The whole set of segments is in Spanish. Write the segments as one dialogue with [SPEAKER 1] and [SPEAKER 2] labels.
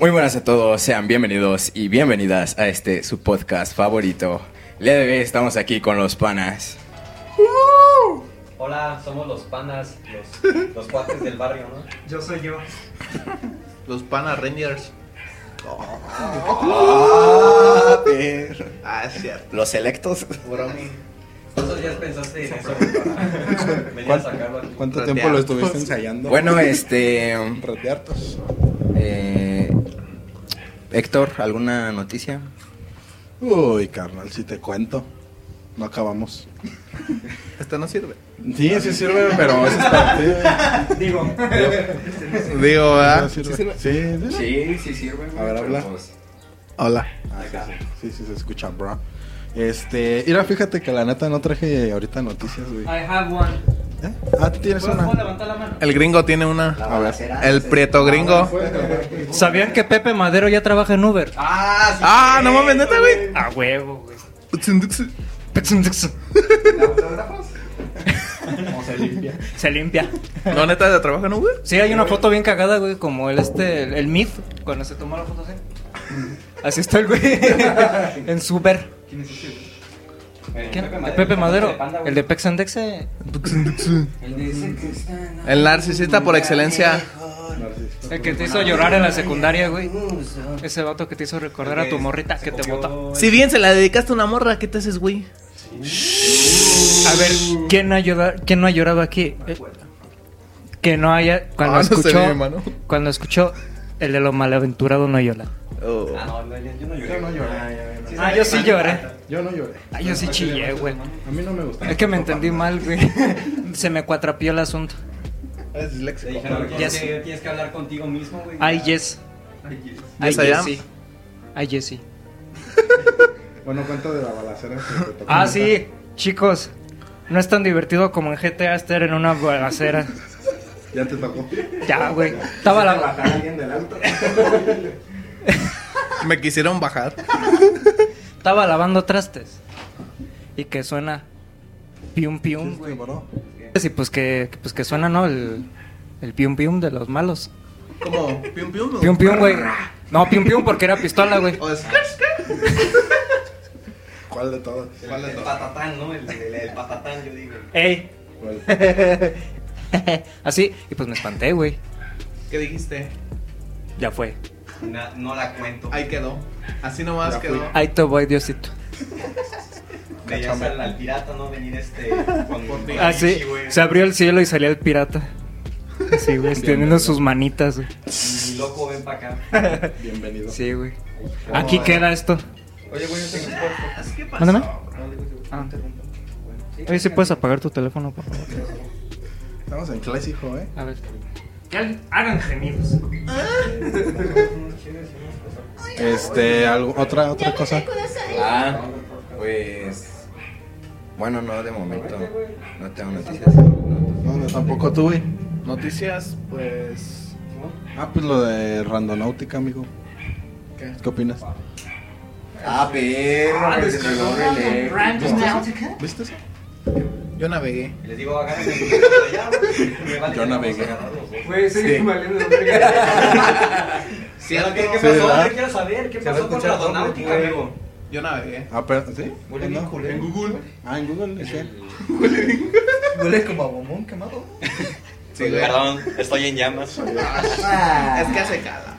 [SPEAKER 1] Muy buenas a todos, sean bienvenidos y bienvenidas a este su podcast favorito. El día de hoy estamos aquí con los panas.
[SPEAKER 2] Hola, somos los panas, los, los cuates del barrio, ¿no?
[SPEAKER 3] Yo soy yo.
[SPEAKER 4] Los Pana Rangers. Ah, es cierto.
[SPEAKER 1] Los electos.
[SPEAKER 4] Bromi.
[SPEAKER 2] ¿Cuántos días pensaste en eso güey, para venir a sacarlo aquí?
[SPEAKER 5] ¿Cuánto
[SPEAKER 4] Ratear.
[SPEAKER 5] tiempo lo estuviste ensayando?
[SPEAKER 1] Bueno, este.
[SPEAKER 5] Ratear, pues.
[SPEAKER 1] eh, Héctor, ¿alguna noticia?
[SPEAKER 5] Uy, carnal, si te cuento. No acabamos.
[SPEAKER 4] Esta no sirve.
[SPEAKER 5] Sí, sí sirve, pero eso es para
[SPEAKER 3] Digo,
[SPEAKER 4] Digo, ¿verdad?
[SPEAKER 5] ti. Sí,
[SPEAKER 4] Sí
[SPEAKER 5] sirve. Sí, sí.
[SPEAKER 1] Sí, sí sirve.
[SPEAKER 5] A ver, habla. Hola. Ah, sí, sí, sí, sí, se escucha, bro. Este, mira, fíjate que la neta no traje ahorita noticias, güey.
[SPEAKER 3] I have one.
[SPEAKER 5] ¿Eh? Ah, tú tienes
[SPEAKER 3] ¿Puedo, puedo
[SPEAKER 5] una.
[SPEAKER 3] levantar la mano?
[SPEAKER 4] El gringo tiene una.
[SPEAKER 5] A ver.
[SPEAKER 4] El prieto gringo.
[SPEAKER 6] ¿Sabían que Pepe Madero ya trabaja en Uber?
[SPEAKER 2] Ah, sí,
[SPEAKER 4] Ah, no mames, neta, güey.
[SPEAKER 6] A huevo, güey. Se limpia.
[SPEAKER 4] No, neta, de trabajo en Uber.
[SPEAKER 6] Sí, hay una foto bien cagada, güey, como el este, el, el Myth, cuando se tomó la foto así. Así está el güey. en su Uber.
[SPEAKER 2] el
[SPEAKER 6] ¿Quién?
[SPEAKER 2] Pepe
[SPEAKER 6] De Pepe Madero.
[SPEAKER 2] Panda, güey.
[SPEAKER 6] El de Pexandexe.
[SPEAKER 2] El de ese que está en la-
[SPEAKER 4] El narcisista por excelencia.
[SPEAKER 6] El que te hizo llorar en la secundaria, güey.
[SPEAKER 7] Mm.
[SPEAKER 2] Uso.
[SPEAKER 6] Ese vato que te hizo recordar
[SPEAKER 2] El
[SPEAKER 6] a tu
[SPEAKER 2] que
[SPEAKER 6] morrita
[SPEAKER 2] se
[SPEAKER 6] que te
[SPEAKER 2] cogió
[SPEAKER 6] bota.
[SPEAKER 2] el-
[SPEAKER 4] Si bien se la dedicaste a una morra, ¿qué te haces, güey?
[SPEAKER 6] A ver,
[SPEAKER 4] Mm.
[SPEAKER 6] ¿quién, ha llora- quién no ha llorado aquí? Eh, Que no haya. Cuando
[SPEAKER 4] Ah, no se
[SPEAKER 6] escuchó.
[SPEAKER 4] ve, mano.
[SPEAKER 6] Cuando escuchó. El de lo malaventurado no llora.
[SPEAKER 4] Oh.
[SPEAKER 2] Ah, no, no, yo, yo no lloré.
[SPEAKER 5] Yo no lloré.
[SPEAKER 6] Ah, yo sí lloré.
[SPEAKER 5] Yo no lloré.
[SPEAKER 6] Ah, yo sí chillé, güey.
[SPEAKER 5] A mí no me gusta.
[SPEAKER 6] Es que me entendí mal, güey. Se me cuatrapió el asunto.
[SPEAKER 4] Es
[SPEAKER 2] Te
[SPEAKER 4] disléxico.
[SPEAKER 2] dijeron que
[SPEAKER 6] Ya
[SPEAKER 2] tienes
[SPEAKER 6] sí.
[SPEAKER 2] que- tienes que hablar contigo mismo, güey.
[SPEAKER 6] Ay, yes. Ay,
[SPEAKER 4] Yes, I am.
[SPEAKER 6] Jessy. Ay, Jessy.
[SPEAKER 5] Bueno, cuento de la balacera. que te tocó
[SPEAKER 6] Ah,
[SPEAKER 5] contar.
[SPEAKER 6] sí. Chicos, no es tan divertido como en GTA estar en una balacera.
[SPEAKER 5] Ya te tocó.
[SPEAKER 6] Ya, güey. Estaba la...
[SPEAKER 5] Bajar a alguien del auto.
[SPEAKER 4] Me quisieron bajar.
[SPEAKER 6] Estaba lavando trastes. Y que suena pium pium, güey. Y pues que, pues que suena, ¿no? El, el pium pium de los malos.
[SPEAKER 4] ¿Cómo? ¿Pium
[SPEAKER 2] Oh,
[SPEAKER 4] pium?
[SPEAKER 6] Pium pium, güey. No, pium pium porque era pistola, güey.
[SPEAKER 4] ¿O es
[SPEAKER 5] ¿Cuál de todos?
[SPEAKER 2] El, el patatán, ¿no? El, el- el patatán, yo digo.
[SPEAKER 6] ¡Ey!
[SPEAKER 5] ¿Cuál?
[SPEAKER 6] Así, y pues me espanté, güey.
[SPEAKER 4] ¿Qué dijiste?
[SPEAKER 6] Ya fue.
[SPEAKER 2] Na- no la cuento.
[SPEAKER 4] Ahí quedó. Así nomás
[SPEAKER 5] Ya fui.
[SPEAKER 4] quedó.
[SPEAKER 6] Ahí te voy, Diosito.
[SPEAKER 2] Veías al, al pirata, ¿no? Venir este. Con, con
[SPEAKER 6] Ah, sí.
[SPEAKER 2] Richie, güey.
[SPEAKER 6] Se abrió el cielo y salía el pirata. Sí, güey, extendiendo sus manitas, güey.
[SPEAKER 2] Mi loco, ven para acá.
[SPEAKER 5] Bienvenido.
[SPEAKER 6] Sí, güey. Aquí queda esto.
[SPEAKER 2] Oye, güey, yo tengo un corto.
[SPEAKER 4] ¿Qué
[SPEAKER 6] Mándame.
[SPEAKER 2] No, digo, digo,
[SPEAKER 6] Ah.
[SPEAKER 2] interrumpo. Bueno, sí.
[SPEAKER 6] Oye, si puedes apagar tu teléfono, por favor.
[SPEAKER 5] Estamos en clase, hijo, ¿eh?
[SPEAKER 6] A ver. Que hagan gemidos.
[SPEAKER 5] Este, algo, otra, otra cosa.
[SPEAKER 1] Ah, pues. Bueno, no, de momento. No tengo noticias.
[SPEAKER 5] No, no, tampoco tú, güey.
[SPEAKER 4] Noticias, pues.
[SPEAKER 5] Ah, pues lo de Randonáutica, amigo.
[SPEAKER 4] ¿Qué?
[SPEAKER 5] ¿Qué opinas?
[SPEAKER 1] Ah, perro. que se me borre el eco.
[SPEAKER 4] ¿Viste eso? Yo navegué.
[SPEAKER 2] Y Les digo, agarren el de allá, güey. Me vale
[SPEAKER 5] Yo
[SPEAKER 2] que
[SPEAKER 5] navegué.
[SPEAKER 2] vamos a agarrar los dos.
[SPEAKER 3] güey, soy
[SPEAKER 5] Sí.
[SPEAKER 3] valiendo la
[SPEAKER 2] Pero,
[SPEAKER 3] verga.
[SPEAKER 2] ¿Qué,
[SPEAKER 5] Sí,
[SPEAKER 2] ¿Qué pasó?
[SPEAKER 5] ¿verdad?
[SPEAKER 2] Yo quiero saber qué
[SPEAKER 3] Se va a
[SPEAKER 2] pasó con
[SPEAKER 3] escuchar todo,
[SPEAKER 2] Radonautica,
[SPEAKER 3] güey.
[SPEAKER 2] amigo.
[SPEAKER 4] Yo navegué.
[SPEAKER 5] Ah, pero, ¿sí?
[SPEAKER 2] Huele
[SPEAKER 5] No.
[SPEAKER 2] bien culero. En Google.
[SPEAKER 5] Ah, en Google, ¿qué?
[SPEAKER 3] Huele como a bombón quemado.
[SPEAKER 4] Sí, güey.
[SPEAKER 7] Perdón, estoy en llamas.
[SPEAKER 4] Es que hace cala.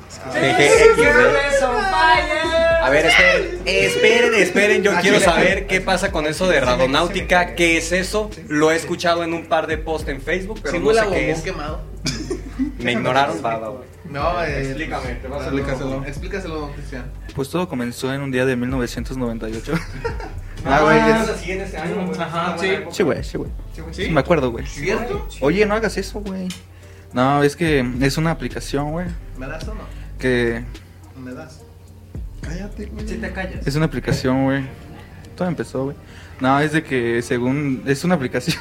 [SPEAKER 7] A ver, esperen, esperen, esperen. Yo quiero saber qué pasa con eso de Radonáutica. ¿Qué es eso? Lo he escuchado en un par de posts en Facebook, pero
[SPEAKER 4] Sí,
[SPEAKER 7] no
[SPEAKER 4] huele a
[SPEAKER 7] sé qué
[SPEAKER 4] bombón
[SPEAKER 7] es.
[SPEAKER 4] quemado.
[SPEAKER 7] Me ignoraron.
[SPEAKER 4] No, eh,
[SPEAKER 2] Explícame, te vas a
[SPEAKER 5] Explícaselo.
[SPEAKER 4] Explícaselo, don Cristian.
[SPEAKER 8] Pues todo comenzó en un día de 1998.
[SPEAKER 4] Ah, güey,
[SPEAKER 2] Ah,
[SPEAKER 4] es-
[SPEAKER 2] sí, en ese año, güey.
[SPEAKER 3] Ajá,
[SPEAKER 2] Buena
[SPEAKER 3] sí.
[SPEAKER 2] época.
[SPEAKER 8] Sí, güey, sí, güey.
[SPEAKER 4] ¿Sí?
[SPEAKER 8] Me acuerdo, güey.
[SPEAKER 4] ¿Cierto?
[SPEAKER 8] Oye, no hagas eso, güey. No, es que es una aplicación, güey.
[SPEAKER 4] ¿Me das o no?
[SPEAKER 8] Que
[SPEAKER 4] ¿Me das?
[SPEAKER 5] Cállate, güey.
[SPEAKER 3] Si te callas.
[SPEAKER 8] es una aplicación, güey. Todo empezó, güey. No, es de que según es una aplicación.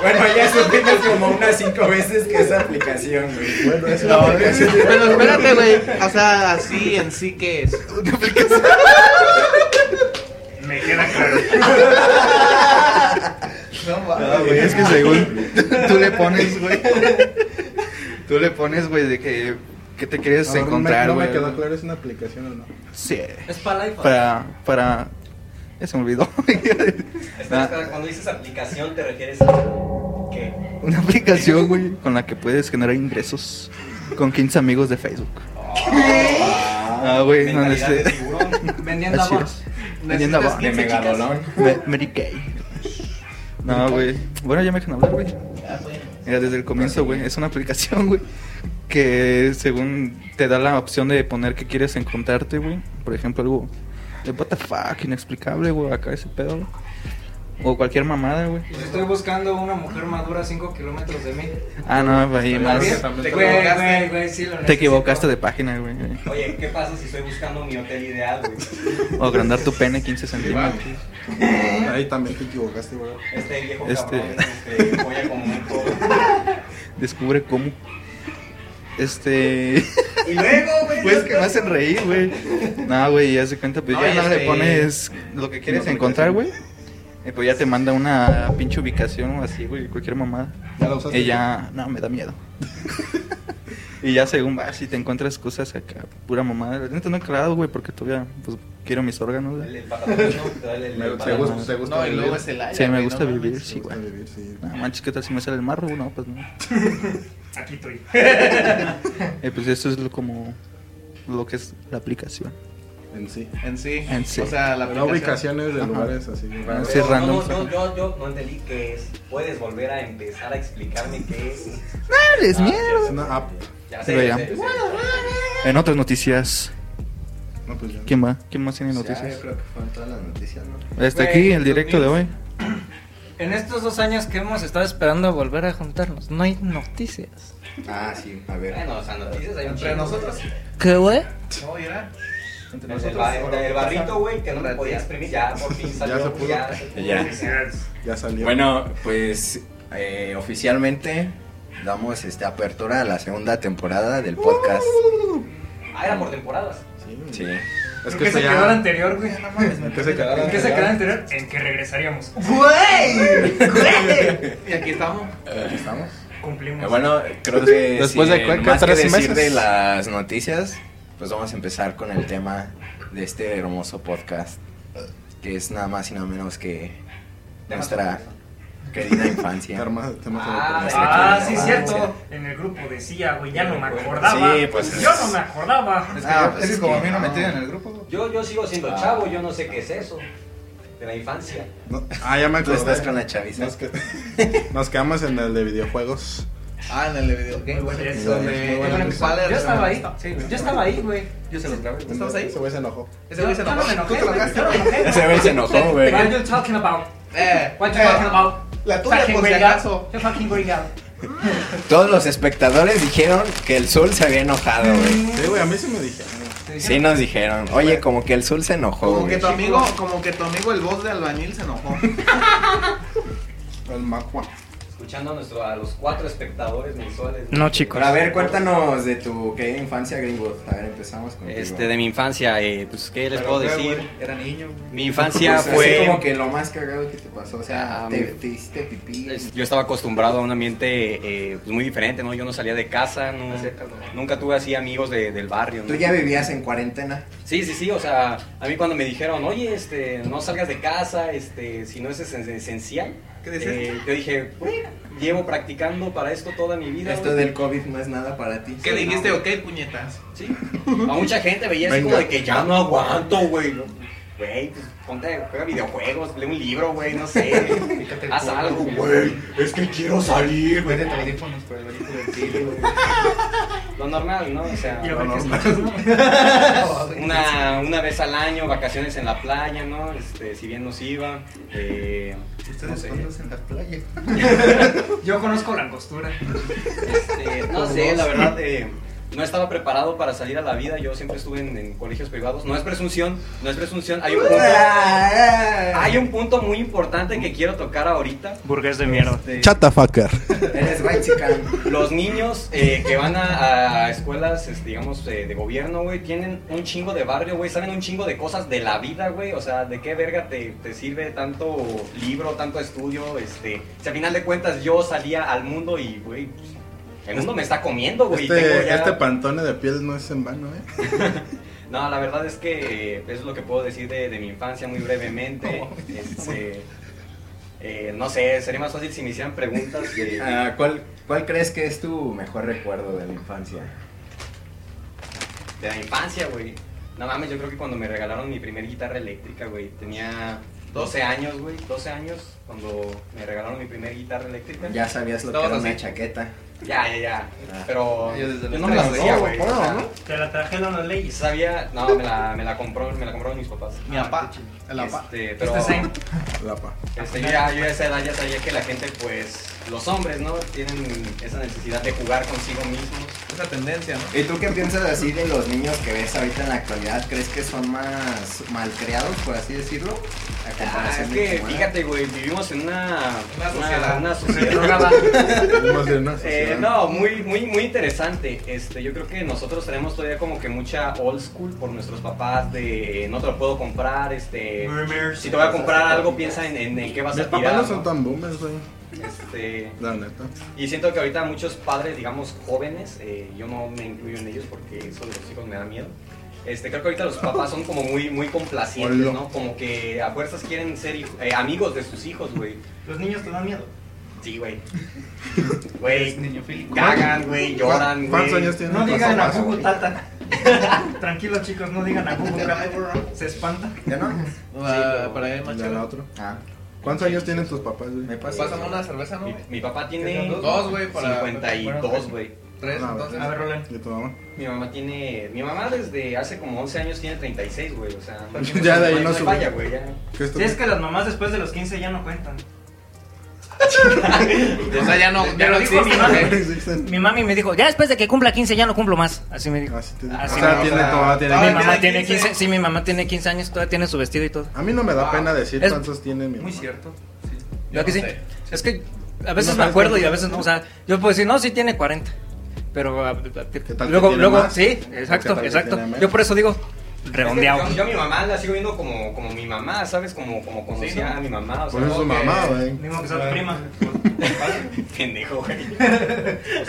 [SPEAKER 1] Bueno, ya supimos como unas cinco veces que esa aplicación, güey.
[SPEAKER 5] Bueno, es una
[SPEAKER 4] No,
[SPEAKER 5] aplicación.
[SPEAKER 4] pero espérate, güey. O sea, así en sí que es.
[SPEAKER 3] Me queda claro.
[SPEAKER 4] No,
[SPEAKER 5] Ah, güey, es que según tú le pones, güey.
[SPEAKER 8] Tú le pones, güey, de que, que te quieres
[SPEAKER 5] No, no me-
[SPEAKER 8] encontrar,
[SPEAKER 5] no me
[SPEAKER 8] güey.
[SPEAKER 5] quedó claro, ¿es una aplicación o no?
[SPEAKER 8] Sí.
[SPEAKER 7] Es para el iPhone.
[SPEAKER 8] Para, para... Ya se me olvidó.
[SPEAKER 2] Espera,
[SPEAKER 8] Nah,
[SPEAKER 2] espera, Cuando dices aplicación, ¿te refieres a qué?
[SPEAKER 8] una aplicación, güey, con la que puedes generar ingresos con 15 amigos de Facebook. Ah, güey, no
[SPEAKER 2] Mentalidad de
[SPEAKER 8] necesito...
[SPEAKER 2] tiburón.
[SPEAKER 6] Vendiendo
[SPEAKER 8] Así
[SPEAKER 6] amor.
[SPEAKER 8] es. Vendiendo amor.
[SPEAKER 1] De megadolón.
[SPEAKER 8] Me- Mary Kay. No, güey. Bueno, ya me dejan hablar, güey.
[SPEAKER 6] Ah,
[SPEAKER 8] Mira, desde el comienzo, güey. Es una aplicación, güey. Que según te da la opción de poner que quieres encontrarte, güey. Por ejemplo, algo de what the fuck, inexplicable, güey. Acá ese pedo, güey. O cualquier mamada, güey.
[SPEAKER 6] Pues Estoy buscando una mujer madura a 5 kilómetros de mí.
[SPEAKER 8] Ah, no, ahí más.
[SPEAKER 6] Te equivocaste. Eh, Güey, güey, sí, lo
[SPEAKER 8] Te
[SPEAKER 6] necesito.
[SPEAKER 8] equivocaste de página, güey.
[SPEAKER 2] Oye, ¿qué pasa si estoy buscando mi hotel ideal, güey?
[SPEAKER 8] O agrandar tu pene 15 centímetros.
[SPEAKER 5] Ahí también te equivocaste, güey.
[SPEAKER 2] Este viejo
[SPEAKER 8] Este-
[SPEAKER 2] cabrón, este, polla como un codo.
[SPEAKER 8] Descubre cómo. Este.
[SPEAKER 2] Y luego, güey.
[SPEAKER 8] Pues que me hacen reír, güey. No, güey, ya se cuenta, pues
[SPEAKER 4] No,
[SPEAKER 8] ya
[SPEAKER 4] ya
[SPEAKER 8] no le
[SPEAKER 4] sé.
[SPEAKER 8] pones lo que quieres encontrar, güey. Y pues ya te manda una pinche ubicación o así, güey, cualquier mamada.
[SPEAKER 5] ¿Ya la usaste?
[SPEAKER 8] Y ya, no, me da miedo. y ya según vas y te encuentras cosas acá, pura mamada. La neta no he clavado, güey, porque todavía, pues, quiero mis órganos,
[SPEAKER 2] El
[SPEAKER 8] güey.
[SPEAKER 2] del patatocho, te da el- el
[SPEAKER 5] Me- se
[SPEAKER 2] patatocho.
[SPEAKER 5] gusta, se gusta
[SPEAKER 4] No, y
[SPEAKER 5] vivir.
[SPEAKER 4] luego es el aire.
[SPEAKER 8] Sí, me
[SPEAKER 4] güey,
[SPEAKER 8] gusta
[SPEAKER 4] no mames.
[SPEAKER 8] vivir,
[SPEAKER 5] Se
[SPEAKER 8] sí,
[SPEAKER 5] gusta
[SPEAKER 8] güey.
[SPEAKER 5] vivir, sí.
[SPEAKER 8] No, manches, ¿qué tal si me sale el marro? No, pues no.
[SPEAKER 3] Aquí estoy.
[SPEAKER 8] Eh, pues eso es lo, como lo que es la aplicación.
[SPEAKER 5] En sí.
[SPEAKER 4] En sí.
[SPEAKER 8] En sí.
[SPEAKER 4] O sea, la
[SPEAKER 5] La,
[SPEAKER 4] aplicación.
[SPEAKER 5] ubicación es de
[SPEAKER 8] Ajá.
[SPEAKER 5] lugares así.
[SPEAKER 8] Ah,
[SPEAKER 5] raros.
[SPEAKER 8] sí,
[SPEAKER 2] Pero
[SPEAKER 8] random.
[SPEAKER 2] No, no, yo, yo, yo no entendí qué es. ¿Puedes volver a empezar a explicarme qué es? Ah,
[SPEAKER 8] ¡Dales mierda!
[SPEAKER 5] Es una app.
[SPEAKER 2] Ya
[SPEAKER 8] Pero
[SPEAKER 2] sé, ya
[SPEAKER 8] ya.
[SPEAKER 2] sé.
[SPEAKER 8] En otras noticias,
[SPEAKER 5] No, pues ya.
[SPEAKER 8] ¿quién va? ¿Quién más tiene noticias?
[SPEAKER 3] Yo creo que fueron todas las noticias, ¿no?
[SPEAKER 8] Hasta
[SPEAKER 6] Güey,
[SPEAKER 8] aquí el
[SPEAKER 6] los
[SPEAKER 8] directo de
[SPEAKER 6] míos.
[SPEAKER 8] hoy.
[SPEAKER 6] En estos dos años que hemos estado esperando volver a juntarnos, no hay noticias.
[SPEAKER 1] Ah, sí, a ver.
[SPEAKER 2] Bueno, o sea, noticias hay un
[SPEAKER 4] Entre
[SPEAKER 2] chingo.
[SPEAKER 4] nosotros.
[SPEAKER 6] ¿Qué, güey?
[SPEAKER 4] No, mira.
[SPEAKER 2] El, ba- el barrito, güey, que no lo podía exprimir, ya por fin salió.
[SPEAKER 5] Ya se pudo.
[SPEAKER 2] se pudo.
[SPEAKER 1] Ya.
[SPEAKER 3] Felicidades.
[SPEAKER 5] Ya salió.
[SPEAKER 1] Bueno, pues eh, oficialmente damos este, apertura a la segunda temporada del podcast. Eh,
[SPEAKER 2] Ah, era por temporadas.
[SPEAKER 5] Sí, güey.
[SPEAKER 1] Sí.
[SPEAKER 5] Es
[SPEAKER 6] ¿En
[SPEAKER 5] que
[SPEAKER 6] qué
[SPEAKER 5] esto
[SPEAKER 6] se quedó el
[SPEAKER 5] ya...
[SPEAKER 6] anterior, güey? No mames, me
[SPEAKER 5] ¿En qué se quedó el
[SPEAKER 6] ¿En qué se
[SPEAKER 5] anterior?
[SPEAKER 6] quedó el anterior?
[SPEAKER 3] En que regresaríamos.
[SPEAKER 4] Y aquí estamos.
[SPEAKER 1] Aquí estamos.
[SPEAKER 3] Cumplimos.
[SPEAKER 1] Eh, bueno, creo que
[SPEAKER 8] Después
[SPEAKER 1] si
[SPEAKER 8] de Cuenca,
[SPEAKER 1] más que
[SPEAKER 8] tres
[SPEAKER 1] decir
[SPEAKER 8] meses.
[SPEAKER 1] de las noticias, pues vamos a empezar con el tema de este hermoso podcast, que es nada más y nada menos que nuestra querida infancia.
[SPEAKER 5] Arma- temas de
[SPEAKER 2] Ah,
[SPEAKER 5] deportes.
[SPEAKER 3] Ah, sí,
[SPEAKER 2] Ah,
[SPEAKER 3] cierto. En el grupo decía, güey, ya no me acordaba.
[SPEAKER 1] Sí, pues,
[SPEAKER 3] Yo
[SPEAKER 1] es-
[SPEAKER 3] no me acordaba.
[SPEAKER 8] Ah,
[SPEAKER 4] pues
[SPEAKER 8] es que como a mí no me tienen en el grupo, güey.
[SPEAKER 2] Yo, yo sigo siendo chavo, yo no sé qué es eso. De la infancia.
[SPEAKER 5] No- ah, ya me
[SPEAKER 1] Tú
[SPEAKER 5] acordé.
[SPEAKER 1] estás con la chaviza.
[SPEAKER 5] Nos, que- nos quedamos en el de videojuegos.
[SPEAKER 4] Ah, en el videogame.
[SPEAKER 3] bueno,
[SPEAKER 4] güey,
[SPEAKER 5] eso,
[SPEAKER 4] donde-
[SPEAKER 5] muy bueno,
[SPEAKER 4] Pues, bueno, pues,
[SPEAKER 5] eso.
[SPEAKER 4] ¿cuál era?
[SPEAKER 6] Yo estaba ahí.
[SPEAKER 4] Sí, güey.
[SPEAKER 6] Yo estaba ahí, güey.
[SPEAKER 8] Yo se los grabé.
[SPEAKER 4] ¿Estamos ahí?
[SPEAKER 5] Ese güey se enojó.
[SPEAKER 4] Ese güey se
[SPEAKER 6] Yo no me
[SPEAKER 4] enojó.
[SPEAKER 6] enojé,
[SPEAKER 4] Tú te
[SPEAKER 6] güey,
[SPEAKER 4] enojaste.
[SPEAKER 6] yo no me enojé, güey.
[SPEAKER 1] Ese güey se enojó, güey.
[SPEAKER 6] What are you talking about?
[SPEAKER 4] Eh,
[SPEAKER 6] What you
[SPEAKER 4] eh,
[SPEAKER 6] talking about?
[SPEAKER 4] La tuya,
[SPEAKER 6] Fucking
[SPEAKER 4] por si
[SPEAKER 6] wake
[SPEAKER 4] acaso.
[SPEAKER 6] up. Yo fucking wake up.
[SPEAKER 1] Todos los espectadores dijeron que el Sol se había enojado, güey.
[SPEAKER 5] Sí, güey, a mí sí me dije.
[SPEAKER 1] Sí nos dijeron. Oye, como que el Sol se enojó,
[SPEAKER 4] Como que
[SPEAKER 1] güey.
[SPEAKER 4] tu amigo, como que tu amigo el voz de albañil se enojó.
[SPEAKER 5] El Macua.
[SPEAKER 2] Escuchando a, nuestro, a los cuatro espectadores mensuales.
[SPEAKER 6] No, chicos.
[SPEAKER 1] Pero a ver, cuéntanos de tu querida infancia, gringo. A ver, empezamos con
[SPEAKER 7] Este, de mi infancia, eh, pues, ¿qué les puedo decir?
[SPEAKER 8] Era niño,
[SPEAKER 7] Mi infancia
[SPEAKER 1] fue
[SPEAKER 7] fue...
[SPEAKER 1] Pues como que lo más cagado que te pasó, o sea,
[SPEAKER 7] Ah,
[SPEAKER 1] te,
[SPEAKER 7] mi-
[SPEAKER 1] te hiciste pipí.
[SPEAKER 7] Es- Yo estaba acostumbrado a un ambiente eh, pues, muy diferente, ¿no? Yo no salía de casa, no- nunca tuve así amigos de- del barrio, ¿no?
[SPEAKER 1] Tú ya vivías en cuarentena.
[SPEAKER 7] Sí, sí, sí, o sea, a mí cuando me dijeron, oye, este, no salgas de casa, este, si no es esen- esencial,
[SPEAKER 4] ¿Qué decías?
[SPEAKER 7] eh, yo dije, bueno, llevo practicando para esto toda mi vida.
[SPEAKER 1] Esto
[SPEAKER 7] güey".
[SPEAKER 1] del COVID no es nada para ti.
[SPEAKER 4] ¿Qué
[SPEAKER 1] Sí,
[SPEAKER 4] dijiste?
[SPEAKER 1] no.
[SPEAKER 4] Ok, puñetas.
[SPEAKER 7] Sí, a mucha gente veía así como
[SPEAKER 5] Venga.
[SPEAKER 7] de que ya no aguanto, güey. ¿no? Güey, pues ponte, juega videojuegos, lee un libro, güey, no sé. Haz algo, güey. Es que quiero salir,
[SPEAKER 4] Pues
[SPEAKER 7] güey.
[SPEAKER 4] audífonos por el barito del tigre.
[SPEAKER 7] Lo normal, ¿no? O sea,
[SPEAKER 3] Y
[SPEAKER 7] lo
[SPEAKER 3] ahora que
[SPEAKER 7] normal.
[SPEAKER 3] escuchas, ¿no?
[SPEAKER 7] una, una vez al año, vacaciones en la playa, ¿no? Este, si bien nos iba. Eh, no sé.
[SPEAKER 4] en la playa.
[SPEAKER 3] Yo conozco la costura.
[SPEAKER 7] Este, no sé, la verdad, eh, no estaba preparado para salir a la vida. Yo siempre estuve en, en colegios privados. No es presunción, no es presunción. Hay un punto, hay un punto muy importante que quiero tocar ahorita.
[SPEAKER 6] Burgués de mierda.
[SPEAKER 7] Este,
[SPEAKER 5] Chatafacker.
[SPEAKER 1] Eres right chican.
[SPEAKER 7] los niños eh, que van a, a escuelas, este, digamos, eh, de gobierno, güey, tienen un chingo de barrio, güey, saben un chingo de cosas de la vida, güey. O sea, ¿de qué verga te, te sirve tanto libro, tanto estudio? Este, si al final de cuentas yo salía al mundo y, güey, pues, El mundo me está comiendo, güey. y tengo
[SPEAKER 5] Este,
[SPEAKER 7] ya-
[SPEAKER 5] este pantone de piel no es en vano, ¿eh?
[SPEAKER 7] No, la verdad es que eh, eso es lo que puedo decir de, de mi infancia muy brevemente. Este, eh, no sé, sería más fácil si me hicieran preguntas de...
[SPEAKER 1] Ah, ¿cuál, ¿Cuál crees que es tu mejor recuerdo de la infancia?
[SPEAKER 7] De la infancia, güey. No mames, yo creo que cuando me regalaron mi primer guitarra eléctrica, güey, tenía 12 años, güey, 12 años cuando me regalaron mi primer guitarra eléctrica.
[SPEAKER 1] Ya sabías lo que
[SPEAKER 7] Todos
[SPEAKER 1] era una
[SPEAKER 7] así.
[SPEAKER 1] chaqueta.
[SPEAKER 7] ya, ya. ya.
[SPEAKER 1] Ah.
[SPEAKER 7] Pero
[SPEAKER 8] Yo desde
[SPEAKER 7] yo
[SPEAKER 8] los
[SPEAKER 7] no me la
[SPEAKER 8] tres.
[SPEAKER 7] sabía,
[SPEAKER 5] Oh,
[SPEAKER 7] güey. o
[SPEAKER 5] bueno,
[SPEAKER 7] sea,
[SPEAKER 5] ¿no?
[SPEAKER 3] Te la trajeron las leyes.
[SPEAKER 7] Sabía, no, me la, me la compró, me la compraron mis papás.
[SPEAKER 2] Mi
[SPEAKER 4] Ah,
[SPEAKER 2] papá.
[SPEAKER 5] El apa.
[SPEAKER 7] Este, pero
[SPEAKER 3] Este es
[SPEAKER 5] El apa.
[SPEAKER 7] este, yo, ya, yo ya a esa edad ya sabía que la gente, pues, los hombres, ¿no? Tienen esa necesidad de jugar consigo mismos.
[SPEAKER 2] Esa tendencia, ¿no?
[SPEAKER 1] ¿Y tú qué piensas así de los niños que ves ahorita en la actualidad? ¿Crees que son más malcriados, por así decirlo? A
[SPEAKER 7] Ah,
[SPEAKER 1] comparación
[SPEAKER 7] es
[SPEAKER 1] de
[SPEAKER 7] que,
[SPEAKER 1] cómo era.
[SPEAKER 7] fíjate, güey, vivimos en una...
[SPEAKER 2] Una sociedad.
[SPEAKER 7] Una sociedad.
[SPEAKER 5] Vamos a ir a una
[SPEAKER 7] Eh,
[SPEAKER 5] sociedad.
[SPEAKER 7] no, muy, muy, muy interesante. Este, yo creo que nosotros tenemos todavía como que mucha old school por nuestros papás de eh, no te lo puedo comprar, este,
[SPEAKER 2] Boomers.
[SPEAKER 7] si te voy a comprar algo piensa en, en, en qué vas
[SPEAKER 5] Mis
[SPEAKER 7] a tirar.
[SPEAKER 5] papás no son
[SPEAKER 7] ¿no?
[SPEAKER 5] tan boomers, güey.
[SPEAKER 7] Este,
[SPEAKER 5] La neta.
[SPEAKER 7] y siento que ahorita muchos padres, digamos jóvenes, eh, yo no me incluyo en ellos porque eso de los hijos me da miedo. Este, creo que ahorita los papás son como muy, muy complacientes,
[SPEAKER 5] Hola.
[SPEAKER 7] ¿no? Como que a fuerzas quieren ser hij- eh, amigos de sus hijos, güey.
[SPEAKER 2] Los niños te dan miedo.
[SPEAKER 7] Sí, güey. Güey,
[SPEAKER 2] niño fílico.
[SPEAKER 7] cagan, güey, lloran, güey.
[SPEAKER 5] ¿Cuán- ¿Cuántos años tienen?
[SPEAKER 3] No digan a
[SPEAKER 5] Paso,
[SPEAKER 3] Google
[SPEAKER 5] paso.
[SPEAKER 3] Tata. Tranquilos chicos, no digan a Google Tata. Se espanta.
[SPEAKER 1] ¿Ya no?
[SPEAKER 2] pero-
[SPEAKER 4] Ah, para ver,
[SPEAKER 5] Ya la
[SPEAKER 4] macho. Pues,
[SPEAKER 5] otra.
[SPEAKER 1] Ah,
[SPEAKER 5] ¿Cuántos años tienen tus papás, güey?
[SPEAKER 1] me pasa.
[SPEAKER 4] Pásame una cerveza, ¿no?
[SPEAKER 7] Mi,
[SPEAKER 4] güey?
[SPEAKER 7] mi papá tiene
[SPEAKER 4] Dos, güey, para-
[SPEAKER 7] 52, güey.
[SPEAKER 4] Tres,
[SPEAKER 5] Ah,
[SPEAKER 4] entonces.
[SPEAKER 3] A ver, Roland.
[SPEAKER 5] ¿Y tu mamá?
[SPEAKER 7] Mi mamá tiene, mi mamá desde hace como 11 años tiene 36, güey, o sea, no-
[SPEAKER 5] Ya de ahí no
[SPEAKER 7] no
[SPEAKER 5] sube.
[SPEAKER 7] falla, güey, ya.
[SPEAKER 5] ¿Qué es tu-
[SPEAKER 3] Si es que las mamás después de los 15 ya no cuentan.
[SPEAKER 4] O sea, ya no, ya
[SPEAKER 3] Pero
[SPEAKER 4] no
[SPEAKER 3] dijo mi
[SPEAKER 4] existe,
[SPEAKER 3] madre.
[SPEAKER 4] güey.
[SPEAKER 5] Existen.
[SPEAKER 6] Mi mami me dijo, ya después de que cumpla 15 ya no cumplo más. Así me dijo.
[SPEAKER 5] Así te digo.
[SPEAKER 6] Así
[SPEAKER 5] O sea,
[SPEAKER 6] me-
[SPEAKER 5] tiene tu mamá, tiene-
[SPEAKER 6] mi
[SPEAKER 4] Todavía
[SPEAKER 6] mamá tiene
[SPEAKER 4] 15.
[SPEAKER 6] 15, sí, mi mamá tiene 15 años, todavía tiene su vestido y todo.
[SPEAKER 5] A mí no me da
[SPEAKER 4] Ah,
[SPEAKER 5] pena decir
[SPEAKER 6] es-
[SPEAKER 5] cuántos tiene mi mamá.
[SPEAKER 2] Muy cierto.
[SPEAKER 6] ¿Verdad
[SPEAKER 4] no
[SPEAKER 6] que sí?
[SPEAKER 4] sé.
[SPEAKER 6] Es que a
[SPEAKER 5] no
[SPEAKER 6] veces me
[SPEAKER 5] sabes
[SPEAKER 6] acuerdo y
[SPEAKER 5] cuánto
[SPEAKER 6] a veces no. O sea, yo puedo decir, no, sí tiene 40. Pero ah,
[SPEAKER 5] tal que
[SPEAKER 6] luego,
[SPEAKER 5] tiene
[SPEAKER 6] luego,
[SPEAKER 5] más?
[SPEAKER 6] sí,
[SPEAKER 5] ¿O qué
[SPEAKER 6] exacto,
[SPEAKER 5] tal que
[SPEAKER 6] exacto.
[SPEAKER 5] tiene menos?
[SPEAKER 6] Yo por eso digo, redondeado.
[SPEAKER 7] Es que yo, yo a mi mamá la sigo viendo como, como mi mamá, ¿sabes? Como, como conocía
[SPEAKER 2] Sí, ¿no?
[SPEAKER 7] a mi mamá, o sea,
[SPEAKER 5] Por eso es su
[SPEAKER 7] como que-
[SPEAKER 5] mamá, güey.
[SPEAKER 3] Mismo que sea tu prima.
[SPEAKER 7] Pendejo, güey.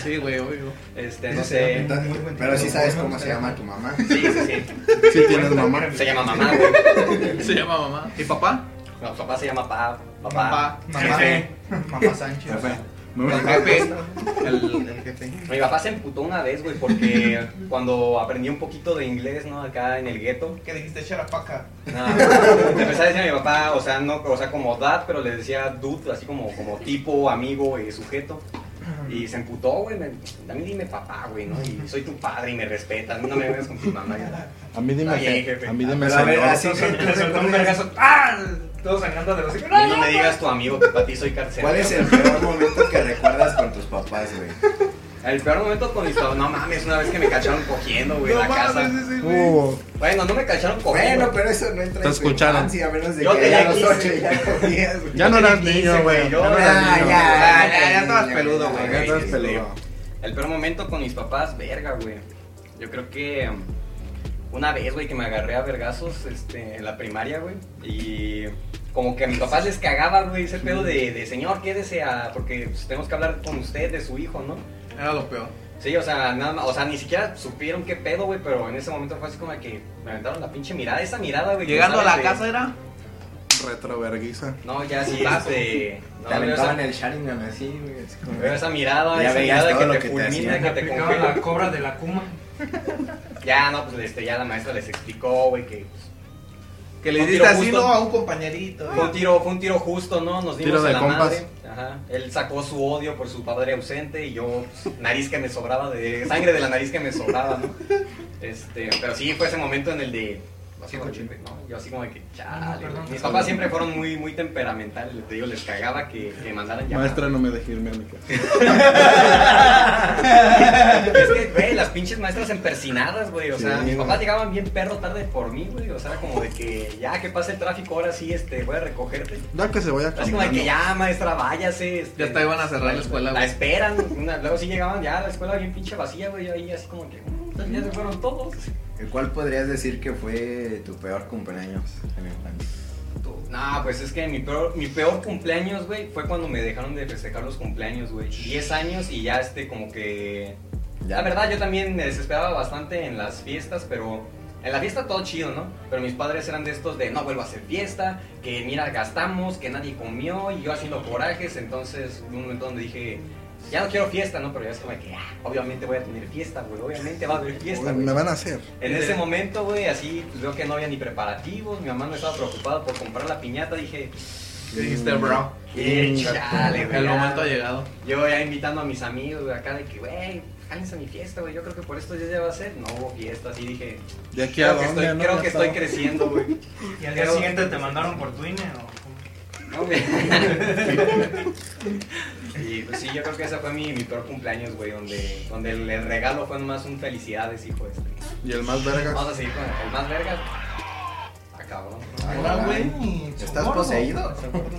[SPEAKER 4] Sí, güey, obvio.
[SPEAKER 7] Este, no sé.
[SPEAKER 1] Pero sí sabes cómo se llama tu mamá.
[SPEAKER 7] Sí, sí,
[SPEAKER 5] Sí tienes mamá.
[SPEAKER 7] sí. Se llama mamá, güey.
[SPEAKER 4] Se llama mamá. ¿Y papá?
[SPEAKER 7] No, papá se llama pa, papá.
[SPEAKER 4] Papá.
[SPEAKER 2] Mamá. Mamá Sánchez.
[SPEAKER 4] El
[SPEAKER 5] Mamá.
[SPEAKER 4] jefe. El, el jefe.
[SPEAKER 7] Mi papá se emputó una vez, güey, porque cuando aprendí un poquito de inglés, ¿no? Acá en el gueto.
[SPEAKER 2] ¿Qué dijiste, charapaca?
[SPEAKER 7] No, le empecé a decir a mi papá, o sea, no, o sea, como dad, pero le decía dude, así como, como tipo, amigo, eh, sujeto. Y se emputó, güey. me- A mí dime papá, güey, ¿no? Y soy tu padre y me respetas. No me vengas con tu mamá. ya.
[SPEAKER 5] A mí
[SPEAKER 7] Está
[SPEAKER 5] dime
[SPEAKER 7] bien,
[SPEAKER 5] que-
[SPEAKER 7] jefe.
[SPEAKER 5] A mí
[SPEAKER 1] Pero
[SPEAKER 5] dime
[SPEAKER 1] a ver,
[SPEAKER 5] señor.
[SPEAKER 1] así que tú
[SPEAKER 3] Le soltó un
[SPEAKER 1] recuerdas,
[SPEAKER 3] vergazo. ¡Ah! Todos sangrando de los hijos.
[SPEAKER 7] A mí no me digas tu amigo, que para ti soy carcelero.
[SPEAKER 1] ¿Cuál es el peor momento que recuerdas con tus papás, güey?
[SPEAKER 7] El peor momento con mis papás. No mames, una vez que me cacharon cogiendo, güey, en la casa.
[SPEAKER 5] Uh,
[SPEAKER 7] Bueno, no me cacharon cogiendo.
[SPEAKER 1] Bueno, pero eso no entra
[SPEAKER 5] Te
[SPEAKER 1] en tu
[SPEAKER 5] escucharon.
[SPEAKER 1] infancia, a menos de
[SPEAKER 7] Yo
[SPEAKER 1] que ya a
[SPEAKER 7] tenía
[SPEAKER 1] los
[SPEAKER 7] 15.
[SPEAKER 1] 8 ya podías, güey.
[SPEAKER 5] Ya no eras
[SPEAKER 7] tenía
[SPEAKER 5] niño,
[SPEAKER 7] 15,
[SPEAKER 5] güey.
[SPEAKER 7] güey,
[SPEAKER 5] Ya
[SPEAKER 7] yo-
[SPEAKER 5] no
[SPEAKER 1] Ah,
[SPEAKER 5] eras niño.
[SPEAKER 1] ya,
[SPEAKER 4] Ya, ya, ya estabas
[SPEAKER 1] ya,
[SPEAKER 4] peludo,
[SPEAKER 1] ya,
[SPEAKER 4] güey.
[SPEAKER 1] ya,
[SPEAKER 5] Ya estabas
[SPEAKER 7] este,
[SPEAKER 5] peludo.
[SPEAKER 7] El peor momento con mis papás, verga, güey. Yo creo que um, una vez, güey, que me agarré a vergazos este, en la primaria, güey. Y como que a mis papás les cagaba, güey, ese pedo de, de, señor, quédese a... Porque pues, tenemos que hablar con usted de su hijo, ¿no?
[SPEAKER 4] Era lo peor.
[SPEAKER 7] Sí, o sea, nada más, o sea, ni siquiera supieron qué pedo, güey, pero en ese momento fue así como que me aventaron la pinche mirada, esa mirada, güey. que
[SPEAKER 4] Llegando a
[SPEAKER 7] sabes
[SPEAKER 4] la
[SPEAKER 7] de-
[SPEAKER 4] casa era.
[SPEAKER 5] Retroverguiza.
[SPEAKER 7] No, ya sí, este... No,
[SPEAKER 1] Te
[SPEAKER 7] pero
[SPEAKER 1] aventaban
[SPEAKER 7] esa,
[SPEAKER 1] el Sharingan así, güey. así como-
[SPEAKER 7] pero esa mirada,
[SPEAKER 1] Ya
[SPEAKER 7] esa
[SPEAKER 1] veías
[SPEAKER 7] mirada
[SPEAKER 1] todo
[SPEAKER 7] que
[SPEAKER 1] lo
[SPEAKER 7] te
[SPEAKER 1] que te
[SPEAKER 7] fulmina,
[SPEAKER 1] hacían.
[SPEAKER 7] que te
[SPEAKER 3] Le aplicaban
[SPEAKER 7] congela.
[SPEAKER 3] la cobra de la Kuma.
[SPEAKER 7] Ya, no, pues este, ya la maestra les explicó, güey, que pues,
[SPEAKER 4] Que le
[SPEAKER 7] Un
[SPEAKER 4] diste
[SPEAKER 7] tiro
[SPEAKER 4] así,
[SPEAKER 7] justo.
[SPEAKER 4] ¿no? A un compañerito.
[SPEAKER 7] fue un tiro, fue un tiro justo, ¿no? Nos dimos
[SPEAKER 5] Tiro de
[SPEAKER 7] en la
[SPEAKER 5] compas.
[SPEAKER 7] madre. Ajá. Él sacó su odio por su padre ausente y yo, pues, nariz que me sobraba, de sangre de la nariz que me sobraba, ¿no? Este, pero sí, fue ese momento en el de... así como de- no, Yo así como
[SPEAKER 4] Ah,
[SPEAKER 7] de que, chale.
[SPEAKER 3] perdón.
[SPEAKER 7] Mis papás siempre fueron muy, muy temperamentales, te digo, les cagaba que, que mandaran llamar.
[SPEAKER 5] Maestra, no me dejé irme a mi casa.
[SPEAKER 7] Es que, güey, las pinches maestras empercinadas, güey. O sea,
[SPEAKER 5] Sí,
[SPEAKER 7] mis
[SPEAKER 5] güey.
[SPEAKER 7] papás llegaban bien perro tarde por mí, güey. O sea, como de que ya que pasa el tráfico, ahora sí, este, voy a recogerte.
[SPEAKER 5] Ya que se vaya
[SPEAKER 7] Así como de que
[SPEAKER 5] caminando.
[SPEAKER 7] ya, maestra, váyase. este,
[SPEAKER 4] Ya hasta iban a cerrar la escuela,
[SPEAKER 7] La
[SPEAKER 4] güey.
[SPEAKER 7] esperan. una- luego sí llegaban ya a la escuela bien pinche vacía, güey. Ahí así como que, "Mm, ya se fueron todos.
[SPEAKER 1] ¿Cuál podrías decir que fue tu peor cumpleaños en la infancia?
[SPEAKER 7] Todo, Nah, pues es que mi peor, mi peor cumpleaños, güey, fue cuando me dejaron de festejar los cumpleaños, güey. 10 años y ya este como que... La verdad, yo también me desesperaba bastante en las fiestas, pero... En la fiesta todo chido, ¿no? Pero mis padres eran de estos de no vuelvo a hacer fiesta, que mira, gastamos, que nadie comió y yo haciendo corajes. Entonces, hubo un momento donde dije, ya no quiero fiesta, ¿no? Pero ya es como que, ah, obviamente voy a tener fiesta, güey, obviamente va a haber fiesta. güey.
[SPEAKER 5] Me van a hacer.
[SPEAKER 7] En ese momento, güey, así pues, veo que no había ni preparativos, mi mamá no estaba preocupada por comprar la piñata, dije,
[SPEAKER 4] ¿Qué dijiste, bro?
[SPEAKER 7] "Eh, chale, güey.
[SPEAKER 4] El
[SPEAKER 7] ya".
[SPEAKER 4] momento ha llegado.
[SPEAKER 7] Yo ya invitando a mis amigos de acá de que, güey, cálense a mi fiesta, güey, yo creo que por estos días ya va a ser. No hubo fiesta, así dije,
[SPEAKER 5] ¿De aquí a
[SPEAKER 7] creo que
[SPEAKER 5] dónde?
[SPEAKER 7] estoy,
[SPEAKER 5] No,
[SPEAKER 7] creo
[SPEAKER 5] ya
[SPEAKER 7] que
[SPEAKER 5] estaba.
[SPEAKER 7] estoy creciendo, güey.
[SPEAKER 3] Y al día
[SPEAKER 7] Pero-
[SPEAKER 3] siguiente te mandaron por Twinner o
[SPEAKER 7] No, güey. y pues sí, yo creo que ese fue mi, mi peor cumpleaños, güey, donde, donde el, el regalo fue más un felicidades, hijo. Este.
[SPEAKER 5] Y el más verga.
[SPEAKER 7] Vamos a seguir con el más verga. Ah, cabrón.
[SPEAKER 1] Ahora,
[SPEAKER 3] güey.
[SPEAKER 1] ¿Estás poseído?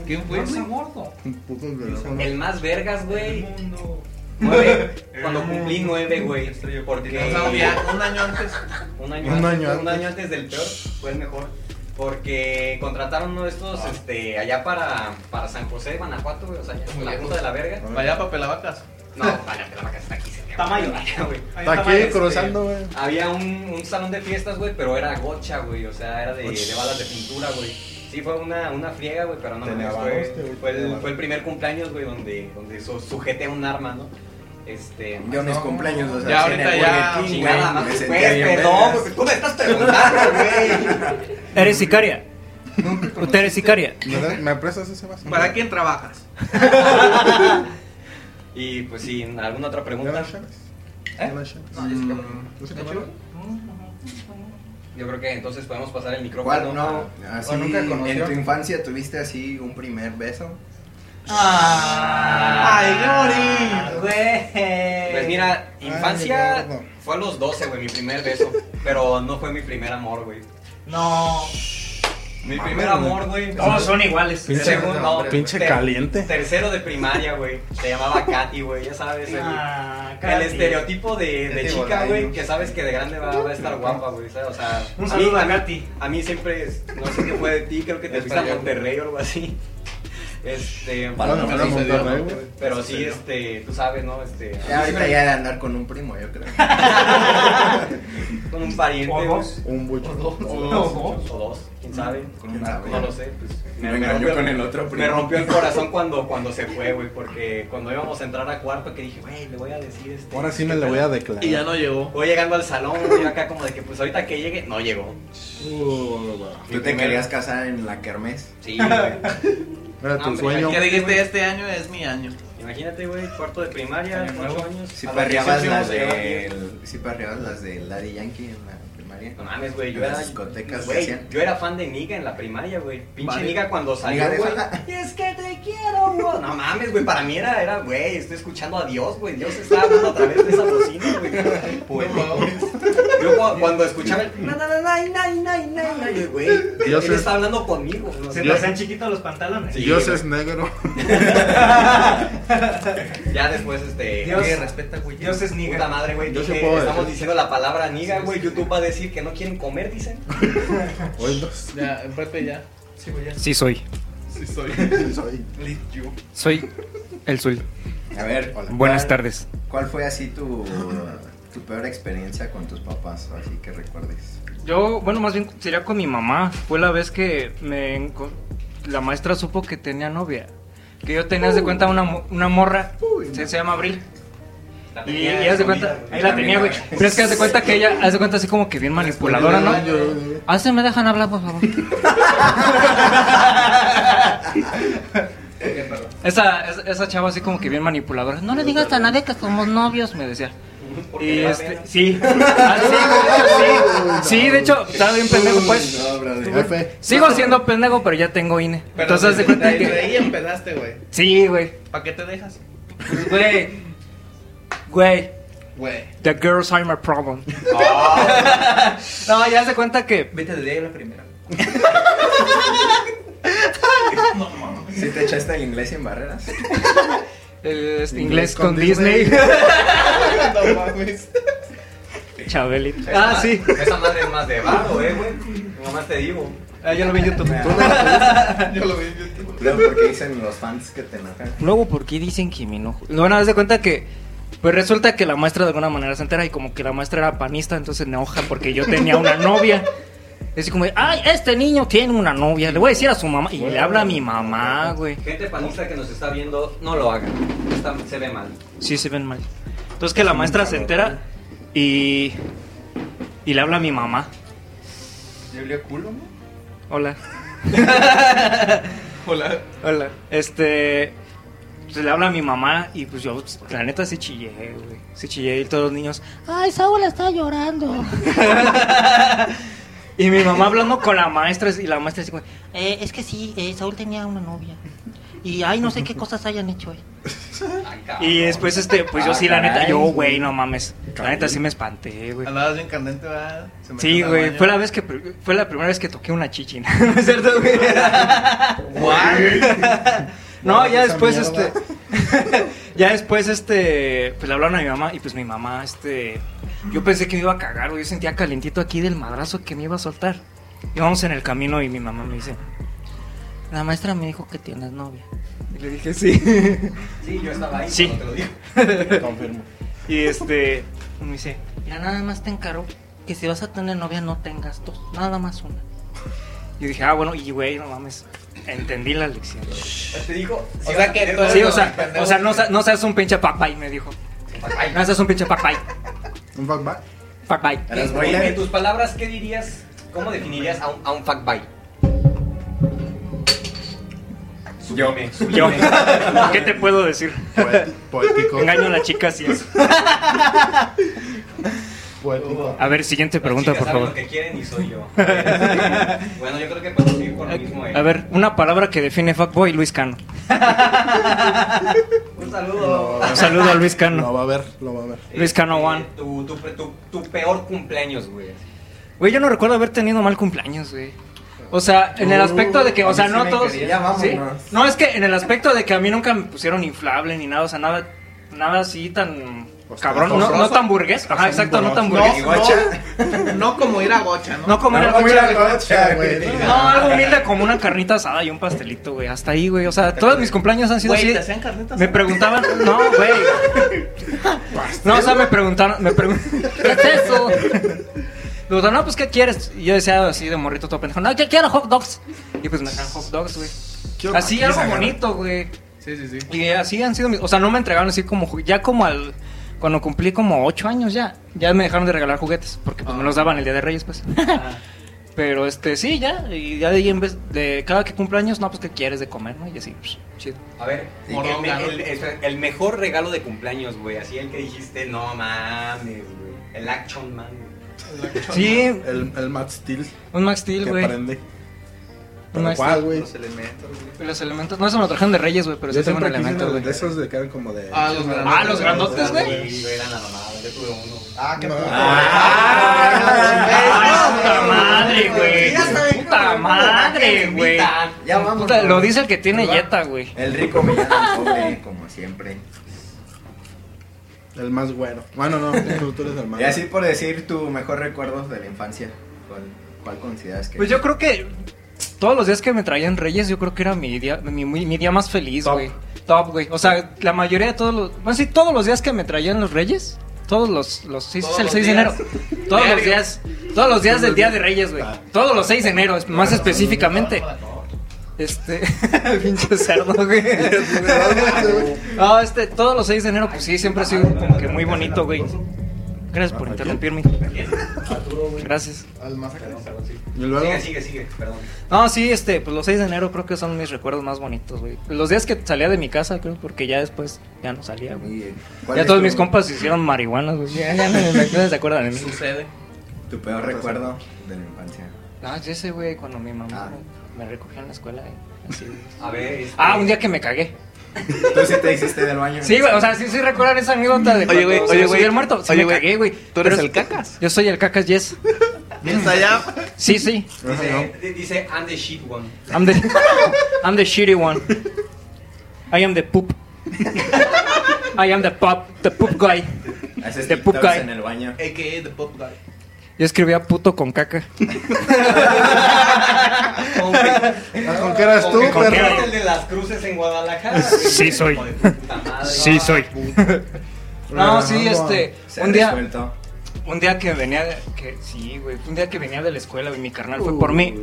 [SPEAKER 4] ¿Quién fue?
[SPEAKER 3] No
[SPEAKER 4] güey?
[SPEAKER 3] soy gordo.
[SPEAKER 5] Putos verga.
[SPEAKER 7] El más vergas, güey.
[SPEAKER 3] Mundo.
[SPEAKER 7] Nueve. Cuando cumplí nueve, güey.
[SPEAKER 4] O
[SPEAKER 7] Porque
[SPEAKER 4] sea, obvia- un año antes.
[SPEAKER 7] un año,
[SPEAKER 5] Un
[SPEAKER 7] antes,
[SPEAKER 5] año
[SPEAKER 7] un
[SPEAKER 5] antes.
[SPEAKER 7] año antes del peor fue el mejor. Porque contrataron uno de estos este, allá para, para San José de Guanajuato, güey. O sea, allá en la punta de la verga.
[SPEAKER 4] Vaya papelavacas.
[SPEAKER 7] No, vaya, que la vaca está aquí. se te va.
[SPEAKER 3] Tamayo.
[SPEAKER 7] Vaya, güey.
[SPEAKER 3] Ahí
[SPEAKER 5] Está
[SPEAKER 3] estaba
[SPEAKER 5] aquí
[SPEAKER 3] este-
[SPEAKER 5] cruzando, güey.
[SPEAKER 7] Había un, un salón de fiestas, güey, pero era gocha, güey. O sea, era de, de balas de pintura, güey. Sí, fue una, una friega, güey, pero no
[SPEAKER 5] Te
[SPEAKER 7] mames,
[SPEAKER 5] lavaste,
[SPEAKER 7] fue,
[SPEAKER 5] güey,
[SPEAKER 7] fue,
[SPEAKER 5] te
[SPEAKER 7] el,
[SPEAKER 5] lavaste.
[SPEAKER 7] fue el primer cumpleaños, güey, donde, donde su- sujeté un arma, ¿no? Este.
[SPEAKER 1] Yo mis cumpleaños los
[SPEAKER 4] Ya
[SPEAKER 1] hacía en el
[SPEAKER 4] ahorita ya,
[SPEAKER 1] Burger King,
[SPEAKER 7] Chingada,
[SPEAKER 1] güey,
[SPEAKER 7] no,
[SPEAKER 1] me
[SPEAKER 7] pues,
[SPEAKER 1] sentía bien
[SPEAKER 7] perdón,
[SPEAKER 1] vergas.
[SPEAKER 7] güey, tú me estás preguntando, güey.
[SPEAKER 6] ¿Eres sicaria? ¿Usted eres sicaria?
[SPEAKER 5] ¿Me da- ¿Me prestas ese vaso?
[SPEAKER 4] ¿Para quién trabajas?
[SPEAKER 7] Y pues, sí, ¿alguna otra
[SPEAKER 5] ¿Ya
[SPEAKER 7] pregunta?
[SPEAKER 5] las chelas?
[SPEAKER 7] ¿Eh?
[SPEAKER 5] ¿Ya las chelas?
[SPEAKER 7] No, ya se acabó.
[SPEAKER 5] ¿Ya se acabaron?
[SPEAKER 7] Yo creo que entonces podemos pasar el micrófono.
[SPEAKER 1] ¿Cuál no?
[SPEAKER 7] a-
[SPEAKER 1] Así,
[SPEAKER 5] ¿O nunca conoció?
[SPEAKER 1] ¿En tu infancia tuviste así un primer beso?
[SPEAKER 3] Ah,
[SPEAKER 4] ¡Ay, Glory!
[SPEAKER 7] güey! Pues mira,
[SPEAKER 5] Ay,
[SPEAKER 7] infancia
[SPEAKER 5] gordo.
[SPEAKER 7] fue a los 12, güey, mi primer beso. pero no fue mi primer amor, güey.
[SPEAKER 3] No.
[SPEAKER 7] Mi primer
[SPEAKER 1] Ah.
[SPEAKER 7] amor, güey.
[SPEAKER 3] Todos son iguales.
[SPEAKER 5] Pinche-
[SPEAKER 7] Segundo, no,
[SPEAKER 5] pinche
[SPEAKER 7] ter-
[SPEAKER 5] caliente.
[SPEAKER 7] Tercero de primaria, güey. Se llamaba Katy, güey. Ya sabes, el,
[SPEAKER 3] Ah,
[SPEAKER 7] el
[SPEAKER 3] Katy.
[SPEAKER 7] estereotipo de, de
[SPEAKER 1] Katy
[SPEAKER 7] chica, güey,
[SPEAKER 1] Bolaños.
[SPEAKER 7] que sabes que de grande va, va a estar guapa, güey. ¿sabes? O sea,
[SPEAKER 3] Un
[SPEAKER 7] mí-
[SPEAKER 3] saludo a
[SPEAKER 7] mí-
[SPEAKER 3] Katy.
[SPEAKER 7] A mí siempre, es- no sé qué fue de ti, creo que te
[SPEAKER 1] Es
[SPEAKER 7] fuiste a
[SPEAKER 1] para allá,
[SPEAKER 7] Monterrey o algo así. Este,
[SPEAKER 1] Para
[SPEAKER 5] Bueno,
[SPEAKER 1] no,
[SPEAKER 5] para
[SPEAKER 1] no,
[SPEAKER 5] Monterrey,
[SPEAKER 1] no,
[SPEAKER 5] güey.
[SPEAKER 7] pero sí, este, tú sabes, ¿no? Este,
[SPEAKER 1] Ya, ahorita ya de andar con un primo, yo creo.
[SPEAKER 7] con un pariente.
[SPEAKER 3] O
[SPEAKER 7] güey.
[SPEAKER 3] dos.
[SPEAKER 5] Un bucho.
[SPEAKER 7] O
[SPEAKER 3] dos.
[SPEAKER 7] dos, o dos, quién sabe.
[SPEAKER 1] Con un arco.
[SPEAKER 7] No lo sé, pues.
[SPEAKER 1] Me engañó con el otro primo.
[SPEAKER 7] Me rompió el corazón cuando, cuando se fue, güey, porque cuando íbamos a entrar a cuarto que dije, güey, le voy a decir este.
[SPEAKER 5] Ahora sí me lo voy a declarar.
[SPEAKER 4] Y ya no llegó.
[SPEAKER 7] Voy llegando al salón, güey, acá como de que pues ahorita que llegue, no llegó.
[SPEAKER 5] Uh, va.
[SPEAKER 1] ¿Tú te querías casar en la kermés?
[SPEAKER 7] Sí, güey.
[SPEAKER 5] Era tu
[SPEAKER 7] No, hombre,
[SPEAKER 5] sueño.
[SPEAKER 4] Que dijiste, este año es mi año.
[SPEAKER 7] Imagínate, güey, cuarto de primaria,
[SPEAKER 3] Año nuevo.
[SPEAKER 7] ocho años.
[SPEAKER 1] Si
[SPEAKER 7] a los
[SPEAKER 1] parreabas
[SPEAKER 7] 18
[SPEAKER 1] las
[SPEAKER 7] se llevan bien.
[SPEAKER 1] del. Si parreabas las de Daddy Yankee en la primaria.
[SPEAKER 7] No mames, güey, yo
[SPEAKER 1] Las
[SPEAKER 7] era.
[SPEAKER 1] discotecas
[SPEAKER 7] güey,
[SPEAKER 1] que hacían.
[SPEAKER 7] Yo era fan de Niga en la primaria, güey. Pinche
[SPEAKER 4] Vale.
[SPEAKER 7] Niga cuando salió,
[SPEAKER 1] Niga de
[SPEAKER 7] güey.
[SPEAKER 1] Oaxaca.
[SPEAKER 7] Y es que te quiero, güey. No mames, güey, para mí era, era, güey, estoy escuchando a Dios, güey. Dios está hablando a través de esa bocina, güey. Yo cu- cuando escuchaba el. Na, na, na, na, na, na, na, na, yo, güey,
[SPEAKER 5] Dios
[SPEAKER 7] él
[SPEAKER 5] es-
[SPEAKER 7] está hablando conmigo. no
[SPEAKER 3] Se
[SPEAKER 7] sé.
[SPEAKER 3] te hacen chiquitos los pantalones.
[SPEAKER 7] Sí,
[SPEAKER 5] Dios
[SPEAKER 7] güey.
[SPEAKER 5] es negro.
[SPEAKER 7] Ya después, este.
[SPEAKER 3] Dios,
[SPEAKER 7] eh,
[SPEAKER 3] respeta, güey. Dios es
[SPEAKER 7] Puta
[SPEAKER 3] niga.
[SPEAKER 7] madre, güey.
[SPEAKER 5] Yo sí
[SPEAKER 7] dije,
[SPEAKER 5] puedo
[SPEAKER 7] estamos
[SPEAKER 5] decir.
[SPEAKER 7] diciendo la palabra niga, güey. YouTube va a decir que no quieren comer, dicen.
[SPEAKER 5] Oídos.
[SPEAKER 4] Ya, en Pepe ya.
[SPEAKER 3] Sí, güey, ya.
[SPEAKER 6] Sí soy.
[SPEAKER 5] Sí, soy. Sí, soy.
[SPEAKER 6] Soy el Zul.
[SPEAKER 1] A ver,
[SPEAKER 6] Buenas
[SPEAKER 1] ¿cuál-
[SPEAKER 6] tardes.
[SPEAKER 1] ¿Cuál fue así tu, tu peor experiencia con tus papás? Así que recuerdes.
[SPEAKER 6] Yo, bueno, más bien sería con mi mamá. Fue la vez que me enco- la maestra supo que tenía novia. Que yo tenía haz de cuenta una, mo- una morra. se, se llama Abril. Y, y haz de cuenta, ahí la tenía, güey. Pero es que haz de cuenta que ella, haz de cuenta así como que bien manipuladora, ¿no? Ah, se me dejan hablar, por favor. esa, esa, esa chava así como que bien manipuladora. No le digas a nadie que somos novios, me decía. Y
[SPEAKER 7] Porque
[SPEAKER 6] este, sí. Ah, sí, de hecho, sí. Sí, de hecho, estaba bien pendejo, pues.
[SPEAKER 1] No, brother.
[SPEAKER 5] Jefe.
[SPEAKER 6] Sigo siendo pendejo, pero ya tengo INE. Entonces, haz de cuenta
[SPEAKER 4] desde
[SPEAKER 6] que.
[SPEAKER 4] ahí empezaste, güey.
[SPEAKER 6] Sí, güey.
[SPEAKER 4] ¿Para qué te dejas?
[SPEAKER 6] Pues, Güey. Güey.
[SPEAKER 4] Güey.
[SPEAKER 6] The girls are my problem. No, ya se cuenta que.
[SPEAKER 4] Vete de ahí la primera.
[SPEAKER 1] ¿Sí te echaste el inglés sin barreras?
[SPEAKER 6] El este, inglés con, Disney.
[SPEAKER 4] No mames.
[SPEAKER 6] Chabelita.
[SPEAKER 7] Esa
[SPEAKER 6] Ah,
[SPEAKER 7] ma-
[SPEAKER 6] sí.
[SPEAKER 7] Esa madre es más de barro, eh, güey. Nomás te digo.
[SPEAKER 6] Ah, yo lo vi en YouTube.
[SPEAKER 2] Yo lo vi en YouTube.
[SPEAKER 1] Luego, porque dicen los fans que te enojan.
[SPEAKER 6] Luego, ¿por qué dicen que me enojo? Bueno, haz de cuenta que. Pues resulta que la maestra de alguna manera se entera y como que la maestra era panista, entonces me enoja porque yo tenía una novia. Es como, ay, este niño tiene una novia, le voy a decir a su mamá. Y le habla a mi mamá, güey.
[SPEAKER 7] Gente panista que nos está viendo, no lo hagan. Está- se ve mal.
[SPEAKER 6] Sí, se ven mal. Entonces que la maestra se entera y. Y le habla a mi mamá.
[SPEAKER 2] Yo olía culo, ¿no?
[SPEAKER 6] Hola.
[SPEAKER 2] Hola.
[SPEAKER 6] Hola. Este. Se le habla a mi mamá y pues yo, pues, la neta, sí chillé, güey. Sí chillé y todos los niños. ¡Ay, Saúl está llorando! y mi mamá hablando con la maestra y la maestra así como,
[SPEAKER 9] Eh, es que sí, eh, Saúl tenía una novia. Y ay, no sé qué cosas hayan hecho. eh.
[SPEAKER 6] Y después, este, pues yo
[SPEAKER 1] Ah,
[SPEAKER 6] sí, la neta,
[SPEAKER 1] caray.
[SPEAKER 6] yo, güey, no mames. La neta sí me espanté, güey.
[SPEAKER 2] Andabas bien candente, ¿verdad? Se metió
[SPEAKER 6] Sí,
[SPEAKER 2] al
[SPEAKER 6] güey,
[SPEAKER 2] baño.
[SPEAKER 6] fue la vez que pr- fue la primera vez que toqué una chichina. ¿No es cierto, güey? No, ya después este ya después este pues le hablaron a mi mamá y pues mi mamá este yo pensé que me iba a cagar, güey, yo sentía calentito aquí del madrazo que me iba a soltar. Íbamos en el camino y mi mamá me dice, "La maestra me dijo que tienes novia." Y le dije, "Sí."
[SPEAKER 7] Sí, yo estaba ahí,
[SPEAKER 6] Sí.
[SPEAKER 7] cuando te lo digo.
[SPEAKER 5] Confirmo.
[SPEAKER 6] Y este me dice,
[SPEAKER 9] Mira, nada más te encargo que si vas a tener novia no tengas dos, nada más una.
[SPEAKER 6] yo dije, "Ah, bueno, y güey, no mames." Entendí la lección.
[SPEAKER 7] Te dijo.
[SPEAKER 4] O sea que tú-
[SPEAKER 6] Sí, o sea, o sea, no, sa- no seas un pinche papay, me dijo. No seas un pinche papay.
[SPEAKER 5] Un fuckback.
[SPEAKER 6] Papay.
[SPEAKER 1] A las
[SPEAKER 7] En, en
[SPEAKER 1] bailas.
[SPEAKER 7] tus palabras, ¿qué dirías? ¿Cómo definirías a un, a un fuckboy?
[SPEAKER 1] Yo.
[SPEAKER 6] Yo. ¿Qué te puedo decir?
[SPEAKER 5] Poet- Poético.
[SPEAKER 6] Engaño a la chica así es.
[SPEAKER 5] Poético.
[SPEAKER 6] A ver, siguiente pregunta,
[SPEAKER 7] Las
[SPEAKER 6] por
[SPEAKER 7] chicas saben
[SPEAKER 6] favor.
[SPEAKER 7] lo que quieren y soy yo. bueno, yo creo que podemos seguir con lo mismo. eh.
[SPEAKER 6] A ver, una palabra que define fuckboy, Luis Cano.
[SPEAKER 7] Un saludo.
[SPEAKER 6] Un saludo a Luis
[SPEAKER 5] Lo
[SPEAKER 6] Cano.
[SPEAKER 5] va a ver, lo va a ver.
[SPEAKER 6] Luis Cano One.
[SPEAKER 7] Este, Tu, tu, pre- tu, tu peor cumpleaños, güey.
[SPEAKER 6] Güey, yo no recuerdo haber tenido mal cumpleaños, güey. O sea, en el aspecto de que, o sea, no todos.
[SPEAKER 1] Ya
[SPEAKER 6] ¿Sí?
[SPEAKER 1] vámonos.
[SPEAKER 6] No, es que en el aspecto de que a mí nunca me pusieron inflable ni nada, o sea, nada, nada así tan
[SPEAKER 5] Pues,
[SPEAKER 6] cabrón, no, no tan burgués. Ajá, exacto, no tan burgués.
[SPEAKER 4] No, no, no como ir a gocha, ¿no?
[SPEAKER 6] No como era
[SPEAKER 5] Ah,
[SPEAKER 1] Mucha
[SPEAKER 6] no,
[SPEAKER 1] gocha, güey.
[SPEAKER 6] algo humilde como una carnita asada y un pastelito, güey. Hasta ahí, güey. O sea, todos mis cumpleaños han sido
[SPEAKER 4] Güey,
[SPEAKER 6] así.
[SPEAKER 4] ¿te hacían carnitas?
[SPEAKER 6] Me preguntaban, no, güey. No, o sea, me preguntaron, me preguntaron, ¿qué es eso? Me dijeron, no, pues, ¿qué quieres? Y yo decía así de morrito todo pendejo, no, ¿qué quiero? Hot dogs. Y pues me dan hot dogs, güey. Así algo bonito, güey.
[SPEAKER 2] Sí, sí, sí.
[SPEAKER 6] Y así han sido mis... O sea, no me entregaron así como... ju- Ya como al... Cuando cumplí como ocho años ya, ya me dejaron de regalar juguetes, porque pues me los daban el Día de Reyes, pues. Pero este, sí, ya, y ya de ahí en vez de cada que cumpleaños, no, pues que quieres de comer, ¿no? Y así, pues, chido.
[SPEAKER 7] A ver, el,
[SPEAKER 4] Moronga,
[SPEAKER 7] me-
[SPEAKER 4] ¿no?
[SPEAKER 7] el- espera, el mejor regalo de cumpleaños, güey. Así el que dijiste, no mames, güey. El Action Man. güey.
[SPEAKER 6] Sí,
[SPEAKER 5] El, el Matt Steel
[SPEAKER 6] un Max
[SPEAKER 5] que
[SPEAKER 6] Steel, güey.
[SPEAKER 5] prende.
[SPEAKER 6] Un
[SPEAKER 5] Pero
[SPEAKER 6] Max
[SPEAKER 5] ¿Cuál, güey?
[SPEAKER 2] Los elementos, güey.
[SPEAKER 6] Steel. Los elementos, no, eso me lo trajeron de Reyes, güey, pero
[SPEAKER 5] Yo
[SPEAKER 6] sí tengo un
[SPEAKER 5] siempre quise
[SPEAKER 6] elemento,
[SPEAKER 5] uno
[SPEAKER 6] güey.
[SPEAKER 5] de esos de que eran como de.
[SPEAKER 4] Ah, los grandes.
[SPEAKER 6] Ah, los grandotes, güey.
[SPEAKER 7] Sí, güey, eran la mamada. Yo tuve uno.
[SPEAKER 2] Ah, qué
[SPEAKER 5] No.
[SPEAKER 2] puto.
[SPEAKER 6] ¡Ah, puta madre,
[SPEAKER 7] Ya saben cómo
[SPEAKER 6] güey! ¡Puta
[SPEAKER 7] me
[SPEAKER 6] madre,
[SPEAKER 7] invitan.
[SPEAKER 6] güey!
[SPEAKER 1] Ya vámonos.
[SPEAKER 6] Puta, Lo dice el que tiene Jetta, güey.
[SPEAKER 1] El rico me llama el pobre, como siempre.
[SPEAKER 5] El más güero. Bueno, no, tú, tú eres el más.
[SPEAKER 1] Y así por decir tu mejor recuerdo de la infancia. ¿Cuál, cuál consideras que
[SPEAKER 6] Pues yo creo que todos los días que me traían Reyes, yo creo que era mi día, mi, mi- mi día más feliz,
[SPEAKER 1] Top.
[SPEAKER 6] güey. Top, güey. O sea, la mayoría de todos los. Bueno, sí, todos los días que me traían los Reyes. Todos los. los sí,
[SPEAKER 2] Todos
[SPEAKER 6] es el
[SPEAKER 2] los
[SPEAKER 6] 6 de enero.
[SPEAKER 2] días.
[SPEAKER 6] Todos los
[SPEAKER 2] Diario. Ah.
[SPEAKER 6] días. Todos los días del día de Reyes, güey. Todos los 6 de enero, es- más específicamente. Este. Pinche cerdo, güey. No, este. Todos los 6 de enero, pues sí, siempre ha sido como que muy bonito, güey. Gracias por interrumpirme. Gracias.
[SPEAKER 2] Al más acá.
[SPEAKER 5] Y luego.
[SPEAKER 7] Sigue, sigue, sigue. Perdón.
[SPEAKER 6] No, sí, este, pues los 6 de enero creo que son mis recuerdos más bonitos, güey. Los días que salía de mi casa, creo, porque ya después ya no salía, güey.
[SPEAKER 1] Y, eh, ¿cuál
[SPEAKER 6] Ya
[SPEAKER 1] es
[SPEAKER 6] todos
[SPEAKER 1] tu-
[SPEAKER 6] mis compas se hicieron marihuanas, güey. Ya, ya no, no se acuerdan de mí.
[SPEAKER 4] Sucede.
[SPEAKER 1] Tu peor recuerdo de la infancia.
[SPEAKER 6] No, yo ese, güey, cuando mi mamá
[SPEAKER 1] Ah.
[SPEAKER 6] me recogía en la escuela, eh, así, güey.
[SPEAKER 7] A ver. este-
[SPEAKER 6] Ah, un día que me cagué.
[SPEAKER 1] Tú sí te hiciste del baño.
[SPEAKER 6] Sí, güey, o sea, sí, sí recuerdan esa anécdota de
[SPEAKER 4] Oye, güey,
[SPEAKER 6] cuando se
[SPEAKER 4] oye,
[SPEAKER 6] me
[SPEAKER 4] güey.
[SPEAKER 6] subió el muerto. Sí,
[SPEAKER 4] Oye,
[SPEAKER 6] me
[SPEAKER 4] güey,
[SPEAKER 6] cagué, güey.
[SPEAKER 4] ¿Tú eres
[SPEAKER 6] Pero-
[SPEAKER 4] el cacas?
[SPEAKER 6] Yo soy el cacas, yes.
[SPEAKER 4] Está allá.
[SPEAKER 6] Sí, sí.
[SPEAKER 7] Dice, di- dice, I'm the shit one.
[SPEAKER 6] I'm the, I'm the shitty one. I am the poop. I am the pop, the poop guy.
[SPEAKER 1] Haces
[SPEAKER 6] de
[SPEAKER 1] TikToks
[SPEAKER 6] puca.
[SPEAKER 1] en el baño.
[SPEAKER 4] A.K.A. The Pop Guy.
[SPEAKER 6] Yo escribía puto con caca.
[SPEAKER 5] ¿Con qué eras tú,
[SPEAKER 7] ¿Con
[SPEAKER 5] perro?
[SPEAKER 7] el de las cruces en Guadalajara? güey.
[SPEAKER 6] Sí soy.
[SPEAKER 7] Hijo de puta madre.
[SPEAKER 6] Sí, soy. No, sí, este.
[SPEAKER 1] Se
[SPEAKER 6] Un día,
[SPEAKER 1] resuelto.
[SPEAKER 6] un día que venía. de- que, sí, güey. Un día que venía de la escuela, y mi carnal fue por mí.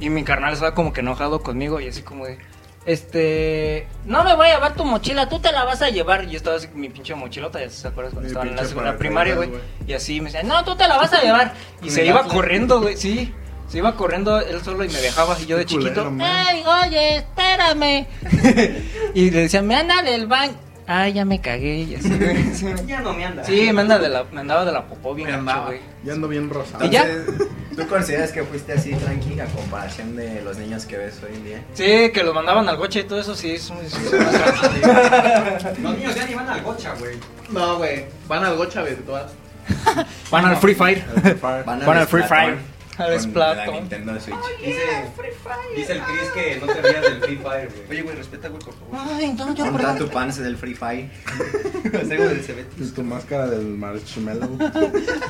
[SPEAKER 6] Y mi carnal estaba como que enojado conmigo y así como de. Este.
[SPEAKER 9] No me voy a llevar tu mochila, tú te la vas a
[SPEAKER 6] llevar.
[SPEAKER 9] llevar.
[SPEAKER 6] Y yo estaba así con mi pinche mochilota, ya se acuerdas cuando
[SPEAKER 5] Mi
[SPEAKER 6] estaba en la
[SPEAKER 5] pinche
[SPEAKER 6] segunda
[SPEAKER 5] paracaídas,
[SPEAKER 6] primaria, güey.
[SPEAKER 5] güey.
[SPEAKER 6] Y así me decía, no, tú te la vas a llevar. Y se iba corriendo, güey, sí. Se iba corriendo él solo y me dejaba. Y yo de
[SPEAKER 5] Qué culero,
[SPEAKER 6] chiquito.
[SPEAKER 5] man.
[SPEAKER 9] Ay, oye, espérame.
[SPEAKER 6] Y le decía, me anda del baño. Ay, ya me cagué. Y así, güey. Sí,
[SPEAKER 7] Ya no me anda.
[SPEAKER 6] Sí, me, anda de la, me andaba de la popó bien
[SPEAKER 3] Me
[SPEAKER 6] gacho,
[SPEAKER 3] andaba.
[SPEAKER 6] güey.
[SPEAKER 5] Ya ando bien rosado.
[SPEAKER 6] ¿Y ya?
[SPEAKER 1] Entonces, ¿Tú consideras que fuiste así tranqui a comparación de los niños que ves hoy en día?
[SPEAKER 6] Sí, que los mandaban al goche y todo eso, sí. Es muy, es más tranquilo.
[SPEAKER 7] Los niños ya ni van al gocha, güey.
[SPEAKER 4] No, güey. Van al gocha virtual.
[SPEAKER 6] Van al Free Fire.
[SPEAKER 1] Van
[SPEAKER 6] Van al Free Fire.
[SPEAKER 1] Al
[SPEAKER 6] Al
[SPEAKER 1] Splatoon con La
[SPEAKER 6] Splatoon.
[SPEAKER 1] Nintendo Switch.
[SPEAKER 7] Dice, dice el Chris que no te rías del Free Fire, güey.
[SPEAKER 2] Oye, güey, respeta, güey, por favor.
[SPEAKER 9] Ay, entonces yo
[SPEAKER 1] Monta
[SPEAKER 9] pregunto.
[SPEAKER 1] tu pants del Free Fire.
[SPEAKER 2] Traigo del cebete.
[SPEAKER 5] Y tu máscara del marshmallow.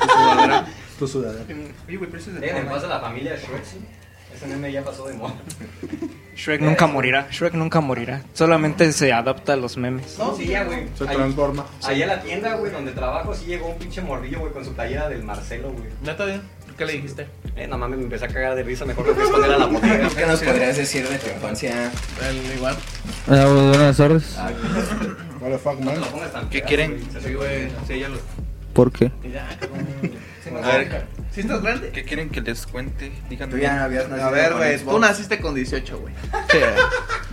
[SPEAKER 5] tu sudadera.
[SPEAKER 3] Oye, güey, pero eso es
[SPEAKER 7] Eh, en
[SPEAKER 3] de
[SPEAKER 7] el paso de la familia Shrek, sí. Ese meme ya pasó de moda.
[SPEAKER 6] Shrek nunca morirá. Shrek nunca morirá. Solamente se adapta a los memes.
[SPEAKER 7] No, sí, ya, güey.
[SPEAKER 5] Se
[SPEAKER 7] Ahí-
[SPEAKER 5] transforma.
[SPEAKER 7] Ahí a la tienda, güey, donde trabajo, sí llegó un pinche morrillo, güey, con su playera del Marcelo, güey.
[SPEAKER 4] ¿Neta bien? ¿Qué le dijiste?
[SPEAKER 7] Eh, no mames, me empecé a cagar de risa, mejor lo que esconder a la bodega.
[SPEAKER 1] ¿Qué nos podrías decir de tu infancia?
[SPEAKER 4] El igual.
[SPEAKER 8] buenas tardes.
[SPEAKER 5] What the fuck, man.
[SPEAKER 8] ¿Qué quieren?
[SPEAKER 4] Sí, güey.
[SPEAKER 2] Sí, ya lo.
[SPEAKER 8] ¿Por qué?
[SPEAKER 1] A
[SPEAKER 8] ver.
[SPEAKER 4] ¿Sí estás grande?
[SPEAKER 8] ¿Qué quieren que les cuente? Díganme.
[SPEAKER 1] Tú ya no habías nacido.
[SPEAKER 2] A ver,
[SPEAKER 1] con
[SPEAKER 2] güey,
[SPEAKER 1] Xbox.
[SPEAKER 4] Tú naciste con 18, güey.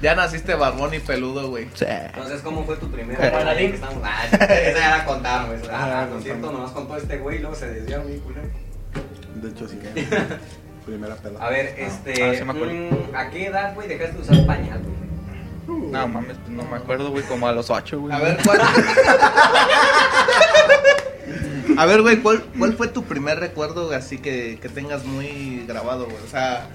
[SPEAKER 4] Ya naciste barbón y peludo, güey.
[SPEAKER 7] Entonces, ¿cómo fue tu primera? Como la link. Estamos... Ah, esa ya la contamos, güey. Ah, ah, lo siento, nomás contó este güey y luego se desvió mi culero.
[SPEAKER 5] De hecho, sí. Primera pela.
[SPEAKER 7] A ver,
[SPEAKER 8] ah,
[SPEAKER 7] este.
[SPEAKER 8] sí me acuerdo.
[SPEAKER 7] mm, ¿A qué edad, güey, dejaste de usar pañal, güey?
[SPEAKER 8] No mames, pues no me acuerdo, güey, como a los 8, güey.
[SPEAKER 4] A ver, ¿cuál? A ver, güey, ¿cuál, ¿cuál fue tu primer recuerdo así que, que tengas muy grabado, güey? O sea,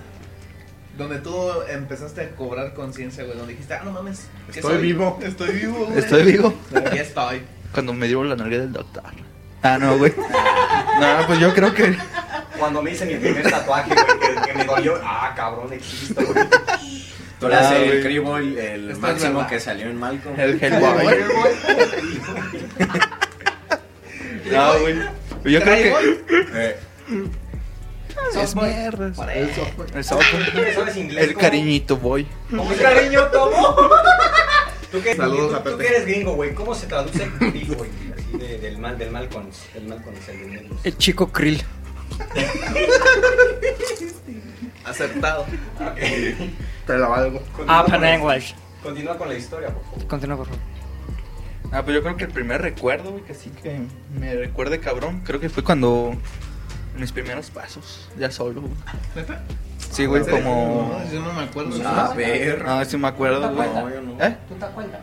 [SPEAKER 4] donde tú empezaste a cobrar conciencia, güey, donde dijiste, ah, no mames. ¿qué
[SPEAKER 5] Estoy
[SPEAKER 4] soy?
[SPEAKER 5] vivo.
[SPEAKER 4] Estoy vivo, güey.
[SPEAKER 8] Estoy vivo.
[SPEAKER 4] Aquí estoy.
[SPEAKER 8] Cuando me dio la nalga del doctor. Ah, no, güey. No, pues yo creo que.
[SPEAKER 7] Cuando me hice mi primer tatuaje, güey, que, que me dolió. Ah, cabrón, existo, güey.
[SPEAKER 1] Tú eras
[SPEAKER 8] Ah,
[SPEAKER 1] el
[SPEAKER 8] güey.
[SPEAKER 1] cribo, el, el
[SPEAKER 4] Esto es
[SPEAKER 1] máximo
[SPEAKER 4] verdad.
[SPEAKER 1] que salió en Malcolm.
[SPEAKER 8] El Hellboy. No, güey. Yo creo que.
[SPEAKER 4] Playboy.
[SPEAKER 1] Eh,
[SPEAKER 8] Es mierda.
[SPEAKER 4] Por ahí.
[SPEAKER 5] Eso fue.
[SPEAKER 8] El sapo.
[SPEAKER 7] ¿Sabes inglés?
[SPEAKER 8] El
[SPEAKER 7] como-
[SPEAKER 8] cariñito boy.
[SPEAKER 7] ¿Cómo se- cariño tomo? ¿Tú que,
[SPEAKER 4] Saludos
[SPEAKER 7] tú-
[SPEAKER 4] a
[SPEAKER 7] tú
[SPEAKER 4] Pepe.
[SPEAKER 7] que eres gringo, güey? ¿Cómo se traduce gringo, güey? Así de- del mal, del mal con, del mal con el gringo.
[SPEAKER 6] El chico krill.
[SPEAKER 4] Aceptado.
[SPEAKER 5] Te la valgo.
[SPEAKER 6] Ah,
[SPEAKER 7] con la-
[SPEAKER 6] English.
[SPEAKER 7] continúa con la historia, por favor.
[SPEAKER 6] Continúa, por favor.
[SPEAKER 8] Ah, pues yo creo que el primer recuerdo, güey, que sí que me recuerde cabrón, creo que fue cuando mis primeros pasos, ya solo. güey.
[SPEAKER 4] ¿Neta?
[SPEAKER 8] Sí, güey, como...
[SPEAKER 4] No, yo no me acuerdo.
[SPEAKER 1] A ver.
[SPEAKER 8] Ah, sí me acuerdo, güey.
[SPEAKER 1] No, yo no.
[SPEAKER 8] ¿Eh?
[SPEAKER 9] ¿Tú te acuerdas?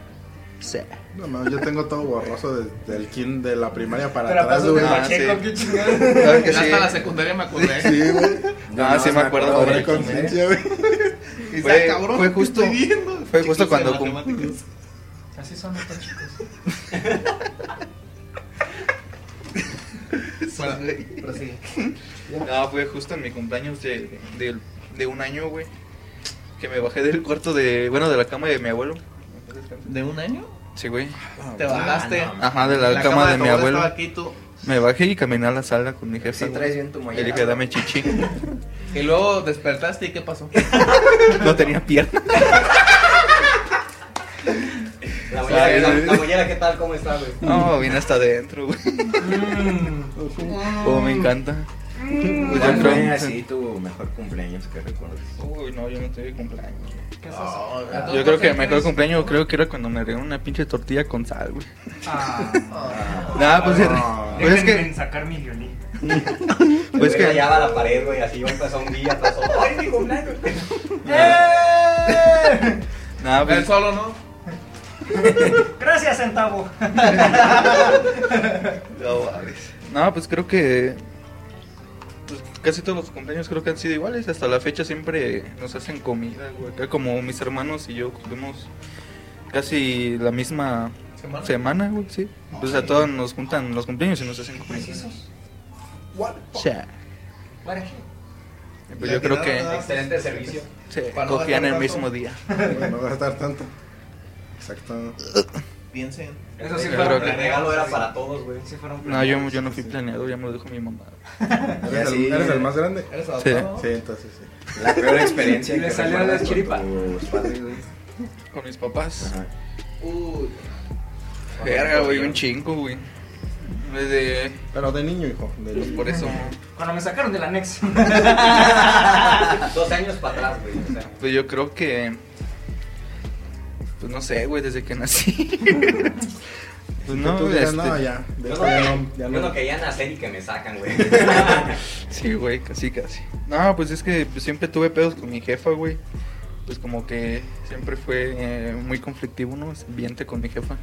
[SPEAKER 8] Sí.
[SPEAKER 5] No, no, yo tengo todo borroso desde el kin de la primaria para
[SPEAKER 3] Pero
[SPEAKER 5] atrás,
[SPEAKER 3] pasó
[SPEAKER 5] güey.
[SPEAKER 3] de
[SPEAKER 8] Ah,
[SPEAKER 3] Pacheco,
[SPEAKER 8] sí.
[SPEAKER 3] qué chingada.
[SPEAKER 8] Claro que
[SPEAKER 4] Hasta
[SPEAKER 8] sí.
[SPEAKER 4] la secundaria me acordé.
[SPEAKER 5] Sí, güey.
[SPEAKER 1] Yo no
[SPEAKER 8] sí me acuerdo,
[SPEAKER 1] de
[SPEAKER 5] Cobré
[SPEAKER 8] güey.
[SPEAKER 1] Malcolm, ¿eh?
[SPEAKER 5] conciencia, güey.
[SPEAKER 4] Y
[SPEAKER 8] Fue-
[SPEAKER 4] está, cabrón,
[SPEAKER 8] fue
[SPEAKER 4] ¿qué
[SPEAKER 8] justo-
[SPEAKER 4] estoy viendo?
[SPEAKER 8] fue justo
[SPEAKER 4] Chicos
[SPEAKER 8] cuando
[SPEAKER 4] de
[SPEAKER 8] cum-
[SPEAKER 4] matemáticas.
[SPEAKER 6] Así son estos chicos.
[SPEAKER 4] Bueno, pero sí.
[SPEAKER 8] No, fue justo en mi cumpleaños de, de, de un año, güey, que me bajé del cuarto de... Bueno, de la cama de mi abuelo.
[SPEAKER 4] ¿De un año?
[SPEAKER 8] Sí, güey.
[SPEAKER 4] Te
[SPEAKER 1] Ah,
[SPEAKER 4] bajaste.
[SPEAKER 8] Ajá, de la, cama, de,
[SPEAKER 4] tu
[SPEAKER 8] mi
[SPEAKER 4] abuelo
[SPEAKER 8] abuelo.
[SPEAKER 4] Estaba aquí, tú.
[SPEAKER 8] Me bajé y caminé a la sala con mi jefe.
[SPEAKER 1] Sí traes bien tu
[SPEAKER 8] y
[SPEAKER 1] mollera.
[SPEAKER 8] le dije, dame chichi.
[SPEAKER 4] Y luego despertaste y ¿qué pasó?
[SPEAKER 8] Pues no tenía pierna.
[SPEAKER 7] La bollera,
[SPEAKER 8] Ay,
[SPEAKER 7] la-
[SPEAKER 8] güey.
[SPEAKER 7] la bollera, ¿qué tal? ¿Cómo está, güey?
[SPEAKER 8] No, vine hasta adentro, güey. Como me encanta. Pues yo
[SPEAKER 1] ¿Cuál fue
[SPEAKER 8] creo-
[SPEAKER 1] así tu mejor cumpleaños que recuerdas?
[SPEAKER 8] Uy, no, yo no tuve cumpleaños.
[SPEAKER 4] Oh,
[SPEAKER 1] Ah,
[SPEAKER 8] Yo creo que el mejor cumpleaños creo que era cuando me dieron una pinche tortilla con sal, güey.
[SPEAKER 3] Ah,
[SPEAKER 8] Nada, pues,
[SPEAKER 4] Ah.
[SPEAKER 8] pues es
[SPEAKER 6] Déjenme
[SPEAKER 8] que,
[SPEAKER 6] en sacar mi violín.
[SPEAKER 8] pues es
[SPEAKER 7] que
[SPEAKER 8] que,
[SPEAKER 7] rayaba la pared, güey, así yo empezó un día tras otro. ¡Ay, mi cumpleaños!
[SPEAKER 8] nada,
[SPEAKER 4] Él
[SPEAKER 8] pues,
[SPEAKER 4] solo, ¿no?
[SPEAKER 3] Gracias, centavo.
[SPEAKER 8] no, pues creo que pues, casi todos los cumpleaños creo que han sido iguales. Hasta la fecha siempre nos hacen comida, güey. Acá como mis hermanos y yo tuvimos casi la misma
[SPEAKER 4] Semana.
[SPEAKER 8] semana, güey, sí. Pues a todos nos juntan los cumpleaños y nos hacen comida. Sí.
[SPEAKER 2] ¿Para qué?
[SPEAKER 8] Pues yo creo que
[SPEAKER 2] Excelente servicio.
[SPEAKER 8] se
[SPEAKER 4] Para no
[SPEAKER 8] cogían el
[SPEAKER 4] gastar
[SPEAKER 8] mismo
[SPEAKER 4] tanto.
[SPEAKER 8] día.
[SPEAKER 5] Bueno, no gastar tanto. Exacto.
[SPEAKER 4] Piensen.
[SPEAKER 3] Eso sí
[SPEAKER 8] Yo
[SPEAKER 3] fueron
[SPEAKER 8] creo que-
[SPEAKER 2] El regalo era para todos, güey.
[SPEAKER 3] Sí fueron
[SPEAKER 8] No, yo,
[SPEAKER 3] planeados.
[SPEAKER 8] yo no fui planeado, ya me lo dijo mi mamá.
[SPEAKER 5] ¿Eres,
[SPEAKER 1] así-
[SPEAKER 5] el, eres el más grande?
[SPEAKER 4] ¿Eres adoptado?
[SPEAKER 5] Sí, entonces sí.
[SPEAKER 1] La peor experiencia.
[SPEAKER 3] Y le
[SPEAKER 1] que
[SPEAKER 3] salió la
[SPEAKER 1] recuerdas con
[SPEAKER 3] chiripa.
[SPEAKER 1] tus padres, güey.
[SPEAKER 8] Con mis papás.
[SPEAKER 1] Ajá.
[SPEAKER 4] Uy,
[SPEAKER 8] Verga, güey, un chingo, güey. Desde.
[SPEAKER 5] Pero de niño, hijo. De
[SPEAKER 8] Pues
[SPEAKER 5] niño.
[SPEAKER 8] por eso.
[SPEAKER 3] Cuando me sacaron del anexo.
[SPEAKER 2] Dos años para atrás, güey. O sea,
[SPEAKER 8] Pues yo creo que. Pues no sé, güey, desde que nací. pues no,
[SPEAKER 5] Tú dirás,
[SPEAKER 8] este,
[SPEAKER 5] no, ya. De
[SPEAKER 2] yo,
[SPEAKER 5] esto
[SPEAKER 2] no,
[SPEAKER 5] ya no. Ya
[SPEAKER 2] yo no
[SPEAKER 5] no.
[SPEAKER 2] quería nacer y que me sacan, güey.
[SPEAKER 8] Sí, güey, casi, casi. No, pues es que pues, siempre tuve pedos con mi jefa, güey. Pues como que siempre fue eh, muy conflictivo, ¿no? Ese Ambiente con mi jefa.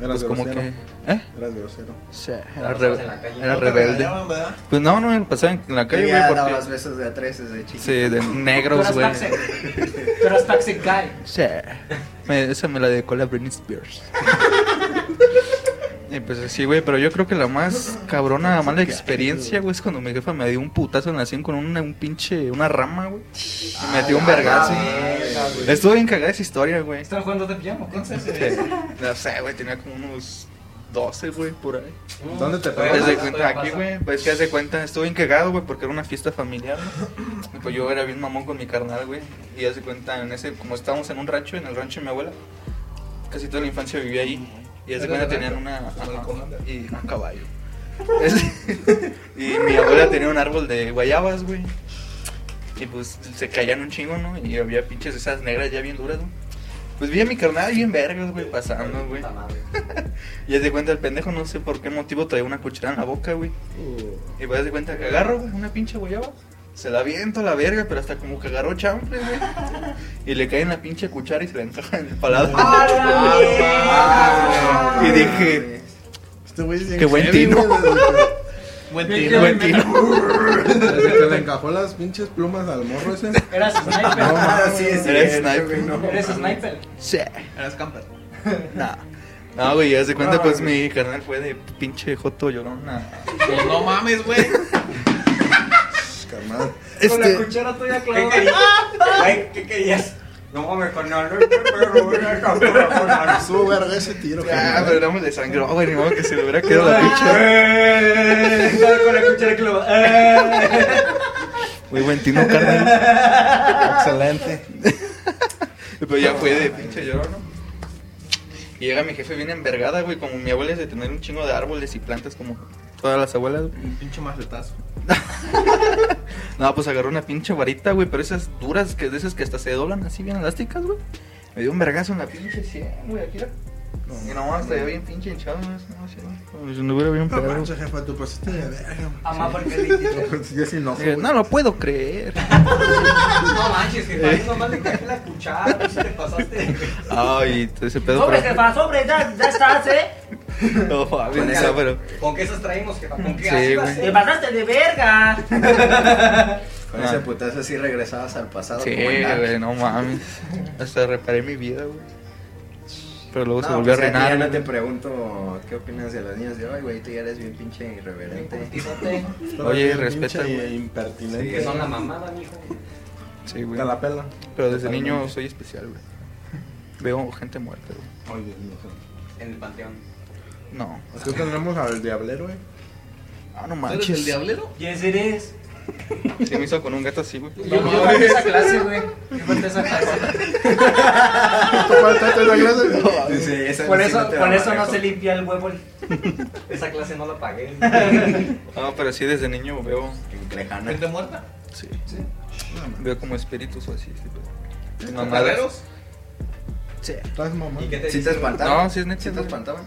[SPEAKER 5] Eras
[SPEAKER 8] Pues como
[SPEAKER 5] grosero.
[SPEAKER 8] que. ¿Eh?
[SPEAKER 5] Eras grosero.
[SPEAKER 8] O sea, era,
[SPEAKER 2] Dabas
[SPEAKER 8] re-
[SPEAKER 2] besos en la calle.
[SPEAKER 8] era
[SPEAKER 4] no te
[SPEAKER 8] rebelde.
[SPEAKER 4] regañaban, ¿verdad?
[SPEAKER 8] Pues no, no me lo pasaba en en la calle,
[SPEAKER 1] Yo
[SPEAKER 8] güey,
[SPEAKER 1] ya daba
[SPEAKER 8] porque.
[SPEAKER 1] las besos de a tres desde chiquito.
[SPEAKER 8] Sí, de
[SPEAKER 3] Tú
[SPEAKER 8] negros,
[SPEAKER 3] eras
[SPEAKER 8] güey.
[SPEAKER 3] taxi. Tú eras taxi guy.
[SPEAKER 8] Sí. Me- esa me la dedicó la Britney Spears. Y pues sí, güey, pero yo creo que la más cabrona, mala experiencia, güey, es cuando mi jefa me dio un putazo en la sien con una, un pinche, una rama, güey. Y me dio un vergazo. Estuvo bien cagada esa historia, güey.
[SPEAKER 3] Están jugando de pijama, ¿qué
[SPEAKER 4] Entonces,
[SPEAKER 8] Sí.
[SPEAKER 4] eh,
[SPEAKER 8] No sé, güey, tenía como unos 12, güey, por ahí.
[SPEAKER 5] ¿Dónde te
[SPEAKER 2] Todavía
[SPEAKER 8] Haz de
[SPEAKER 2] pasa,
[SPEAKER 8] cuenta,
[SPEAKER 2] todavía
[SPEAKER 8] aquí,
[SPEAKER 2] pasa.
[SPEAKER 8] güey, pues que haz de cuenta, estuve bien cagado, güey, porque era una fiesta familiar, ¿no? Y pues yo era bien mamón con mi carnal, güey, y haz de cuenta, en ese, como estábamos en un rancho, en el rancho de mi abuela, casi toda la infancia viví ahí, y haz de cuenta tenían una, ajá, y un caballo, Es- y mi abuela tenía un árbol de guayabas, güey, y pues se caían un chingo, ¿no? Y había pinches esas negras ya bien duras, ¿no? Pues vi a mi carnal bien vergas, güey, pasando, güey.
[SPEAKER 2] Puta madre.
[SPEAKER 8] Y haz de cuenta, el pendejo no sé por qué motivo traía una cuchara en la boca, güey.
[SPEAKER 5] Uh.
[SPEAKER 8] Y pues haz de cuenta que agarro, güey, una pinche guayaba. Se la aviento a la verga, pero hasta como que agarró chanfle, güey. Y le cae en la pinche cuchara y se la encaja en el paladar.
[SPEAKER 1] Ah,
[SPEAKER 8] Y
[SPEAKER 1] no,
[SPEAKER 8] dije,
[SPEAKER 5] Este güey es bien
[SPEAKER 8] Qué buen
[SPEAKER 5] heavy,
[SPEAKER 8] tino.
[SPEAKER 5] güey, desde
[SPEAKER 4] Buen
[SPEAKER 3] Bien,
[SPEAKER 4] tiro.
[SPEAKER 3] bien.
[SPEAKER 8] buen tiro.
[SPEAKER 5] que- Desde que le encajó las pinches plumas al morro ese.
[SPEAKER 3] Eras sniper.
[SPEAKER 5] No,
[SPEAKER 1] Ah, sí, es
[SPEAKER 8] Eres
[SPEAKER 1] cierto,
[SPEAKER 8] sniper.
[SPEAKER 1] güey, no.
[SPEAKER 3] Eres sniper.
[SPEAKER 8] Sí.
[SPEAKER 4] Eras camper.
[SPEAKER 8] No. No, güey, haz de cuenta,
[SPEAKER 5] No,
[SPEAKER 8] pues
[SPEAKER 5] güey.
[SPEAKER 8] mi carnal fue de pinche joto llorona.
[SPEAKER 4] Pues no mames, güey.
[SPEAKER 5] Carnal.
[SPEAKER 3] Con
[SPEAKER 8] Este,
[SPEAKER 3] la cuchara tuya
[SPEAKER 2] ¿Qué
[SPEAKER 3] clavada.
[SPEAKER 2] querías? Güey, ¿qué querías? No mames, con la luz, pero voy a acabar con la luz.
[SPEAKER 5] Su verga ese tiro,
[SPEAKER 8] Ah,
[SPEAKER 5] carnal.
[SPEAKER 8] pero no me le sangró, güey, ni modo que se le hubiera quedado la cuchara.
[SPEAKER 3] Eh, Con la cuchara clavada. Eh.
[SPEAKER 8] Muy buen tino, carnal.
[SPEAKER 5] Excelente.
[SPEAKER 8] Pero ya fue de pinche llorón, ¿no? Y llega mi jefe bien envergada, güey, como mi abuela es de tener un chingo de árboles y plantas como todas las abuelas. güey.
[SPEAKER 4] Un pinche macetazo.
[SPEAKER 8] No, pues agarró una pinche varita, güey, pero esas duras, que de esas que hasta se doblan así bien elásticas, güey. Me dio un vergazo en la pinche sien, güey, aquí era. Y nomás se veía bien pinche hinchado, no, no sé, güey. Como si no hubiera bien
[SPEAKER 5] No
[SPEAKER 8] pegado.
[SPEAKER 5] manches, jefa, tu pasita de verga.
[SPEAKER 3] Amá porque le
[SPEAKER 5] Yo sí no.
[SPEAKER 8] Dije, No lo puedo creer.
[SPEAKER 2] No manches, que nomás le caí la cuchara, pues te pasaste.
[SPEAKER 8] Ay, ese pedo.
[SPEAKER 9] Sobre,
[SPEAKER 8] pero-
[SPEAKER 9] jefa, sobre, ya, ya estás, ¿eh?
[SPEAKER 8] No, mames,
[SPEAKER 2] Con
[SPEAKER 8] no,
[SPEAKER 2] esa-
[SPEAKER 8] pero.
[SPEAKER 2] ¿Con qué esas traímos, jefa? ¿Con qué
[SPEAKER 8] Sí,
[SPEAKER 2] así va a
[SPEAKER 8] güey.
[SPEAKER 2] ser?
[SPEAKER 9] Te pasaste de verga.
[SPEAKER 1] Con ese putazo así regresabas al pasado.
[SPEAKER 8] Sí,
[SPEAKER 1] como en Dark.
[SPEAKER 8] güey, no mames. Hasta reparé mi vida, güey. Pero luego se
[SPEAKER 1] No,
[SPEAKER 8] volvió
[SPEAKER 1] pues,
[SPEAKER 8] a
[SPEAKER 1] a ti
[SPEAKER 8] reinar.
[SPEAKER 1] Ya no te pregunto qué opinas de las niñas de hoy, güey. Tú ya eres bien pinche irreverente.
[SPEAKER 2] Cultivote,
[SPEAKER 8] Oye, respeta,
[SPEAKER 5] respeta.
[SPEAKER 8] güey.
[SPEAKER 5] Impertinente.
[SPEAKER 2] Que son la mamada, mijo.
[SPEAKER 8] Sí, güey.
[SPEAKER 5] Te la pela.
[SPEAKER 8] Pero desde
[SPEAKER 5] Totalmente.
[SPEAKER 8] niño soy especial, güey. Veo gente muerta, güey.
[SPEAKER 5] Ay, Dios mío.
[SPEAKER 2] En el panteón.
[SPEAKER 8] No.
[SPEAKER 5] Aquí tenemos al diablero, güey.
[SPEAKER 8] Ah, no
[SPEAKER 4] ¿Tú eres el
[SPEAKER 8] manches.
[SPEAKER 4] diablero?
[SPEAKER 3] Yes, it is.
[SPEAKER 8] Se me hizo con un gato así, güey.
[SPEAKER 3] Yo, yo falté esa clase, güey. Yo falté esa clase.
[SPEAKER 5] ¿Faltaste la clase?
[SPEAKER 1] Dice, esa
[SPEAKER 3] Por
[SPEAKER 1] sí
[SPEAKER 3] eso,
[SPEAKER 1] te la
[SPEAKER 3] por eso no
[SPEAKER 1] manejo.
[SPEAKER 3] se limpia el huevo. el-
[SPEAKER 2] Esa clase no la pagué.
[SPEAKER 8] No, pero sí, desde niño veo.
[SPEAKER 1] En Crejana.
[SPEAKER 4] ¿Gente muerta?
[SPEAKER 8] Sí. Veo como espíritus o así, sí, pero. Mamadas.
[SPEAKER 4] ¿Carreros?
[SPEAKER 8] Sí.
[SPEAKER 5] Estás mamá.
[SPEAKER 2] ¿Y qué te
[SPEAKER 1] ¿Sí te
[SPEAKER 2] dice?
[SPEAKER 1] espantaban?
[SPEAKER 8] No, sí es neta,
[SPEAKER 1] ¿Sí te
[SPEAKER 8] güey.
[SPEAKER 1] espantaban?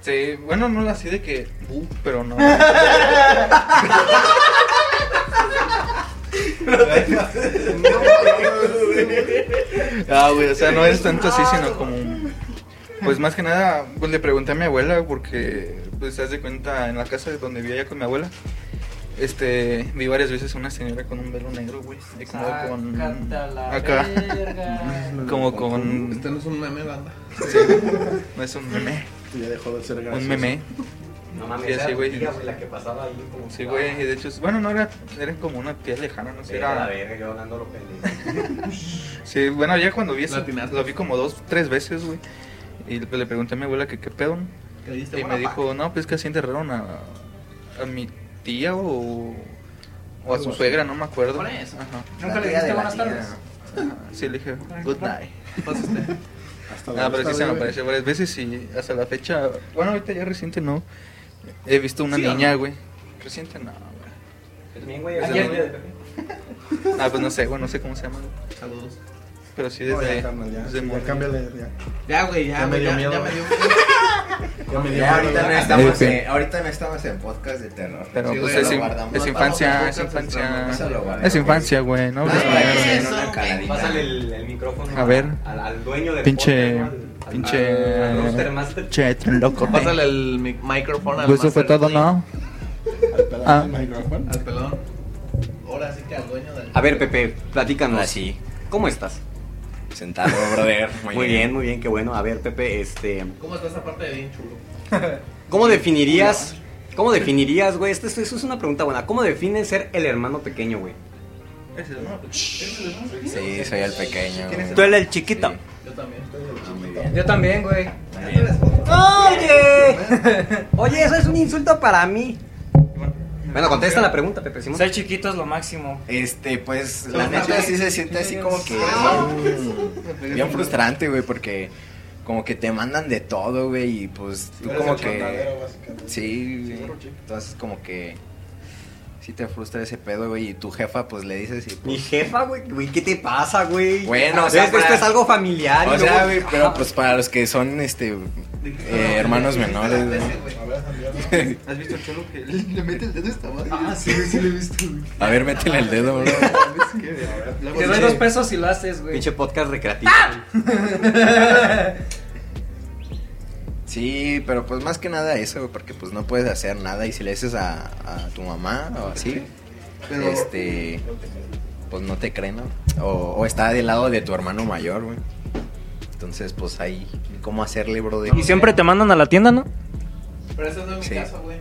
[SPEAKER 8] Sí, bueno, no así de que. Uh, pero no. Ah, güey, o sea, no es tanto así, sino como... Pues más que nada, pues le pregunté a mi abuela porque, pues, haz de cuenta, en la casa donde vivía ya con mi abuela, este, vi varias veces a una señora con un velo negro, güey, y como Ah,
[SPEAKER 6] Ah,
[SPEAKER 8] con...
[SPEAKER 3] Sácate la
[SPEAKER 8] Acá,
[SPEAKER 6] Eh.
[SPEAKER 3] verga.
[SPEAKER 8] como con...
[SPEAKER 4] Este no es un meme, banda.
[SPEAKER 8] No es un meme,
[SPEAKER 5] Ya dejó de ser gracioso.
[SPEAKER 8] un meme.
[SPEAKER 7] No mames,
[SPEAKER 8] Sí,
[SPEAKER 7] esa
[SPEAKER 8] sí, güey.
[SPEAKER 7] tía, güey, la que pasaba ahí como...
[SPEAKER 8] Sí, güey, y de hecho, bueno, no era, era como una tía lejana, no sé,
[SPEAKER 7] Era la
[SPEAKER 8] era...
[SPEAKER 7] verga, yo hablando lo pendejo.
[SPEAKER 8] Sí, bueno, ya cuando vi eso,
[SPEAKER 4] Latinazo.
[SPEAKER 8] lo vi como dos, tres veces, güey, y le le pregunté a mi abuela que qué pedo, ¿no?
[SPEAKER 4] Que dijiste,
[SPEAKER 8] y me
[SPEAKER 4] bueno, va.
[SPEAKER 8] dijo, no, pues que así enterraron a, a mi tía o, o a su suegra, no me acuerdo.
[SPEAKER 4] Por eso.
[SPEAKER 8] Ajá.
[SPEAKER 3] Nunca le dijiste buenas tardes.
[SPEAKER 8] Sí, le dije, good night.
[SPEAKER 4] Pasa usted.
[SPEAKER 5] Hasta
[SPEAKER 8] Nada, pero sí se me
[SPEAKER 5] güey.
[SPEAKER 8] apareció varias veces y hasta la fecha, bueno, ahorita ya reciente no, he visto una
[SPEAKER 4] ¿Sí o
[SPEAKER 8] niña, güey. Reciente no, güey.
[SPEAKER 2] Pues,
[SPEAKER 7] También, güey,
[SPEAKER 8] Ayer-
[SPEAKER 7] esa novia de Pepe.
[SPEAKER 8] Ah, pues no sé, güey, no sé cómo se llama, güey.
[SPEAKER 4] Saludos.
[SPEAKER 8] Pero sí
[SPEAKER 5] No,
[SPEAKER 8] desde,
[SPEAKER 5] ya, carnal, ya.
[SPEAKER 8] desde
[SPEAKER 5] Ya,
[SPEAKER 8] morro.
[SPEAKER 5] cámbiale, ya.
[SPEAKER 4] Ya, güey, ya,
[SPEAKER 5] Ya me
[SPEAKER 4] güey,
[SPEAKER 5] dio
[SPEAKER 4] ya,
[SPEAKER 5] miedo.
[SPEAKER 4] ya me dio miedo.
[SPEAKER 5] Ya me dio
[SPEAKER 1] Ya ahorita no
[SPEAKER 5] miedo.
[SPEAKER 1] estamos,
[SPEAKER 5] Pepe.
[SPEAKER 1] en, ahorita no estamos en podcast de terror.
[SPEAKER 8] Pero
[SPEAKER 4] Sí,
[SPEAKER 8] pues
[SPEAKER 4] güey,
[SPEAKER 8] es,
[SPEAKER 4] lo
[SPEAKER 8] in-
[SPEAKER 1] guardamos.
[SPEAKER 8] es
[SPEAKER 1] No,
[SPEAKER 8] infancia,
[SPEAKER 4] estamos
[SPEAKER 8] es
[SPEAKER 4] en podcast,
[SPEAKER 8] infancia.
[SPEAKER 1] Eso lo guardamos.
[SPEAKER 8] Es infancia, güey, no Pues, hables
[SPEAKER 1] Ay,
[SPEAKER 8] mal.
[SPEAKER 1] eso,
[SPEAKER 4] eso,
[SPEAKER 1] una
[SPEAKER 4] güey.
[SPEAKER 1] caladita.
[SPEAKER 7] Pásale el, el micrófono
[SPEAKER 8] A ver.
[SPEAKER 7] Al, al dueño del
[SPEAKER 8] Pinche.
[SPEAKER 7] podcast, ¿no? Al- al- al roster
[SPEAKER 8] Pinche.
[SPEAKER 7] master.
[SPEAKER 8] Che, tan loco. güey.
[SPEAKER 4] Pásale el mic- micrófono al
[SPEAKER 8] Pues eso fue
[SPEAKER 4] Master
[SPEAKER 8] todo,
[SPEAKER 4] Lee,
[SPEAKER 8] ¿no? Ah.
[SPEAKER 5] Espera, el micrófono.
[SPEAKER 4] Al pelón. Ahora sí que al dueño del.
[SPEAKER 7] A ver, Pepe, platícanos.
[SPEAKER 1] Así,
[SPEAKER 7] ¿Cómo estás?
[SPEAKER 1] sentado, brother.
[SPEAKER 7] Muy, bien. muy bien, qué bueno. A ver, Pepe, este.
[SPEAKER 4] ¿Cómo está esa parte de bien chulo?
[SPEAKER 7] ¿Cómo definirías? ¿Cómo definirías, güey? Esta esta- esta es una pregunta buena. ¿Cómo definen ser el hermano pequeño, güey?
[SPEAKER 1] Sí, soy el pequeño. güey.
[SPEAKER 7] Tú eres el chiquito.
[SPEAKER 4] Yo también.
[SPEAKER 1] Ah, muy bien.
[SPEAKER 6] Yo también, güey.
[SPEAKER 7] ¡Oye! Oye, eso es un insulto para mí. Bueno, contesta la pregunta, Pepe Simón.
[SPEAKER 6] Ser chiquito es lo máximo.
[SPEAKER 1] Este, pues, la neta sí se siente así como que.
[SPEAKER 7] Ah.
[SPEAKER 1] mm, Bien frustrante, güey, porque como que te mandan de todo, güey, y pues tú como que. Sí, güey. Entonces, como que. Sí te frustra ese pedo, güey, y tu jefa, pues le dices y.
[SPEAKER 7] Mi
[SPEAKER 1] pues,
[SPEAKER 7] jefa, güey, güey, ¿qué te pasa, güey?
[SPEAKER 1] Bueno, o sea,
[SPEAKER 7] Esto, esto
[SPEAKER 1] para-
[SPEAKER 7] es algo familiar. y
[SPEAKER 1] O sea,
[SPEAKER 7] luego-
[SPEAKER 1] güey, pero pues para los que son, este, eh, hermanos menores, güey.
[SPEAKER 8] ¿Has visto el cholo que le mete el dedo a esta madre?
[SPEAKER 4] Ah, sí, sí, lo he visto.
[SPEAKER 1] A ver, métele el dedo, bro.
[SPEAKER 4] Pues
[SPEAKER 6] Te doy dos pesos si lo haces, güey.
[SPEAKER 7] Pinche podcast recreativo.
[SPEAKER 1] Sí, pero pues más que nada eso, güey, porque pues no puedes hacer nada y si le dices a, a tu mamá o así, este, pues no te creen, ¿no? O, o está del lado de tu hermano mayor, güey. Entonces, pues ahí, ¿cómo hacerle, bro?
[SPEAKER 6] Y siempre te mandan a la tienda, ¿no?
[SPEAKER 4] Pero eso no es mi
[SPEAKER 1] Sí.
[SPEAKER 4] caso, güey.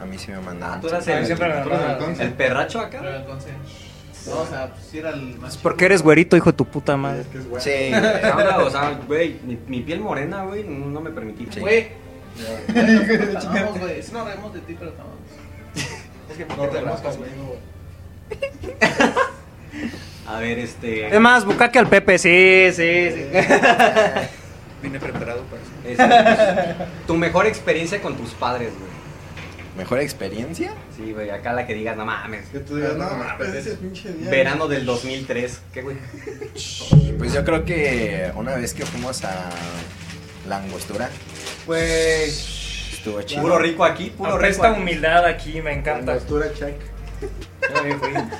[SPEAKER 1] A mí sí me mandaban.
[SPEAKER 7] Tú eras
[SPEAKER 6] Sí,
[SPEAKER 7] el,
[SPEAKER 6] siempre me mandaban.
[SPEAKER 7] el perracho acá.
[SPEAKER 4] Pero entonces. No, o sea, pues sí era el más.
[SPEAKER 6] ¿Por qué eres güerito, hijo de tu puta madre?
[SPEAKER 1] Sí,
[SPEAKER 7] Ah, no, o sea, güey, mi, mi piel morena, güey, no me permití.
[SPEAKER 1] Sí.
[SPEAKER 4] Güey. Estábamos, güey. Si no reímos de ti, pero estamos.
[SPEAKER 8] Es que
[SPEAKER 5] No remascas, güey.
[SPEAKER 7] A ver, este.
[SPEAKER 6] Es más, bucaque al Pepe, sí, sí, sí.
[SPEAKER 8] Vine preparado para eso.
[SPEAKER 7] este, tu mejor experiencia con tus padres, güey.
[SPEAKER 1] ¿Mejor experiencia?
[SPEAKER 7] Sí, güey, acá la que digas, no mames.
[SPEAKER 5] Que tú digas, no, mames, ese pinche día.
[SPEAKER 7] Verano del 2003. ¿Qué, güey?
[SPEAKER 1] Pues yo creo que una vez que fuimos a la angostura,
[SPEAKER 7] Güey,
[SPEAKER 1] estuvo chido.
[SPEAKER 7] puro rico aquí, puro rico.
[SPEAKER 6] Esta
[SPEAKER 7] Aquí.
[SPEAKER 6] humildad aquí, me encanta.
[SPEAKER 5] Angostura check.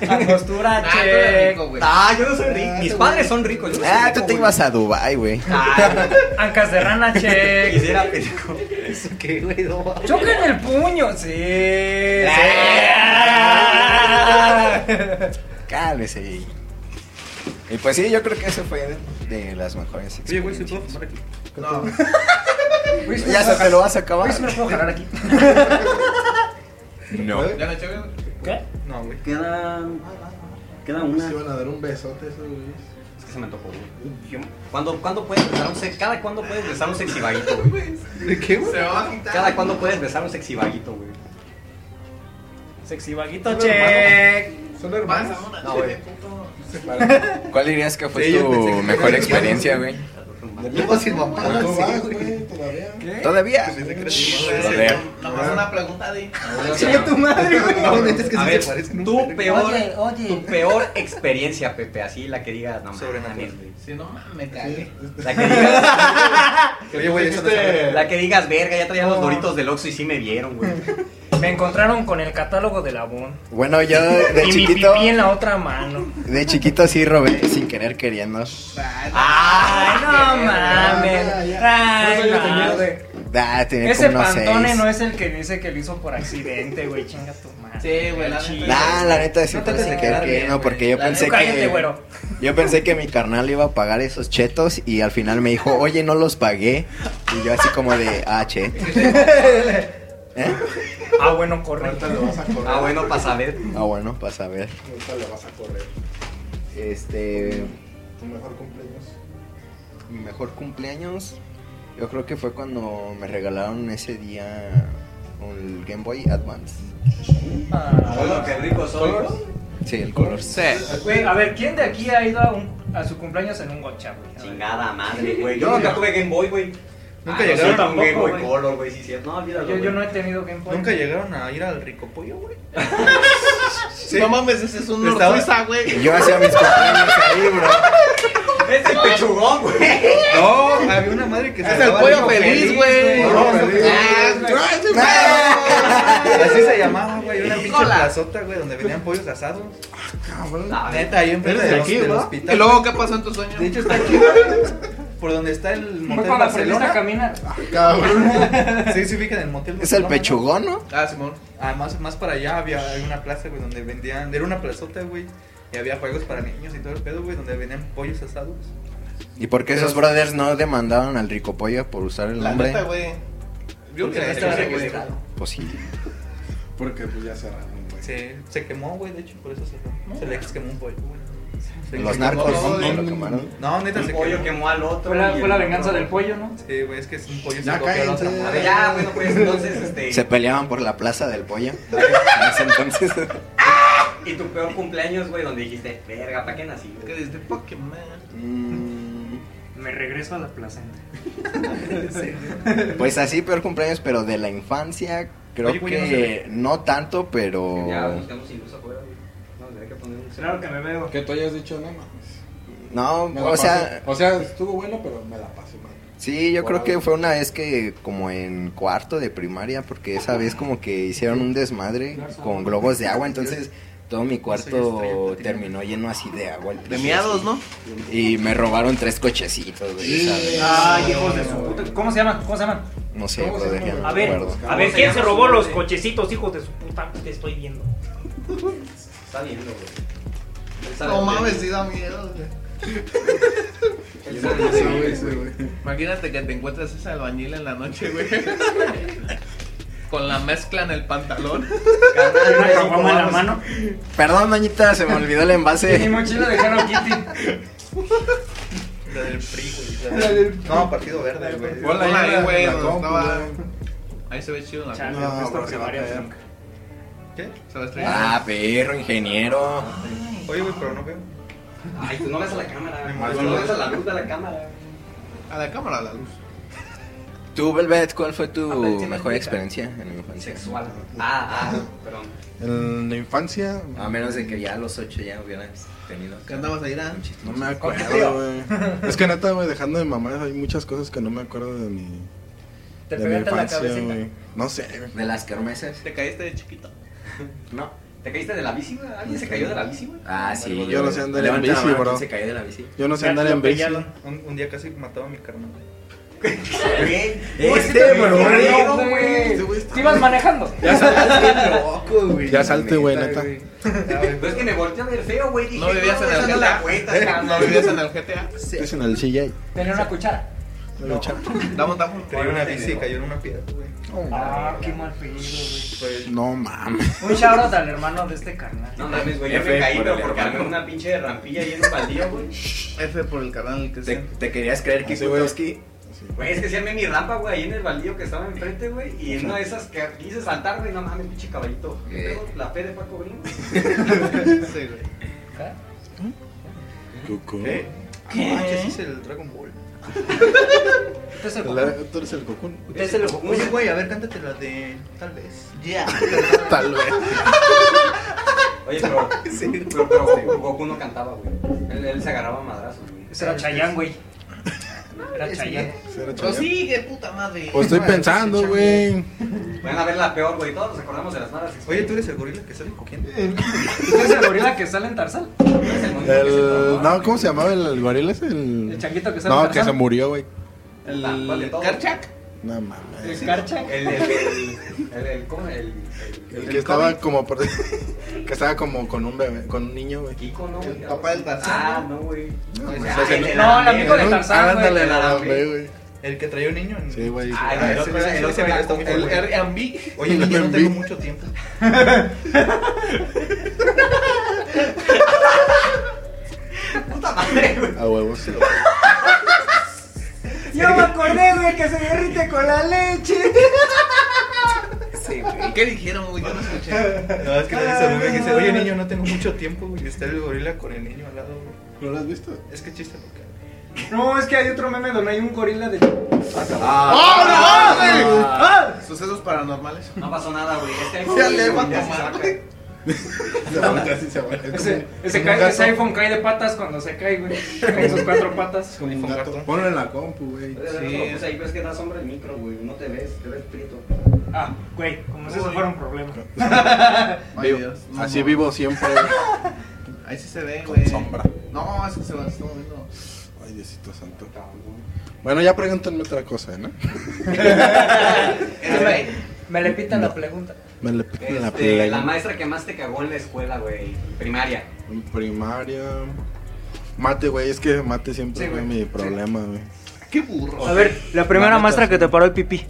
[SPEAKER 6] Angostura,
[SPEAKER 4] Ah, tú eres rico, güey.
[SPEAKER 7] Ah, yo no soy rico. Mis padres son ricos. yo no soy
[SPEAKER 1] Ah,
[SPEAKER 7] rico,
[SPEAKER 1] tú te
[SPEAKER 7] güey.
[SPEAKER 1] ibas a Dubai, güey.
[SPEAKER 7] Ah,
[SPEAKER 6] Ancas de rana,
[SPEAKER 7] güey,
[SPEAKER 6] check.
[SPEAKER 7] quisiera pendejo. ¿Eso qué, güey? No mames.
[SPEAKER 6] Choquen el puño, sí.
[SPEAKER 7] Ah.
[SPEAKER 6] sí.
[SPEAKER 1] Cálmese. Y pues sí, yo creo que eso fue de, de las mejores
[SPEAKER 8] Oye, güey, ¿se
[SPEAKER 1] experiencias.
[SPEAKER 8] puede fumar aquí?
[SPEAKER 4] No,
[SPEAKER 1] ya se te lo vas a acabar.
[SPEAKER 6] Luis, ¿me puedo jalar aquí?
[SPEAKER 1] No.
[SPEAKER 4] ya me eché, güey.
[SPEAKER 6] ¿Qué?
[SPEAKER 8] No, güey.
[SPEAKER 7] Quedan. Queda
[SPEAKER 5] Uy,
[SPEAKER 7] una.
[SPEAKER 5] se iban a dar un besote esos güeyes.
[SPEAKER 7] Es que se me antojó, güey. ¿Cuándo, ¿Cuándo puedes besar un sexy? ¿Cada cuándo puedes besar un sexy vaguito, güey?
[SPEAKER 8] ¿De qué, güey?
[SPEAKER 4] Se va a quitar.
[SPEAKER 7] ¿Cada cuándo puedes besar un sexy vaguito, güey?
[SPEAKER 6] Sexy vaguito, check.
[SPEAKER 5] Son
[SPEAKER 4] Pasa
[SPEAKER 5] hermanos.
[SPEAKER 4] una.
[SPEAKER 7] No, güey.
[SPEAKER 1] ¿Cuál dirías que fue
[SPEAKER 8] Sí, yo pensé
[SPEAKER 1] tu
[SPEAKER 8] que-
[SPEAKER 1] mejor experiencia, güey?
[SPEAKER 4] Luego sin mamá.
[SPEAKER 5] Pero tú
[SPEAKER 4] sí,
[SPEAKER 5] Ah, vas,
[SPEAKER 4] güey.
[SPEAKER 5] güey, todavía.
[SPEAKER 1] Todavía. Joder.
[SPEAKER 4] Nada más una pregunta de.
[SPEAKER 7] Chinga tu madre, güey.
[SPEAKER 8] No, neta, es que
[SPEAKER 7] A
[SPEAKER 8] sí
[SPEAKER 7] ver,
[SPEAKER 8] se parece, ¿no?
[SPEAKER 7] tu peor,
[SPEAKER 9] Oye, oye.
[SPEAKER 7] tu peor experiencia, Pepe, así la que digas, no
[SPEAKER 8] Sobrenatural.
[SPEAKER 7] mames, güey.
[SPEAKER 4] Si no mames, me cagué.
[SPEAKER 7] La que digas,
[SPEAKER 8] Oye, güey, eso no
[SPEAKER 5] Este-
[SPEAKER 7] la que digas, verga, ya traía los doritos del Oxxo y sí me vieron, güey.
[SPEAKER 6] Me encontraron con el catálogo de la Bon.
[SPEAKER 1] Bueno, yo
[SPEAKER 6] y
[SPEAKER 1] de
[SPEAKER 6] mi
[SPEAKER 1] chiquito,
[SPEAKER 6] pipí en la otra mano.
[SPEAKER 1] de chiquito sí robé sin querer queriendo. Ah,
[SPEAKER 6] Ay, no
[SPEAKER 5] Ah, ya,
[SPEAKER 6] mames. Ay,
[SPEAKER 5] Eso yo tenía,
[SPEAKER 6] no, güey.
[SPEAKER 1] Ah, tenía
[SPEAKER 6] Ese
[SPEAKER 1] como unos
[SPEAKER 6] pantone
[SPEAKER 1] seis.
[SPEAKER 6] no es el que dice que lo hizo por accidente, güey. Chinga tu madre.
[SPEAKER 4] Sí, güey, la
[SPEAKER 6] Chi-
[SPEAKER 4] neta.
[SPEAKER 1] Nah, la neta sí
[SPEAKER 6] No
[SPEAKER 1] fue
[SPEAKER 6] trates
[SPEAKER 1] sin querer
[SPEAKER 6] de quedar bien,
[SPEAKER 1] queriendo
[SPEAKER 6] güey.
[SPEAKER 1] porque yo
[SPEAKER 6] La
[SPEAKER 1] pensé
[SPEAKER 6] neta, cállate,
[SPEAKER 1] que
[SPEAKER 6] güero.
[SPEAKER 1] yo pensé que mi carnal iba a pagar esos chetos y al final me dijo, "Oye, no los pagué." Y yo así como de, "Ah, che." ¿Eh?
[SPEAKER 3] Ah, bueno, corre.
[SPEAKER 4] Ahorita lo vas a correr.
[SPEAKER 7] Ah, bueno, para saber.
[SPEAKER 1] Ah, bueno, para saber.
[SPEAKER 4] Ahorita lo vas a correr.
[SPEAKER 1] Este.
[SPEAKER 4] Tu mejor cumpleaños.
[SPEAKER 1] Mi mejor cumpleaños. Yo creo que fue cuando me regalaron ese día el Game Boy Advance.
[SPEAKER 7] Solo que rico soy.
[SPEAKER 1] Sí, el color.
[SPEAKER 3] Güey, a ver, ¿quién de aquí ha ido a, un- a su cumpleaños en un gocha, güey? A ver.
[SPEAKER 7] Chingada madre, güey. Yo nunca tuve Game Boy, güey.
[SPEAKER 8] Nunca
[SPEAKER 7] Ah, yo
[SPEAKER 8] llegaron
[SPEAKER 7] sí tuve
[SPEAKER 8] tampoco,
[SPEAKER 7] Game Boy
[SPEAKER 8] güey.
[SPEAKER 7] Color, güey, sí, cierto. No, olvídalo.
[SPEAKER 3] Yo, yo
[SPEAKER 7] güey.
[SPEAKER 3] no he tenido Game Boy.
[SPEAKER 8] Nunca llegaron a ir al rico pollo, güey.
[SPEAKER 4] No mames, ese es un
[SPEAKER 8] Estaba-
[SPEAKER 4] nortuiza, güey.
[SPEAKER 1] Y yo hacía mis cumpleaños ahí, bro.
[SPEAKER 7] Es el pechugón, güey.
[SPEAKER 8] No, había una madre que se
[SPEAKER 4] Es el pollo feliz, güey.
[SPEAKER 8] Pollo feliz.
[SPEAKER 4] Ah,
[SPEAKER 8] Así se llamaba, güey. Una pinche
[SPEAKER 4] Nicola.
[SPEAKER 8] plazota, güey, donde venían pollos asados. La neta, ahí enfrente
[SPEAKER 5] Eres de
[SPEAKER 8] del,
[SPEAKER 5] aquí,
[SPEAKER 8] hos- del
[SPEAKER 5] ¿no?
[SPEAKER 4] ¿Y
[SPEAKER 8] hospital.
[SPEAKER 4] luego qué pasó en tu sueño?
[SPEAKER 8] De hecho, está aquí, güey, Por donde está el
[SPEAKER 3] Fue
[SPEAKER 8] motel
[SPEAKER 3] cuando aprendiste a
[SPEAKER 8] Barcelona.
[SPEAKER 3] caminar.
[SPEAKER 8] Sí, sí, fijan el motel
[SPEAKER 1] Es el
[SPEAKER 8] Barcelona, ¿no?
[SPEAKER 1] pechugón, ¿no?
[SPEAKER 4] Ah, Simón.
[SPEAKER 8] Además, más para allá había una plaza, güey, donde vendían. Era una plazota, güey. Y había juegos para niños y todo el pedo, güey, donde vendían pollos asados.
[SPEAKER 1] ¿Y por qué esos brothers no demandaron al Rico Pollo por usar el
[SPEAKER 4] La
[SPEAKER 1] nombre?
[SPEAKER 4] neta, güey. Yo
[SPEAKER 8] Porque
[SPEAKER 4] creo
[SPEAKER 8] no
[SPEAKER 4] que
[SPEAKER 8] estaba
[SPEAKER 4] sí, güey.
[SPEAKER 8] registrado.
[SPEAKER 1] Pues sí.
[SPEAKER 5] Porque pues ya cerraron, güey.
[SPEAKER 8] Se, se quemó, güey, de hecho, por eso se, se le quemó un pollo, güey. Se
[SPEAKER 1] Los
[SPEAKER 8] quemó.
[SPEAKER 1] narcos
[SPEAKER 4] no,
[SPEAKER 1] ¿no?
[SPEAKER 5] no,
[SPEAKER 1] lo quemaron.
[SPEAKER 8] No, neta, se
[SPEAKER 7] Un pollo
[SPEAKER 8] quemó.
[SPEAKER 7] quemó al otro.
[SPEAKER 3] Fue la,
[SPEAKER 7] y
[SPEAKER 3] fue la
[SPEAKER 7] el
[SPEAKER 3] venganza
[SPEAKER 7] otro-
[SPEAKER 3] del pollo, ¿no?
[SPEAKER 8] Sí, güey, es que es un pollo
[SPEAKER 5] Ya
[SPEAKER 8] se copió a la otra
[SPEAKER 5] cállense.
[SPEAKER 7] A
[SPEAKER 8] madre.
[SPEAKER 7] ver, ya, bueno, pues entonces, este.
[SPEAKER 1] Se peleaban por la plaza del pollo. En ese entonces.
[SPEAKER 7] Y tu peor cumpleaños, güey, donde dijiste, verga, ¿para qué nací?
[SPEAKER 4] Que
[SPEAKER 7] güey?"
[SPEAKER 4] desde Pokémon.
[SPEAKER 1] Mm,
[SPEAKER 3] Me regreso a la placenta.
[SPEAKER 1] Pues así, peor cumpleaños, pero de la infancia. Creo
[SPEAKER 8] Oye, güey, ya no se
[SPEAKER 1] que no, tanto, pero.
[SPEAKER 7] Ya nos quedamos sin luz afuera, güey. No, tendría que poner un
[SPEAKER 3] Claro que me veo.
[SPEAKER 5] Que tú hayas dicho, no mames.
[SPEAKER 1] No,
[SPEAKER 5] me la
[SPEAKER 1] o sea,
[SPEAKER 5] pasé- o sea, estuvo bueno, pero me la pasé mal.
[SPEAKER 1] sí, yo creo
[SPEAKER 5] Wow.
[SPEAKER 1] que fue una vez que como en cuarto de primaria, porque esa vez como que hicieron un desmadre con globos de agua, entonces todo mi cuarto terminó lleno así de agua. al
[SPEAKER 4] De
[SPEAKER 1] principio,
[SPEAKER 4] miados,
[SPEAKER 1] así.
[SPEAKER 4] ¿no?
[SPEAKER 1] Y me robaron tres cochecitos, güey, esa vez.
[SPEAKER 3] Ay, hijos de su puta. ¿Cómo se llaman? ¿Cómo se llaman?
[SPEAKER 1] No sé,
[SPEAKER 5] ¿Cómo se
[SPEAKER 1] brother, ya
[SPEAKER 5] llama?
[SPEAKER 1] no
[SPEAKER 3] A
[SPEAKER 1] me
[SPEAKER 3] ver,
[SPEAKER 1] acuerdo.
[SPEAKER 3] a ver, ¿quién se robó los cochecitos, hijos de su puta? Te estoy viendo.
[SPEAKER 7] Está viendo, güey. Él sabe
[SPEAKER 4] No
[SPEAKER 7] dónde
[SPEAKER 4] mames,
[SPEAKER 7] vive.
[SPEAKER 4] sí da miedo, güey.
[SPEAKER 7] Él sabe dónde vive.
[SPEAKER 4] Imagínate que te encuentras ese albañil en la noche, güey. Con la mezcla en el pantalón.
[SPEAKER 7] Carnal,
[SPEAKER 3] Una
[SPEAKER 7] güey,
[SPEAKER 3] caguama en la
[SPEAKER 7] vamos.
[SPEAKER 3] mano.
[SPEAKER 1] Perdón, doñita, se me olvidó el
[SPEAKER 3] Y mi
[SPEAKER 1] envase.
[SPEAKER 3] mochila de Hello Kitty.
[SPEAKER 8] La del PRI, güey. la del- No, partido verde, güey.
[SPEAKER 5] Hola,
[SPEAKER 4] Hola,
[SPEAKER 5] ya,
[SPEAKER 4] ahí, güey,
[SPEAKER 5] la
[SPEAKER 4] donde
[SPEAKER 5] compu,
[SPEAKER 4] estaba.
[SPEAKER 5] güey.
[SPEAKER 4] Ahí se ve chido la ¿eh?
[SPEAKER 3] Chale,
[SPEAKER 5] No,
[SPEAKER 3] pues, esta
[SPEAKER 5] bro, se va a
[SPEAKER 3] primaria
[SPEAKER 5] caer.
[SPEAKER 3] nunca.
[SPEAKER 8] ¿Qué?
[SPEAKER 4] Se la estrella.
[SPEAKER 1] Ah, perro, ingeniero.
[SPEAKER 8] Oye, güey, pero no veo.
[SPEAKER 7] Ay, tú no ves a la cámara, güey.
[SPEAKER 8] mató.
[SPEAKER 7] Tú no ves a la luz de la cámara.
[SPEAKER 4] A la cámara, a la luz.
[SPEAKER 1] Tú, Velvet, ¿cuál fue tu
[SPEAKER 7] A ver, sí me
[SPEAKER 1] mejor
[SPEAKER 7] explica.
[SPEAKER 1] experiencia en la infancia?
[SPEAKER 7] Sexual. Ah, ah, perdón.
[SPEAKER 5] En la infancia.
[SPEAKER 1] A menos de que ya a los ocho ya hubieras tenido.
[SPEAKER 4] ¿Qué andabas ahí, Dan?
[SPEAKER 5] No me acuerdo, güey. Es que neta, güey, dejando de mamar, hay muchas cosas que no me acuerdo de mi,
[SPEAKER 3] Te
[SPEAKER 5] de mi
[SPEAKER 3] pegaste en la
[SPEAKER 5] infancia,
[SPEAKER 3] cabecita.
[SPEAKER 5] güey. No sé, güey.
[SPEAKER 1] ¿De las kermeses?
[SPEAKER 4] Te caíste de chiquito.
[SPEAKER 1] No.
[SPEAKER 7] ¿Te caíste de la bici, güey? ¿Alguien se cayó de la bici, güey?
[SPEAKER 1] Ah, sí.
[SPEAKER 5] Yo no sé andar
[SPEAKER 1] Levanta la
[SPEAKER 5] en bici,
[SPEAKER 1] mano,
[SPEAKER 5] bro.
[SPEAKER 1] ¿quién se cayó de la bici?
[SPEAKER 5] Yo no sé
[SPEAKER 3] Ya
[SPEAKER 5] andar
[SPEAKER 3] lo
[SPEAKER 5] en bici.
[SPEAKER 3] peñaron.
[SPEAKER 8] Un, un día casi mataba a mi carnal.
[SPEAKER 7] Güey,
[SPEAKER 1] Este,
[SPEAKER 7] te
[SPEAKER 1] bro,
[SPEAKER 7] viste
[SPEAKER 1] güey.
[SPEAKER 7] negro, güey.
[SPEAKER 3] ¿Te ibas manejando?
[SPEAKER 1] Ya salte, loco, güey.
[SPEAKER 5] Ya salte, güey, neta.
[SPEAKER 7] Pero es que me volteó a ver feo, güey. Dije,
[SPEAKER 4] No vivías en
[SPEAKER 7] esa
[SPEAKER 4] el
[SPEAKER 7] no la cuentas,
[SPEAKER 4] GTA. ¿eh? No
[SPEAKER 7] carnal.
[SPEAKER 4] vivías en el GTA.
[SPEAKER 5] Estás en el CJ.
[SPEAKER 3] Tenía una cuchara.
[SPEAKER 4] Damos, damos.
[SPEAKER 8] Tenía una bici y cayó en una piedra, güey.
[SPEAKER 3] Ah, qué mal pedido, güey.
[SPEAKER 5] No mames.
[SPEAKER 3] Un shoutout al hermano de este carnal.
[SPEAKER 7] No mames, güey, yo me
[SPEAKER 1] F
[SPEAKER 7] caí,
[SPEAKER 1] por
[SPEAKER 7] pero
[SPEAKER 1] el
[SPEAKER 7] por
[SPEAKER 1] hermano.
[SPEAKER 7] cargarme una pinche rampilla y en un baldío, güey.
[SPEAKER 4] F por el canal que
[SPEAKER 1] ¿Te,
[SPEAKER 4] sea.
[SPEAKER 1] te querías creer que
[SPEAKER 5] Así, Ah, güey.
[SPEAKER 1] Kutowski?
[SPEAKER 7] Güey, es que se armé mi rampa, güey, ahí en el baldío que estaba enfrente, güey. Y en una de esas que quise saltar, güey, no mames, pinche caballito. ¿Qué
[SPEAKER 1] Eh.
[SPEAKER 7] pedo? La fe de Paco Brin.
[SPEAKER 4] Sí, güey.
[SPEAKER 5] Cucú.
[SPEAKER 8] ¿Qué?
[SPEAKER 3] ¿Eh?
[SPEAKER 4] Ah,
[SPEAKER 8] ¿Qué? Ese es el Dragon Ball.
[SPEAKER 3] Este es el
[SPEAKER 5] La- Tú eres el Goku.
[SPEAKER 3] Usted se lo
[SPEAKER 8] Oye, güey, a ver, cántate la de. Tal vez.
[SPEAKER 4] Ya.
[SPEAKER 5] Tal vez.
[SPEAKER 7] Oye, pero, pero, pero Goku, Goku no cantaba, güey. Él, él se agarraba a madrazos, güey.
[SPEAKER 3] Ese era Chayán, güey. Era Chayán.
[SPEAKER 5] Cero
[SPEAKER 4] Lo
[SPEAKER 5] chingados.
[SPEAKER 4] sigue, puta madre.
[SPEAKER 5] Pues estoy pensando, güey.
[SPEAKER 7] Van a ver la peor, güey. Todos nos acordamos de las malas
[SPEAKER 8] Oye, ¿tú eres el gorila que sale cogiendo?
[SPEAKER 3] ¿Usted es el gorila que sale en Tarzán?
[SPEAKER 7] eres el monito que se
[SPEAKER 5] El,
[SPEAKER 7] traumó,
[SPEAKER 5] no,
[SPEAKER 7] güey.
[SPEAKER 5] ¿cómo se llamaba el, el gorila ese?
[SPEAKER 3] El changuito que sale en
[SPEAKER 5] No, que
[SPEAKER 3] Tarzán.
[SPEAKER 5] se murió, güey.
[SPEAKER 7] Ah, ¿cuál de
[SPEAKER 4] El
[SPEAKER 7] todos?
[SPEAKER 4] Karchak.
[SPEAKER 5] No mames.
[SPEAKER 3] El Karchak.
[SPEAKER 7] El, el, el, el, el, ¿cómo? El, el,
[SPEAKER 5] El que estaba como por- que estaba como con un bebé, con un niño, güey.
[SPEAKER 7] Kiko, ¿no? güey?
[SPEAKER 4] El papá del Tarzán.
[SPEAKER 7] Ah, no, güey.
[SPEAKER 5] No,
[SPEAKER 7] O
[SPEAKER 5] pues,
[SPEAKER 7] sea,
[SPEAKER 5] ese
[SPEAKER 7] el-
[SPEAKER 5] no-
[SPEAKER 7] el
[SPEAKER 3] No, el
[SPEAKER 7] Arambe,
[SPEAKER 3] amigo de
[SPEAKER 7] güey.
[SPEAKER 3] Tarzán, güey.
[SPEAKER 5] Ándale,
[SPEAKER 7] el
[SPEAKER 5] la
[SPEAKER 7] Arambe.
[SPEAKER 5] güey.
[SPEAKER 8] El que traía un niño en...
[SPEAKER 5] Sí, güey.
[SPEAKER 8] Ah,
[SPEAKER 4] Ah,
[SPEAKER 8] el
[SPEAKER 4] ese-
[SPEAKER 8] otro era- el
[SPEAKER 4] ese
[SPEAKER 8] otro
[SPEAKER 4] me
[SPEAKER 8] era
[SPEAKER 4] gustó
[SPEAKER 8] muy
[SPEAKER 4] mucho, El
[SPEAKER 8] fuerte.
[SPEAKER 4] Airbnb.
[SPEAKER 5] Oye,
[SPEAKER 4] Oye,
[SPEAKER 5] el
[SPEAKER 4] yo no tengo
[SPEAKER 5] Airbnb.
[SPEAKER 4] mucho tiempo.
[SPEAKER 5] A huevos.
[SPEAKER 2] Yo me acordé, güey, que se derrite con la leche.
[SPEAKER 4] ¿Qué dijeron, güey? Yo no escuché.
[SPEAKER 8] No, es que le dice a mí, que dice, oye niño, no tengo mucho tiempo, güey. Y está el gorila con el niño al lado, güey.
[SPEAKER 5] ¿No lo has visto?
[SPEAKER 8] Es que chiste, loca.
[SPEAKER 3] No, es que hay otro meme donde hay un gorila de.
[SPEAKER 5] Ah,
[SPEAKER 4] Sucesos paranormales.
[SPEAKER 7] No pasó nada, güey. Este
[SPEAKER 4] Se eleva,
[SPEAKER 7] ya se
[SPEAKER 4] no
[SPEAKER 7] saca.
[SPEAKER 4] mames.
[SPEAKER 3] Ese, ese, cae- ese iPhone cae de patas cuando se cae, güey. Con sus cuatro patas.
[SPEAKER 8] Como un gato.
[SPEAKER 5] Ponlo en la compu, güey.
[SPEAKER 7] Sí, pues ahí ves que da sombra el micro, güey. No te ves, te ves prieto.
[SPEAKER 3] Ah, güey, como si eso fuera un problema.
[SPEAKER 4] Ay,
[SPEAKER 5] Vivo.
[SPEAKER 4] Dios. No,
[SPEAKER 5] Así
[SPEAKER 4] no.
[SPEAKER 5] vivo siempre.
[SPEAKER 4] Ahí sí se ve,
[SPEAKER 5] Con
[SPEAKER 4] güey.
[SPEAKER 5] sombra.
[SPEAKER 4] No, es que se va, se está moviendo.
[SPEAKER 5] Ay, Diosito santo. Bueno, ya pregúntenme otra cosa, ¿no?
[SPEAKER 6] Me le pitan la pregunta.
[SPEAKER 5] Me le pican la
[SPEAKER 7] Este,
[SPEAKER 5] play.
[SPEAKER 7] la maestra que más te cagó en la escuela, güey. Primaria.
[SPEAKER 5] En primaria. Mate, güey, es que mate siempre
[SPEAKER 3] Sí,
[SPEAKER 5] fue
[SPEAKER 3] güey.
[SPEAKER 5] mi problema, güey.
[SPEAKER 4] Qué burro.
[SPEAKER 6] A ver, la primera
[SPEAKER 5] La neta,
[SPEAKER 6] maestra que
[SPEAKER 5] sí.
[SPEAKER 6] te paró el pipí.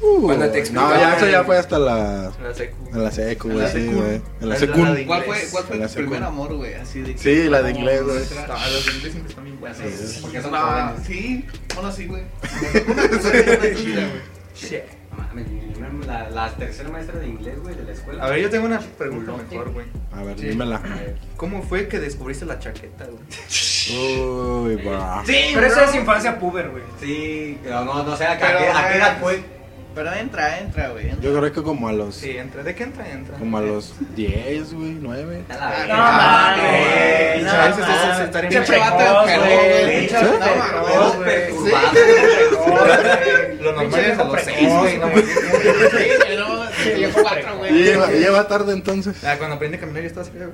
[SPEAKER 5] Uh,
[SPEAKER 7] Cuando te
[SPEAKER 5] no,
[SPEAKER 7] explicaban-
[SPEAKER 5] ya eso ya fue hasta la
[SPEAKER 8] La secu.
[SPEAKER 5] en la secu,
[SPEAKER 4] En
[SPEAKER 5] güey,
[SPEAKER 4] la
[SPEAKER 5] sí,
[SPEAKER 4] secu.
[SPEAKER 5] güey. En la
[SPEAKER 8] La-
[SPEAKER 5] secu.
[SPEAKER 8] la de-
[SPEAKER 4] ¿Cuál fue, cuál fue
[SPEAKER 5] La
[SPEAKER 4] tu primer
[SPEAKER 5] secu.
[SPEAKER 4] amor, güey? Así de que-
[SPEAKER 5] Sí, la de inglés, güey.
[SPEAKER 8] Ah, los de inglés siempre están bien buenos.
[SPEAKER 5] Sí.
[SPEAKER 7] Porque son
[SPEAKER 4] Ah,
[SPEAKER 7] jóvenes.
[SPEAKER 4] sí, bueno, sí, güey. Una cosa que está chida, güey.
[SPEAKER 7] No mames, mi- La, la tercera maestra de inglés, güey, de la escuela.
[SPEAKER 8] A ver, yo tengo una pregunta mejor, güey.
[SPEAKER 5] A ver, dímela.
[SPEAKER 8] ¿Cómo fue que descubriste la chaqueta, güey?
[SPEAKER 5] Uy, bro.
[SPEAKER 4] Sí,
[SPEAKER 3] Pero esa
[SPEAKER 4] bro.
[SPEAKER 3] es infancia puber, güey.
[SPEAKER 7] Sí, pero no, no sé, ¿a qué
[SPEAKER 4] Pero,
[SPEAKER 7] a qué- a qué edad
[SPEAKER 4] eh,
[SPEAKER 7] fue?
[SPEAKER 4] Pero entra, entra, güey. entra.
[SPEAKER 5] Yo creo que como a los
[SPEAKER 8] Sí, entra. ¿De qué entra? Entra.
[SPEAKER 5] como a los 10, güey, 9.
[SPEAKER 7] A la
[SPEAKER 4] Ah,
[SPEAKER 7] verga.
[SPEAKER 4] mames,
[SPEAKER 8] no,
[SPEAKER 4] Eh, no
[SPEAKER 8] a veces
[SPEAKER 4] mames.
[SPEAKER 8] eso es estar en
[SPEAKER 4] Pinche
[SPEAKER 8] precoz,
[SPEAKER 4] vato
[SPEAKER 8] güey,
[SPEAKER 4] enfermo, güey.
[SPEAKER 8] pinche
[SPEAKER 4] Sí.
[SPEAKER 8] vato
[SPEAKER 4] No,
[SPEAKER 8] enfermo,
[SPEAKER 4] mames.
[SPEAKER 7] Todos
[SPEAKER 8] güey.
[SPEAKER 7] perturbados.
[SPEAKER 8] Lo normal es a los
[SPEAKER 3] precoz,
[SPEAKER 8] seis, güey. no mames.
[SPEAKER 4] Sí, pero se llevó cuatro,
[SPEAKER 5] Y
[SPEAKER 4] güey.
[SPEAKER 5] lleva, lleva tarde entonces.
[SPEAKER 8] Ah, cuando aprendí a caminar yo estaba así, güey.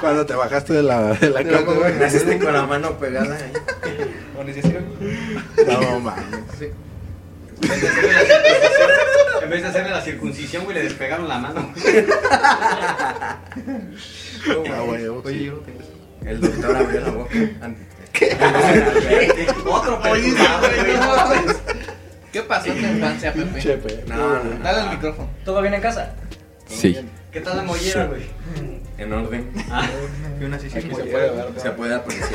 [SPEAKER 5] Cuando te bajaste de la, de la cama, güey.
[SPEAKER 1] Naciste con la mano pegada ahí.
[SPEAKER 8] O ni siquiera, güey.
[SPEAKER 5] No mames.
[SPEAKER 7] En vez de hacerle la circuncisión, güey, le despegaron la mano.
[SPEAKER 5] Ah, güey, oh,
[SPEAKER 8] Oye,
[SPEAKER 5] sí.
[SPEAKER 8] yo no tengo eso.
[SPEAKER 1] El doctor abrió la boca.
[SPEAKER 7] Otro
[SPEAKER 4] Oye,
[SPEAKER 7] perturbado,
[SPEAKER 4] güey,
[SPEAKER 7] güey.
[SPEAKER 4] no mames. ¿Qué pasó en tu infancia,
[SPEAKER 5] Pinche
[SPEAKER 4] Pepe?
[SPEAKER 5] pe-
[SPEAKER 1] No, no,
[SPEAKER 4] Dale al micrófono.
[SPEAKER 6] ¿Todo bien en casa?
[SPEAKER 1] Sí.
[SPEAKER 7] ¿Qué tal la mollera, güey?
[SPEAKER 1] En orden.
[SPEAKER 8] Y una así, sí,
[SPEAKER 5] Aquí se
[SPEAKER 8] güey.
[SPEAKER 5] puede ver,
[SPEAKER 1] Se
[SPEAKER 5] ¿no?
[SPEAKER 1] puede apreciar.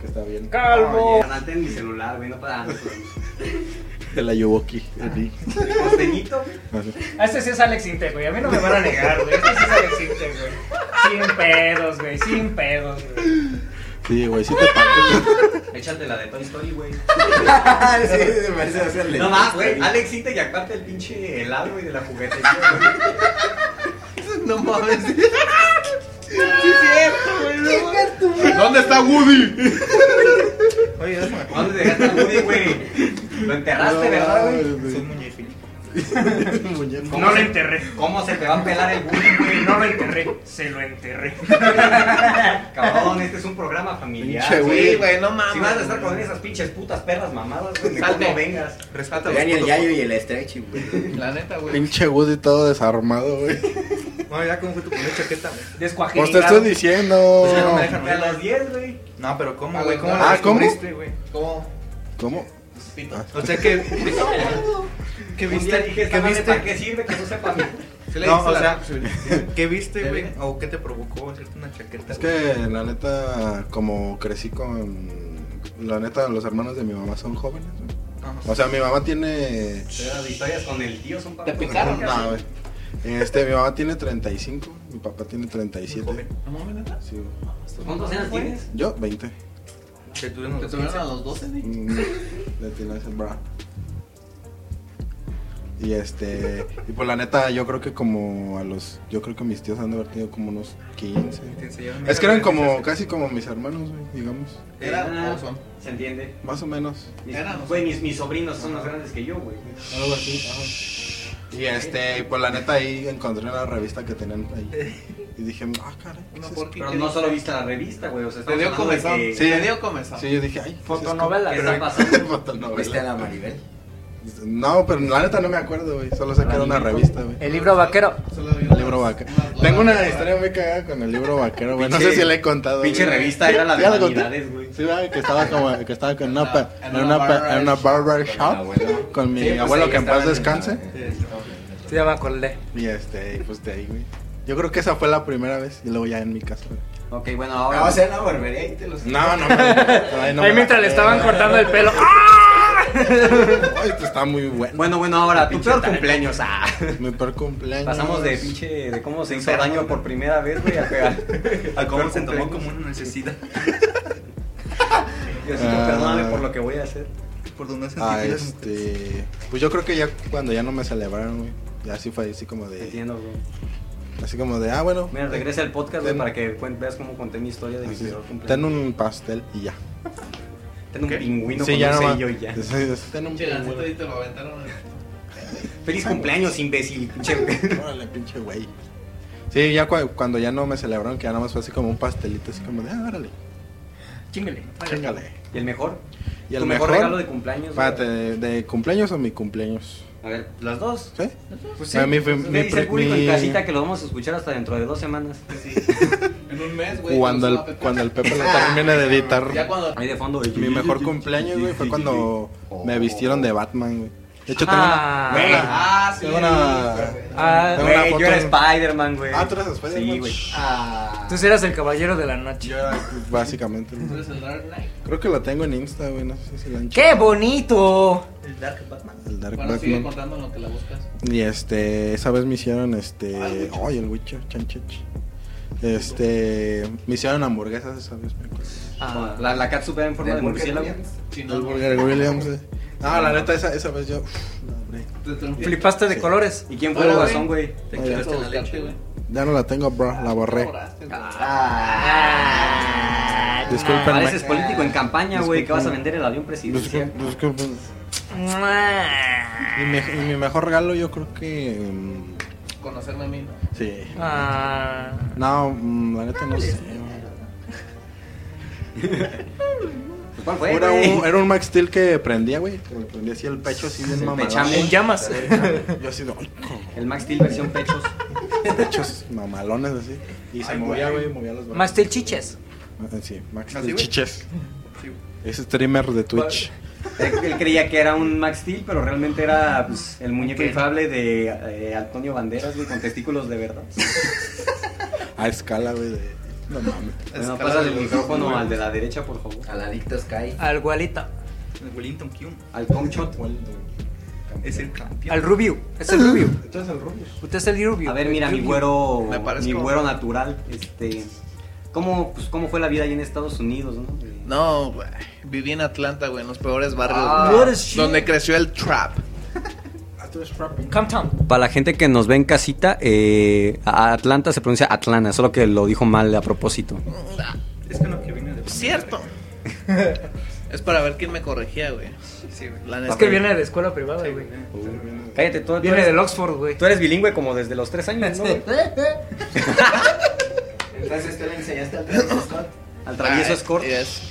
[SPEAKER 5] que está bien.
[SPEAKER 3] Ah,
[SPEAKER 6] Calvo.
[SPEAKER 7] Canal en mi celular, güey, no para
[SPEAKER 5] De la Yuboki. de ti.
[SPEAKER 7] Costeñito, güey.
[SPEAKER 5] Así.
[SPEAKER 3] Ah, Este sí es Alex Intec, güey. A mí no me van a negar, güey. Este sí es Alex Intec, güey. Sin pedos, güey. Sin pedos, güey.
[SPEAKER 5] Sí, güey, sí te parece.
[SPEAKER 7] Échate la de Toy Story, güey.
[SPEAKER 1] sí, me parece hacerle.
[SPEAKER 7] No más, güey. Alex Intec y aparte el pinche helado, güey, de la juguetería, güey.
[SPEAKER 4] No mames. Sí, es cierto, güey. no mames.
[SPEAKER 5] ¿Dónde está Woody?
[SPEAKER 8] Oye, déjame
[SPEAKER 7] ¿Dónde dejaste a Woody, güey? Lo enterraste, ¿verdad, güey?
[SPEAKER 8] Es un muñequito.
[SPEAKER 5] Muñeco.
[SPEAKER 3] No lo enterré.
[SPEAKER 7] ¿Cómo se te va a pelar el Woody, güey?
[SPEAKER 3] No lo enterré. Se lo enterré.
[SPEAKER 7] Cabrón, este es un programa familiar.
[SPEAKER 5] Pinche
[SPEAKER 7] güey.
[SPEAKER 4] Sí, güey, no mames.
[SPEAKER 7] Si vas a estar con esas pinches putas perras mamadas, güey, mejor
[SPEAKER 4] Salte.
[SPEAKER 7] no vengas.
[SPEAKER 8] Rescata los
[SPEAKER 1] Vean el
[SPEAKER 8] putos.
[SPEAKER 1] Yayo y el Stretchy, güey.
[SPEAKER 4] La neta, güey.
[SPEAKER 5] Pinche Woody todo desarmado, güey.
[SPEAKER 8] No, ya, ¿cómo fue tu primera chaqueta, güey?
[SPEAKER 5] Pues te estoy
[SPEAKER 3] Descuajiringado.
[SPEAKER 5] diciendo.
[SPEAKER 8] Pues ya no me dejan.
[SPEAKER 7] A las 10, güey.
[SPEAKER 8] No, pero ¿cómo,
[SPEAKER 4] Ah,
[SPEAKER 8] güey? ¿Cómo
[SPEAKER 5] ah,
[SPEAKER 8] la
[SPEAKER 5] ¿cómo?
[SPEAKER 8] descubriste, güey?
[SPEAKER 4] ¿Cómo?
[SPEAKER 5] ¿Cómo? Ah.
[SPEAKER 4] Pito.
[SPEAKER 8] O sea, que... ¿Qué
[SPEAKER 7] Un día
[SPEAKER 8] viste?
[SPEAKER 7] dije,
[SPEAKER 8] ¿Qué
[SPEAKER 7] esta madre, ¿para
[SPEAKER 8] viste?
[SPEAKER 7] qué sirve? Que no sepa mí.
[SPEAKER 4] ¿Se le
[SPEAKER 8] No,
[SPEAKER 4] dice
[SPEAKER 8] o
[SPEAKER 4] la-
[SPEAKER 8] sea, ¿qué viste, güey?
[SPEAKER 4] ¿Te
[SPEAKER 8] ¿O qué te provocó hacerte una chaqueta?
[SPEAKER 5] Es
[SPEAKER 8] güey?
[SPEAKER 5] que la neta, como crecí con. La neta, los hermanos de mi mamá son jóvenes. güey.
[SPEAKER 8] Ajá.
[SPEAKER 5] O sea, mi mamá tiene.
[SPEAKER 7] Las historias con el tío son para...
[SPEAKER 4] ¿Te picaron?
[SPEAKER 5] No, güey. Este, mi mamá tiene 35, mi papá tiene 37.
[SPEAKER 8] Joven.
[SPEAKER 4] No mames, neta.
[SPEAKER 5] Sí, güey.
[SPEAKER 7] ¿Cuántos años tienes?
[SPEAKER 5] Yo, 20.
[SPEAKER 8] Te tuvieron
[SPEAKER 4] ¿Te
[SPEAKER 8] los
[SPEAKER 4] tuvieron
[SPEAKER 8] 15.
[SPEAKER 4] a los 12, güey?
[SPEAKER 5] Mm, Le tiene ese bra. Y este, y pues la neta, yo creo que como a los, yo creo que mis tíos han de haber tenido como unos 15.
[SPEAKER 8] Te enseñaron
[SPEAKER 5] Es que eran como,
[SPEAKER 8] mierda.
[SPEAKER 5] casi como mis hermanos, güey, digamos,
[SPEAKER 4] ¿Era o son?
[SPEAKER 7] ¿Se entiende?
[SPEAKER 5] más o menos.
[SPEAKER 7] Mis-
[SPEAKER 4] Eran.
[SPEAKER 7] Güey, mis, mis sobrinos son más grandes que yo, güey.
[SPEAKER 4] Algo así.
[SPEAKER 5] Y este, y pues la neta ahí encontré una revista que tenían ahí. Y dije, ah, caray. ¿qué es
[SPEAKER 4] Una
[SPEAKER 5] esto?".
[SPEAKER 4] porqui.
[SPEAKER 7] Pero no solo viste la revista, güey. O sea,
[SPEAKER 4] Te
[SPEAKER 7] estamos
[SPEAKER 4] dio
[SPEAKER 7] hablando de
[SPEAKER 4] comezón.
[SPEAKER 7] que...
[SPEAKER 5] Sí.
[SPEAKER 4] Te dio comezón.
[SPEAKER 5] Sí, yo dije, ay, pues, es
[SPEAKER 6] Fotonovela.
[SPEAKER 7] ¿Qué está
[SPEAKER 5] como-
[SPEAKER 7] pasando?
[SPEAKER 5] Fotonovela.
[SPEAKER 1] ¿Viste a la Maribel?
[SPEAKER 5] No, pero la neta no me acuerdo, güey. Solo sé que era una revista, güey.
[SPEAKER 6] El libro vaquero.
[SPEAKER 4] Solo vio
[SPEAKER 5] El libro libro vaquero. Tengo una historia muy cagada con el libro vaquero, güey. No sé
[SPEAKER 7] Pinche-
[SPEAKER 5] si le he contado.
[SPEAKER 7] pinche
[SPEAKER 5] güey.
[SPEAKER 7] revista
[SPEAKER 5] Sí,
[SPEAKER 7] era la de
[SPEAKER 5] ya lo conté.
[SPEAKER 7] vanidades, güey.
[SPEAKER 5] Sí, güey, que estaba como que estaba con una pa-
[SPEAKER 4] En
[SPEAKER 5] en una
[SPEAKER 4] una
[SPEAKER 5] pa- en una barber
[SPEAKER 7] barber
[SPEAKER 5] shop
[SPEAKER 7] shop.
[SPEAKER 5] con mi
[SPEAKER 7] Sí, pues,
[SPEAKER 5] abuelo
[SPEAKER 7] ahí
[SPEAKER 5] que en paz
[SPEAKER 7] estaban en
[SPEAKER 5] descanse.
[SPEAKER 6] Se llama Colde.
[SPEAKER 5] Y este, y pues de ahí, güey. Yo creo que esa fue la primera vez y luego ya en mi casa. güey.
[SPEAKER 7] Ok,
[SPEAKER 2] Vamos
[SPEAKER 7] bueno,
[SPEAKER 5] Ah,
[SPEAKER 2] a
[SPEAKER 7] ahora.
[SPEAKER 2] hacer la barbería y te los.
[SPEAKER 5] No, no, no. Ay, no
[SPEAKER 6] Ahí
[SPEAKER 5] me-
[SPEAKER 6] mientras le estaban cortando el pelo. ¡Ah!
[SPEAKER 5] Ay, esto está muy bueno.
[SPEAKER 7] Bueno, bueno, ahora, tu peor cumpleaños. Ah.
[SPEAKER 5] Mi peor cumpleaños.
[SPEAKER 7] Pasamos de pinche de cómo se hizo daño por primera vez, güey, a pegar. A cómo se tomó como una necesidad. Diosito,
[SPEAKER 5] Ah.
[SPEAKER 7] perdóname por lo que voy a hacer.
[SPEAKER 8] Por donde haces
[SPEAKER 5] Ah, este. Pues yo creo que ya cuando ya no me celebraron, güey. Ya así fue así como de.
[SPEAKER 7] Entiendo, güey.
[SPEAKER 5] Así como de, ah, bueno.
[SPEAKER 7] Mira, regresa el podcast, güey,
[SPEAKER 5] Ten-
[SPEAKER 7] para que cuen- veas cómo conté mi historia de mi
[SPEAKER 5] así-
[SPEAKER 7] peor
[SPEAKER 5] ten
[SPEAKER 7] cumpleaños.
[SPEAKER 5] un pastel y ya.
[SPEAKER 7] Ten un pingüino
[SPEAKER 5] Sí,
[SPEAKER 7] con
[SPEAKER 5] ya Pues,
[SPEAKER 7] un
[SPEAKER 5] nomás.
[SPEAKER 7] sello y ya.
[SPEAKER 5] Sí, sí, sí, ten un
[SPEAKER 4] Pinche lancito
[SPEAKER 5] pingüino.
[SPEAKER 4] ahí te lo aventaron.
[SPEAKER 7] Feliz cumpleaños, imbécil. pinche güey.
[SPEAKER 5] Órale, pinche güey. Sí, ya cu- cuando ya no me celebraron, que ya nada más fue así como un pastelito, así como de, ah, órale,
[SPEAKER 6] Chingale.
[SPEAKER 5] chingale.
[SPEAKER 7] ¿Y el mejor?
[SPEAKER 5] Y el
[SPEAKER 7] ¿Tu
[SPEAKER 5] mejor,
[SPEAKER 7] regalo de cumpleaños? güey?
[SPEAKER 5] Espérate, ¿de, de cumpleaños o mi cumpleaños?
[SPEAKER 7] A ver, las dos.
[SPEAKER 5] ¿Sí?
[SPEAKER 7] Pues
[SPEAKER 5] A mí fue
[SPEAKER 7] Me
[SPEAKER 5] mi
[SPEAKER 7] dice el
[SPEAKER 5] pri-
[SPEAKER 7] público
[SPEAKER 5] mi-
[SPEAKER 7] en casita que lo vamos a escuchar hasta dentro de dos semanas.
[SPEAKER 4] En un mes, güey.
[SPEAKER 5] Cuando
[SPEAKER 4] no
[SPEAKER 5] el,
[SPEAKER 4] se va a
[SPEAKER 5] cuando el Pepe lo termine de
[SPEAKER 4] Ya
[SPEAKER 5] editar.
[SPEAKER 4] cuando.
[SPEAKER 7] Ahí de fondo.
[SPEAKER 5] Mi mejor cumpleaños, güey, fue cuando me vistieron de Batman, güey. De hecho, tengo
[SPEAKER 6] Ah,
[SPEAKER 5] una- tengo una...
[SPEAKER 4] Ah, sí.
[SPEAKER 5] Tengo una-
[SPEAKER 6] Ah,
[SPEAKER 5] Tengo una
[SPEAKER 7] Güey, yo
[SPEAKER 5] foto
[SPEAKER 7] era
[SPEAKER 5] en-
[SPEAKER 7] Spider-Man, güey.
[SPEAKER 5] Ah, tú eras Spider-Man.
[SPEAKER 7] Sí, güey.
[SPEAKER 5] Ah.
[SPEAKER 4] Ah,
[SPEAKER 6] entonces eras el caballero de la noche.
[SPEAKER 5] Yo era, básicamente. güey.
[SPEAKER 4] ¿Eres el Dark Knight?
[SPEAKER 5] Creo que la tengo en Insta, güey, no sé si la han
[SPEAKER 6] ¡Qué bonito!
[SPEAKER 4] El Dark Batman.
[SPEAKER 5] El Dark
[SPEAKER 4] Bueno, sigue
[SPEAKER 5] Batman.
[SPEAKER 4] contando en lo que la buscas.
[SPEAKER 5] Y este, esa vez me hicieron este.
[SPEAKER 4] Ah, el Witcher.
[SPEAKER 5] Ay, el Witcher, chanchich. Este. Me hicieron hamburguesas esa vez, me acuerdo.
[SPEAKER 7] Ah, la, la catsup era en forma de murciélago.
[SPEAKER 4] Si
[SPEAKER 5] El Burger Williams. eh. No, la neta, esa, esa vez yo. uf, no, hombre.
[SPEAKER 4] Te trompé.
[SPEAKER 6] Flipaste de colores.
[SPEAKER 7] ¿Y quién fue el
[SPEAKER 4] Hola,
[SPEAKER 7] guasón, güey?
[SPEAKER 4] Te quedaste
[SPEAKER 5] Oye,
[SPEAKER 4] en la
[SPEAKER 7] buscarte,
[SPEAKER 4] leche, güey.
[SPEAKER 5] Ya no la tengo,
[SPEAKER 4] Ah,
[SPEAKER 5] bro, la borré.
[SPEAKER 4] Cobraste, güey.
[SPEAKER 7] Ah, Pareces
[SPEAKER 5] Disculpenme.
[SPEAKER 7] político en campaña, güey, que vas a
[SPEAKER 5] Discúlpenme.
[SPEAKER 7] vender el avión presidencial.
[SPEAKER 5] Discul- Disculpen. Y pues, mi, y mi mejor regalo, yo creo que. mm,
[SPEAKER 4] Conocerme a mí. ¿no?
[SPEAKER 5] Sí.
[SPEAKER 6] Ah.
[SPEAKER 5] No, mm, la neta no sé. güey.
[SPEAKER 7] Pues, ¿Cuál fue?
[SPEAKER 5] Era
[SPEAKER 7] güey?
[SPEAKER 5] un, era un Max Steel que prendía, güey. Que le prendía así el pecho, así bien
[SPEAKER 7] El
[SPEAKER 5] mamadón.
[SPEAKER 7] pechame.
[SPEAKER 6] En llamas.
[SPEAKER 5] Yo así de, "Ay, cabrón".
[SPEAKER 7] El Max Steel versión pechos.
[SPEAKER 5] pechos mamalones así. Y se movía, güey, movía los brazos.
[SPEAKER 6] Más el chiches.
[SPEAKER 5] Ah, Sí, Max
[SPEAKER 8] ¿Así,
[SPEAKER 5] de
[SPEAKER 8] güey?
[SPEAKER 5] Chiches. Es streamer de Twitch.
[SPEAKER 7] Él, él creía que era un Max Steel, pero realmente era pues, el muñeco infable de eh, Antonio Banderas, güey, con testículos de verdad.
[SPEAKER 5] A escala, güey. de- No mames.
[SPEAKER 7] Bueno, pasas el micrófono al de la derecha, por favor.
[SPEAKER 1] Al adicto Sky.
[SPEAKER 6] Al Gualita.
[SPEAKER 8] El Wellington Q
[SPEAKER 7] Al Comchot.
[SPEAKER 8] es el campeón.
[SPEAKER 6] Al Rubio. Es el Rubio.
[SPEAKER 5] Entonces el rubio.
[SPEAKER 6] Usted es el Rubio.
[SPEAKER 7] A ver, mira,
[SPEAKER 6] El
[SPEAKER 7] mi
[SPEAKER 6] Rubio.
[SPEAKER 7] güero,
[SPEAKER 4] Me parezco.
[SPEAKER 7] mi güero natural, este, ¿cómo, pues, cómo fue la vida ahí en Estados Unidos, no? Eh,
[SPEAKER 4] No, güey. Viví en Atlanta, güey, en los peores barrios.
[SPEAKER 7] Ah.
[SPEAKER 4] güey.
[SPEAKER 6] What is she?
[SPEAKER 4] donde creció el trap.
[SPEAKER 6] Compton.
[SPEAKER 7] Para la gente que nos ve en casita, eh, a- Atlanta se pronuncia Atlanta, solo que lo dijo mal a propósito.
[SPEAKER 8] Es con lo que viene de.
[SPEAKER 4] Cierto. es para ver quién me corregía, güey.
[SPEAKER 8] Sí, güey.
[SPEAKER 4] La
[SPEAKER 6] Es
[SPEAKER 4] neta.
[SPEAKER 6] que viene de escuela privada, güey.
[SPEAKER 7] Cállate, tú, tú
[SPEAKER 6] Viene
[SPEAKER 7] eres,
[SPEAKER 6] del Oxford, güey.
[SPEAKER 7] tú eres bilingüe como desde los tres años, ¿no? güey?
[SPEAKER 1] Entonces tú le enseñaste al Travis Scott.
[SPEAKER 7] Al travieso
[SPEAKER 4] Ah,
[SPEAKER 7] Escort.
[SPEAKER 4] es.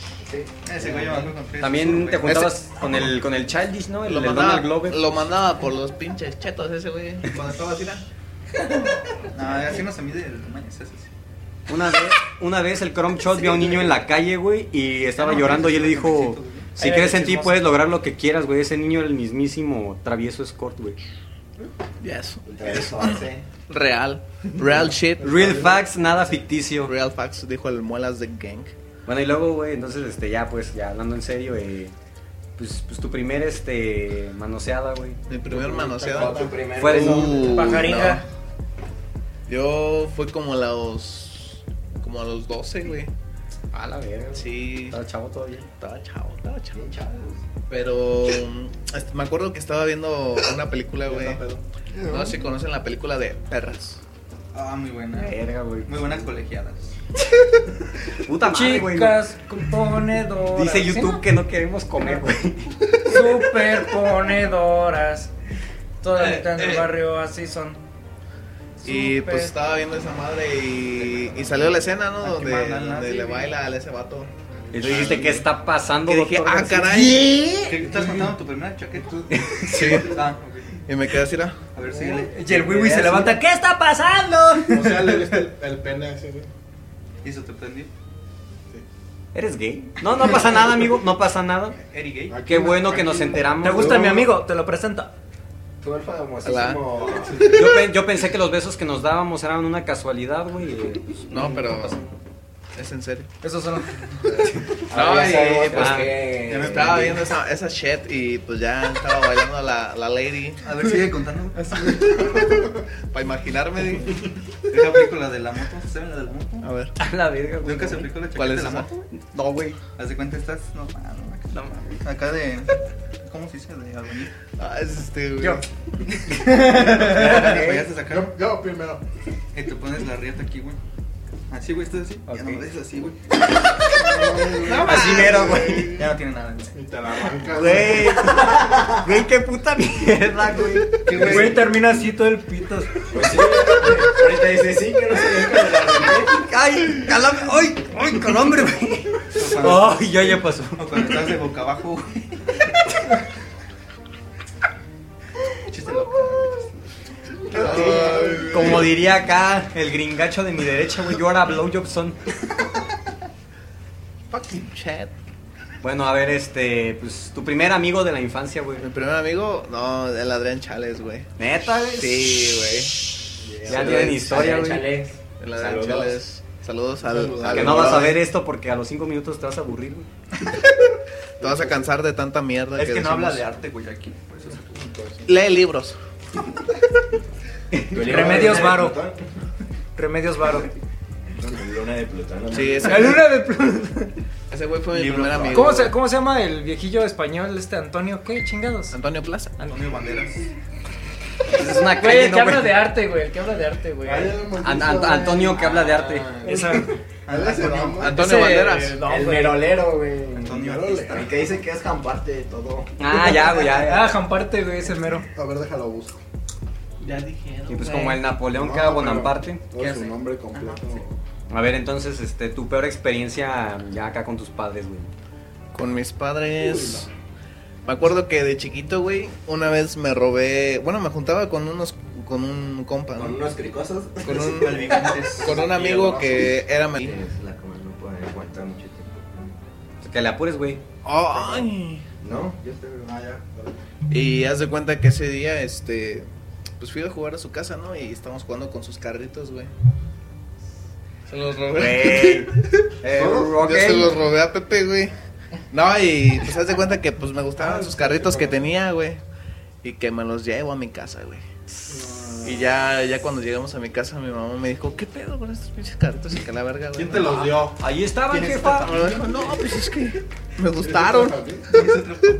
[SPEAKER 8] Ese güey llevando con Fred.
[SPEAKER 7] También te
[SPEAKER 8] Güey.
[SPEAKER 7] juntabas con el, con el Childish, ¿no? El,
[SPEAKER 4] Lo
[SPEAKER 7] el Donald
[SPEAKER 4] mandaba,
[SPEAKER 7] Glover.
[SPEAKER 4] lo mandaba por los pinches chetos ese, güey. Cuando estaba así, ¿no?
[SPEAKER 8] No, así no se mide el tamaño, es así.
[SPEAKER 7] Una vez, una vez el Chrome Shot vio a un niño en la calle, güey, y
[SPEAKER 4] Ah,
[SPEAKER 7] estaba
[SPEAKER 8] no,
[SPEAKER 7] llorando y él le
[SPEAKER 8] no, no,
[SPEAKER 7] dijo,
[SPEAKER 8] no, no, no, no,
[SPEAKER 7] si
[SPEAKER 4] Eh,
[SPEAKER 6] no,
[SPEAKER 7] crees
[SPEAKER 6] no,
[SPEAKER 7] en
[SPEAKER 6] no,
[SPEAKER 7] ti
[SPEAKER 6] no,
[SPEAKER 7] puedes lograr lo que quieras, güey. Ese niño era el mismísimo travieso escort, güey.
[SPEAKER 4] Yes. ah, Real. Real shit.
[SPEAKER 7] Real facts, nada ficticio.
[SPEAKER 4] Real facts, dijo el Muelas de Gang.
[SPEAKER 7] Bueno, y luego, güey, entonces, este, ya, pues, ya hablando en serio, eh, pues, pues tu primer, este, manoseada, güey.
[SPEAKER 4] Mi primer
[SPEAKER 1] O tu
[SPEAKER 4] manoseado.
[SPEAKER 1] primer
[SPEAKER 7] Fue de-
[SPEAKER 4] Uh,
[SPEAKER 6] Pajaringa.
[SPEAKER 4] no. Yo fue como a los. Como a los 12, güey.
[SPEAKER 7] A la verga. Sí.
[SPEAKER 4] Sí.
[SPEAKER 7] Estaba chavo todavía.
[SPEAKER 4] Estaba chavo, estaba chavo. Pero mm, este, me acuerdo que estaba viendo una película, güey. No sé si conocen la película de perras.
[SPEAKER 8] Ah, muy buena.
[SPEAKER 7] Verga, güey.
[SPEAKER 8] Muy buenas colegiadas.
[SPEAKER 7] Puta madre, güey.
[SPEAKER 6] Chicas componedoras.
[SPEAKER 7] Dice YouTube que no queremos comer, güey.
[SPEAKER 6] Superponedoras. Toda la
[SPEAKER 4] Eh,
[SPEAKER 6] mitad del
[SPEAKER 4] eh.
[SPEAKER 6] barrio así son.
[SPEAKER 4] Y pues estaba viendo esa madre y, y salió la escena, ¿no?
[SPEAKER 8] Aquí
[SPEAKER 4] Donde,
[SPEAKER 8] mandan las-
[SPEAKER 4] donde
[SPEAKER 8] sí,
[SPEAKER 4] le
[SPEAKER 8] sí.
[SPEAKER 4] baila a ese vato.
[SPEAKER 7] Y tú dijiste, ¿qué está pasando,
[SPEAKER 4] Que dije,
[SPEAKER 7] doctor
[SPEAKER 4] ah,
[SPEAKER 7] García?"
[SPEAKER 4] caray.
[SPEAKER 8] ¿Qué? ¿Estás contando tu primera chaqueta?
[SPEAKER 4] Sí.
[SPEAKER 8] Ah, ok.
[SPEAKER 4] Y me quedé así, era.
[SPEAKER 8] A ver, síguele.
[SPEAKER 3] Y el Wiwi se levanta. ¿Qué está pasando?
[SPEAKER 5] O sea, le gusta el, el pene a ese güey.
[SPEAKER 8] ¿Y eso te prendió?
[SPEAKER 7] ¿Eres gay? No, no pasa nada, amigo. No pasa nada.
[SPEAKER 8] ¿Eri gay?
[SPEAKER 7] Qué bueno que nos enteramos.
[SPEAKER 3] ¿Te gusta mi amigo? Te lo presento.
[SPEAKER 1] Tú el famosísimo.
[SPEAKER 7] Yo, pe- yo pensé que los besos que nos dábamos eran una casualidad, güey. y, pues,
[SPEAKER 4] No, pero. Es en serio.
[SPEAKER 3] Esos son.
[SPEAKER 1] Ahora ya
[SPEAKER 4] Ay,
[SPEAKER 1] sabemos por
[SPEAKER 4] pues,
[SPEAKER 1] qué.
[SPEAKER 4] Yo me estaba viendo esa, esa shit y pues ya estaba bailando la, la lady.
[SPEAKER 8] A ver, sigue contando.
[SPEAKER 4] Para imaginarme, di.
[SPEAKER 8] Esa película de la moto, ¿saben la de la moto?
[SPEAKER 4] A ver.
[SPEAKER 7] A la verga, güey.
[SPEAKER 8] Nunca se aplicó la chaqueta
[SPEAKER 4] ¿Cuál es
[SPEAKER 8] de la
[SPEAKER 4] esa?
[SPEAKER 8] moto.
[SPEAKER 4] No, güey.
[SPEAKER 8] Haz de cuenta estás, no, ah, no, acá, acá de, ¿cómo se dice? De albañil.
[SPEAKER 4] Ah, es este, güey.
[SPEAKER 3] Yo.
[SPEAKER 8] Te vayas a sacar
[SPEAKER 5] Yo, yo primero.
[SPEAKER 8] y te pones la riata aquí, güey. Así, güey, estás así. Ya no lo dejes así, güey.
[SPEAKER 7] Así mero, güey.
[SPEAKER 8] Ya no tiene nada, güey.
[SPEAKER 5] Y te la arrancas.
[SPEAKER 7] Güey. Güey, qué puta mierda, güey.
[SPEAKER 3] El güey termina así todo el pito.
[SPEAKER 8] Pues
[SPEAKER 1] Ahorita dice sí, que no se deja de la
[SPEAKER 7] Ay, calambre. Ay, ay, calambre, güey. Ay, ya, ya pasó.
[SPEAKER 8] O cuando estás de boca abajo, güey. Chiste loco.
[SPEAKER 7] Como diría acá el gringacho de mi derecha, güey. Yo ahora blowjob son.
[SPEAKER 4] Fucking shit.
[SPEAKER 7] Bueno, a ver, este. Pues tu primer amigo de la infancia, güey.
[SPEAKER 4] Mi primer amigo, no, el Adrián Chales, güey.
[SPEAKER 7] Neta, güey.
[SPEAKER 4] Sí,
[SPEAKER 7] Ya tienen
[SPEAKER 6] Eh,
[SPEAKER 7] historia, güey.
[SPEAKER 4] güey. El Adrián
[SPEAKER 1] Saludos.
[SPEAKER 4] Chales. Saludos al.
[SPEAKER 5] Saludos.
[SPEAKER 4] al
[SPEAKER 7] Que no vas a
[SPEAKER 4] brother.
[SPEAKER 7] ver esto porque a los 5 minutos te vas a aburrir, güey.
[SPEAKER 4] Te vas a cansar de tanta mierda.
[SPEAKER 8] Es que no
[SPEAKER 4] decimos.
[SPEAKER 8] habla de arte, güey, aquí. Por eso se
[SPEAKER 4] Lee libros.
[SPEAKER 3] Remedios Varo. Remedios Varo.
[SPEAKER 1] Luna de Plutón. ¿no?
[SPEAKER 4] Sí, ese,
[SPEAKER 3] La luna de
[SPEAKER 4] ese güey fue mi
[SPEAKER 8] Libro.
[SPEAKER 4] primer amigo.
[SPEAKER 3] ¿Cómo se,
[SPEAKER 4] güey.
[SPEAKER 3] ¿Cómo se llama el viejillo español este Antonio? ¿Qué chingados?
[SPEAKER 4] Antonio Plaza.
[SPEAKER 8] Antonio Banderas.
[SPEAKER 7] Es una
[SPEAKER 3] Güey,
[SPEAKER 7] calle,
[SPEAKER 3] el que
[SPEAKER 7] ¿no,
[SPEAKER 3] habla de
[SPEAKER 7] güey?
[SPEAKER 3] arte, güey. El que habla de arte, güey.
[SPEAKER 5] Ay, ya me
[SPEAKER 7] An-
[SPEAKER 5] gustó,
[SPEAKER 7] An-
[SPEAKER 5] güey.
[SPEAKER 7] Antonio que habla de arte.
[SPEAKER 3] Esa.
[SPEAKER 5] A ver, se va.
[SPEAKER 4] Antonio
[SPEAKER 3] ese-
[SPEAKER 4] Banderas.
[SPEAKER 3] no,
[SPEAKER 1] el
[SPEAKER 3] güey.
[SPEAKER 1] merolero, güey.
[SPEAKER 8] Antonio Artista.
[SPEAKER 1] El que dice que es jamparte de todo.
[SPEAKER 7] Ah, ya, güey, ya. ya.
[SPEAKER 3] Ah, Jamparte, güey, ese mero.
[SPEAKER 5] A ver, déjalo busco.
[SPEAKER 4] Ya dije.
[SPEAKER 7] Y pues como el Napoleón
[SPEAKER 5] No,
[SPEAKER 7] que era
[SPEAKER 5] pero-
[SPEAKER 7] Bonaparte.
[SPEAKER 5] Todo
[SPEAKER 8] ¿Qué
[SPEAKER 5] su
[SPEAKER 8] hace?
[SPEAKER 5] nombre completo.
[SPEAKER 7] A ver, entonces, este, tu peor experiencia ya acá con tus padres, güey.
[SPEAKER 4] Con mis padres. Me acuerdo que de chiquito, güey, una vez me robé. Bueno, me juntaba con unos. Con un compa, ¿no?
[SPEAKER 1] Con unos cricosos.
[SPEAKER 4] Con un,
[SPEAKER 8] Malvivientes.
[SPEAKER 4] con un amigo que era. me-
[SPEAKER 1] La coma no puede aguantar mucho tiempo.
[SPEAKER 7] Que le apures, güey.
[SPEAKER 4] ¡Ay!
[SPEAKER 1] No, yo estoy.
[SPEAKER 5] Ah, ya.
[SPEAKER 4] Y haz de cuenta que ese día, este. Pues fui a jugar a su casa, ¿no? Y estábamos jugando con sus carritos, güey. Se los robé.
[SPEAKER 7] Eh,
[SPEAKER 4] Yo
[SPEAKER 7] ok.
[SPEAKER 4] se los robé a Pepe, güey. No, y pues haz de cuenta que pues me
[SPEAKER 5] Ah,
[SPEAKER 4] gustaban sus carritos que tenía, güey. Y que me los llevo a mi casa, güey.
[SPEAKER 5] Ah.
[SPEAKER 4] Y ya, ya cuando llegamos a mi casa, mi mamá me dijo, ¿qué pedo con estos pinches carritos y que la verga, güey?
[SPEAKER 5] ¿Quién te los dio?
[SPEAKER 7] Ahí estaban,
[SPEAKER 5] ¿Quién
[SPEAKER 7] jefa.
[SPEAKER 4] Me dijo, no, pues es que me gustaron.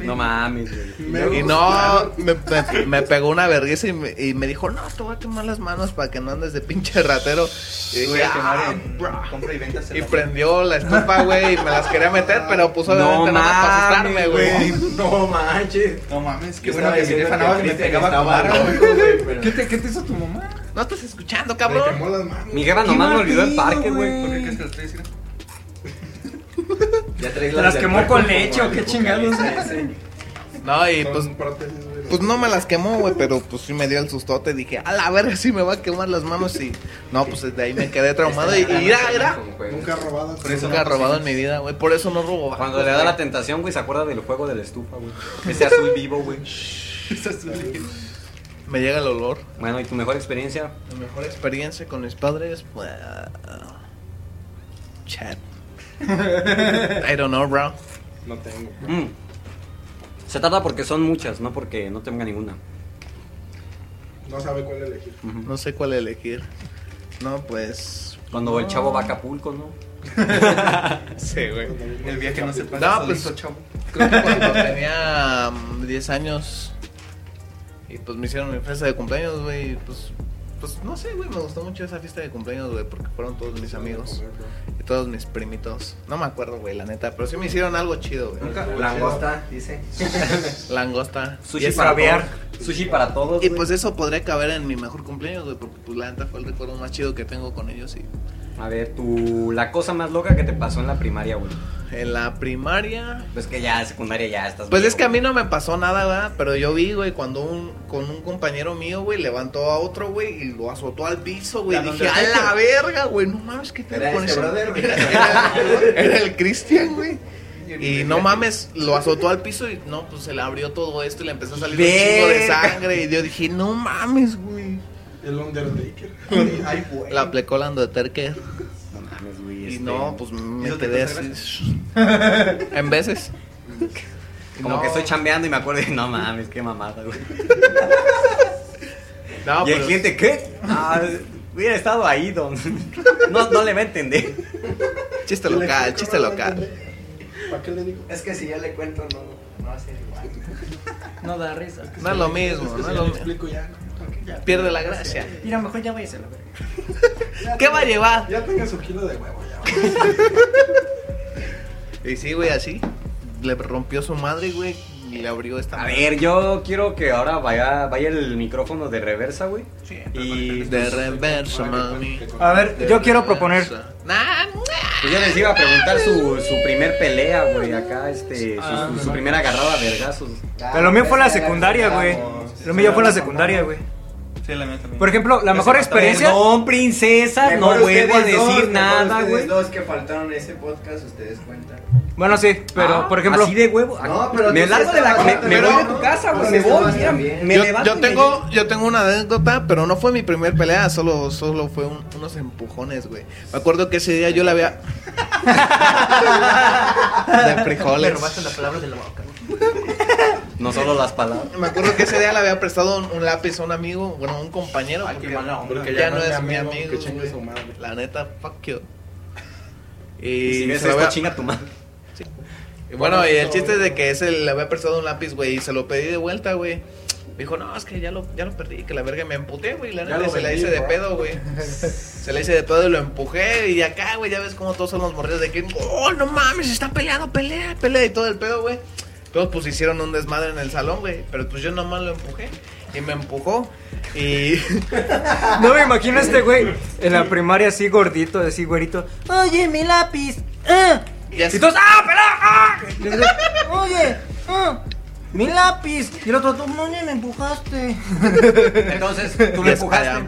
[SPEAKER 7] No mames, güey.
[SPEAKER 4] Y no, me, me- me pegó una vergüenza y me, y me dijo, no, te voy a quemar las manos para que no andes de pinche ratero. Y dije,
[SPEAKER 8] Voy a
[SPEAKER 4] "Ah,
[SPEAKER 8] quemar en
[SPEAKER 4] bra".
[SPEAKER 8] compra y venta.
[SPEAKER 4] Y prendió la estufa, güey, y me las quería meter, pero pues obviamente nada más para asustarme, güey.
[SPEAKER 1] No manches.
[SPEAKER 8] No mames, qué
[SPEAKER 1] Yo estaba
[SPEAKER 8] bueno que mi
[SPEAKER 1] diciendo
[SPEAKER 8] jefa nada más me
[SPEAKER 1] Cristian
[SPEAKER 8] pegaba con
[SPEAKER 1] estaba
[SPEAKER 8] barro, güey.
[SPEAKER 1] loco, güey, pero-
[SPEAKER 3] ¿Qué te, ¿Qué te hizo tu mamá?
[SPEAKER 4] No estás escuchando,
[SPEAKER 5] Le
[SPEAKER 4] cabrón.
[SPEAKER 5] quemó las manos.
[SPEAKER 7] Mi jefa nomás me olvidó el parque, güey.
[SPEAKER 8] ¿Por qué crees que lo estoy diciendo?
[SPEAKER 1] Ya traes
[SPEAKER 3] Las
[SPEAKER 1] del
[SPEAKER 3] quemó
[SPEAKER 1] cuerpo
[SPEAKER 3] con
[SPEAKER 1] como
[SPEAKER 3] leche, ¿o qué
[SPEAKER 1] el
[SPEAKER 3] chingados?
[SPEAKER 1] vocalista ese.
[SPEAKER 4] No, y
[SPEAKER 5] Son
[SPEAKER 4] pues,
[SPEAKER 5] prótesis, güey.
[SPEAKER 4] pues no me las quemó, güey, pero pues sí me dio el sustote. Dije, a la verga, sí me va a quemar las manos. Y no, pues desde ahí me quedé traumado. Y y mira, mira.
[SPEAKER 5] Nunca robado.
[SPEAKER 8] Por
[SPEAKER 7] pues,
[SPEAKER 8] eso
[SPEAKER 4] Nunca he robado en mi vida, güey. Por eso no robo. güey.
[SPEAKER 7] Cuando le da la tentación, güey, se acuerda del juego de la estufa, güey. Ese azul vivo, güey.
[SPEAKER 4] Me llega el olor.
[SPEAKER 7] Bueno, ¿y tu mejor experiencia?
[SPEAKER 4] La mejor experiencia con mis padres, pues. Chat. I don't know, bro.
[SPEAKER 5] No tengo.
[SPEAKER 7] Mm. Se tarda porque son muchas, no porque no tenga ninguna.
[SPEAKER 5] No sabe cuál elegir.
[SPEAKER 4] No sé cuál elegir. No, pues.
[SPEAKER 7] Cuando el chavo
[SPEAKER 1] Ah.
[SPEAKER 7] va a Acapulco, ¿no?
[SPEAKER 4] Sí, güey.
[SPEAKER 8] El viaje no se pasa
[SPEAKER 4] No, pues-
[SPEAKER 8] solito, chavo.
[SPEAKER 4] Creo que cuando tenía mm, 10 años y pues me hicieron mi fiesta de cumpleaños, güey, y, pues pues no sé, güey, me gustó mucho esa fiesta de cumpleaños, güey, porque fueron todos mis amigos y todos mis primitos. No me acuerdo, güey, la neta, pero sí me hicieron algo chido, güey.
[SPEAKER 8] Nunca.
[SPEAKER 1] Langosta, dice.
[SPEAKER 4] Langosta.
[SPEAKER 7] Sushi
[SPEAKER 4] Y eso-
[SPEAKER 7] para todos. Sushi para todos.
[SPEAKER 4] Y
[SPEAKER 7] güey.
[SPEAKER 4] pues eso podría caber en mi mejor cumpleaños, güey, porque pues la neta fue el recuerdo más chido que tengo con ellos y
[SPEAKER 7] A ver, tu, la cosa más loca que te pasó en la primaria, güey.
[SPEAKER 4] En la primaria.
[SPEAKER 7] Pues que ya, secundaria ya estás.
[SPEAKER 4] Pues
[SPEAKER 7] viejo,
[SPEAKER 4] es que a mí no me pasó nada, ¿verdad? Pero yo vi, güey, cuando un, con un compañero mío, güey, levantó a otro, güey, y lo azotó al piso, güey.
[SPEAKER 7] Ya, no,
[SPEAKER 4] Dije,
[SPEAKER 7] no,
[SPEAKER 4] a
[SPEAKER 7] no,
[SPEAKER 4] la verga, güey, no mames, ¿qué pedo
[SPEAKER 1] Era
[SPEAKER 4] con
[SPEAKER 1] este
[SPEAKER 4] ese?
[SPEAKER 1] brother, güey.
[SPEAKER 4] Era el Cristian, güey. Y no mames, lo azotó al piso y no, pues se le abrió todo esto y le empezó a salir un chingo de
[SPEAKER 1] Verga.
[SPEAKER 4] sangre. Y yo dije, no mames, güey.
[SPEAKER 5] El Undertaker.
[SPEAKER 7] Ay, güey.
[SPEAKER 4] La aplicó la Undertaker.
[SPEAKER 7] No mames, güey.
[SPEAKER 4] Y
[SPEAKER 7] este,
[SPEAKER 4] no, pues me
[SPEAKER 7] ¿Eso te
[SPEAKER 4] quedé
[SPEAKER 7] causa
[SPEAKER 4] así. en veces.
[SPEAKER 7] Como
[SPEAKER 4] no.
[SPEAKER 7] que estoy chambeando y me acuerdo y no mames, qué mamada, güey.
[SPEAKER 4] No, pues
[SPEAKER 7] y el
[SPEAKER 4] pero-
[SPEAKER 7] cliente, ¿qué? Ah, hubiera estado ahí, don. No, no le va a entender.
[SPEAKER 4] Chiste local, chiste local.
[SPEAKER 5] ¿Para qué le digo?
[SPEAKER 1] Es que si yo le cuento, no, no va a ser igual.
[SPEAKER 6] No da risa.
[SPEAKER 4] No es lo mismo,
[SPEAKER 5] Es
[SPEAKER 4] no
[SPEAKER 5] que si
[SPEAKER 4] es lo
[SPEAKER 5] ya le
[SPEAKER 4] mismo.
[SPEAKER 5] explico ya. ¿no? Porque ya-
[SPEAKER 4] Pierde la gracia.
[SPEAKER 6] Mira, mejor ya váyase a la verga.
[SPEAKER 4] ¿Qué va a llevar?
[SPEAKER 5] Ya tenga su kilo de huevo ya.
[SPEAKER 4] Y sí, güey, así. Le rompió su madre, güey. Y le abrió esta
[SPEAKER 7] A
[SPEAKER 4] madre.
[SPEAKER 7] ver, yo quiero que ahora vaya, vaya el micrófono de reversa, güey.
[SPEAKER 6] Sí.
[SPEAKER 7] Y
[SPEAKER 4] De reverso, mami.
[SPEAKER 6] A ver, yo quiero proponer.
[SPEAKER 4] Nah, nah.
[SPEAKER 7] pues yo les iba a preguntar su, su primer pelea, güey, acá, este, su,
[SPEAKER 4] Ah,
[SPEAKER 7] su- su primera agarrada a vergazos.
[SPEAKER 6] Pero lo mío fue la secundaria, güey. Lo mío fue la secundaria, güey.
[SPEAKER 8] Sí, la mía también.
[SPEAKER 6] Por ejemplo, la mejor experiencia.
[SPEAKER 7] No, princesa, Ah, no vuelvo a decir nada,
[SPEAKER 1] Los
[SPEAKER 7] güey.
[SPEAKER 1] dos que faltaron ese podcast, ustedes cuentan.
[SPEAKER 6] Bueno, sí, pero
[SPEAKER 7] Ah,
[SPEAKER 6] por ejemplo.
[SPEAKER 7] Así de huevo.
[SPEAKER 1] No, pero
[SPEAKER 7] me
[SPEAKER 1] tú sí
[SPEAKER 7] largo de la.
[SPEAKER 1] estabas
[SPEAKER 7] Me,
[SPEAKER 1] bien,
[SPEAKER 7] me
[SPEAKER 4] pero-
[SPEAKER 7] voy de tu casa, güey.
[SPEAKER 1] Pues
[SPEAKER 7] Me
[SPEAKER 1] sí
[SPEAKER 7] voy,
[SPEAKER 1] estabas
[SPEAKER 7] mira.
[SPEAKER 1] bien.
[SPEAKER 7] Me
[SPEAKER 4] yo,
[SPEAKER 7] levanto.
[SPEAKER 4] yo tengo, yo tengo una anécdota, pero no fue mi primer pelea, solo, solo fue un- unos empujones, güey. Me acuerdo que ese día yo la había. de frijoles.
[SPEAKER 9] las palabras de la boca.
[SPEAKER 7] No solo las palabras.
[SPEAKER 4] Me acuerdo que ese día le había prestado un, un lápiz a un amigo, bueno, a un compañero. porque
[SPEAKER 5] Porque
[SPEAKER 4] ya, no es mi amigo.
[SPEAKER 5] Que chingue
[SPEAKER 4] güey.
[SPEAKER 5] su madre.
[SPEAKER 4] La neta, fuck you. Y,
[SPEAKER 7] Y si ves
[SPEAKER 4] se lo
[SPEAKER 7] esto,
[SPEAKER 4] había-
[SPEAKER 7] chinga tu madre.
[SPEAKER 4] y bueno, y el chiste es de que ese le había prestado un lápiz, güey, y se lo pedí de vuelta, güey. Me dijo, no, es que ya lo, ya lo perdí, que la verga me emputé, güey. La neta,
[SPEAKER 5] lo
[SPEAKER 4] y se la
[SPEAKER 5] vendí,
[SPEAKER 4] hice de
[SPEAKER 5] bro.
[SPEAKER 4] pedo, güey. Se la hice de pedo y lo empujé. Y acá, güey, ya ves cómo todos son los morridos de que, oh, no mames, se están peleando, pelea, pelea y todo el pedo, güey. Todos pues hicieron un desmadre en el salón, güey. Pero pues yo nomás lo empujé. Y me empujó. Y.
[SPEAKER 6] No me imagino a este güey en la primaria así gordito, así güerito.
[SPEAKER 9] Oye, mi lápiz. Ah,
[SPEAKER 4] ya
[SPEAKER 6] Y todos, ¡ah, pelá! ¡Ah! Y el güey,
[SPEAKER 9] oye, ah, mi lápiz. Y el otro, tú no ni me empujaste.
[SPEAKER 7] Entonces, tú
[SPEAKER 4] Ya
[SPEAKER 7] lo
[SPEAKER 4] es
[SPEAKER 7] empujaste.
[SPEAKER 4] allá.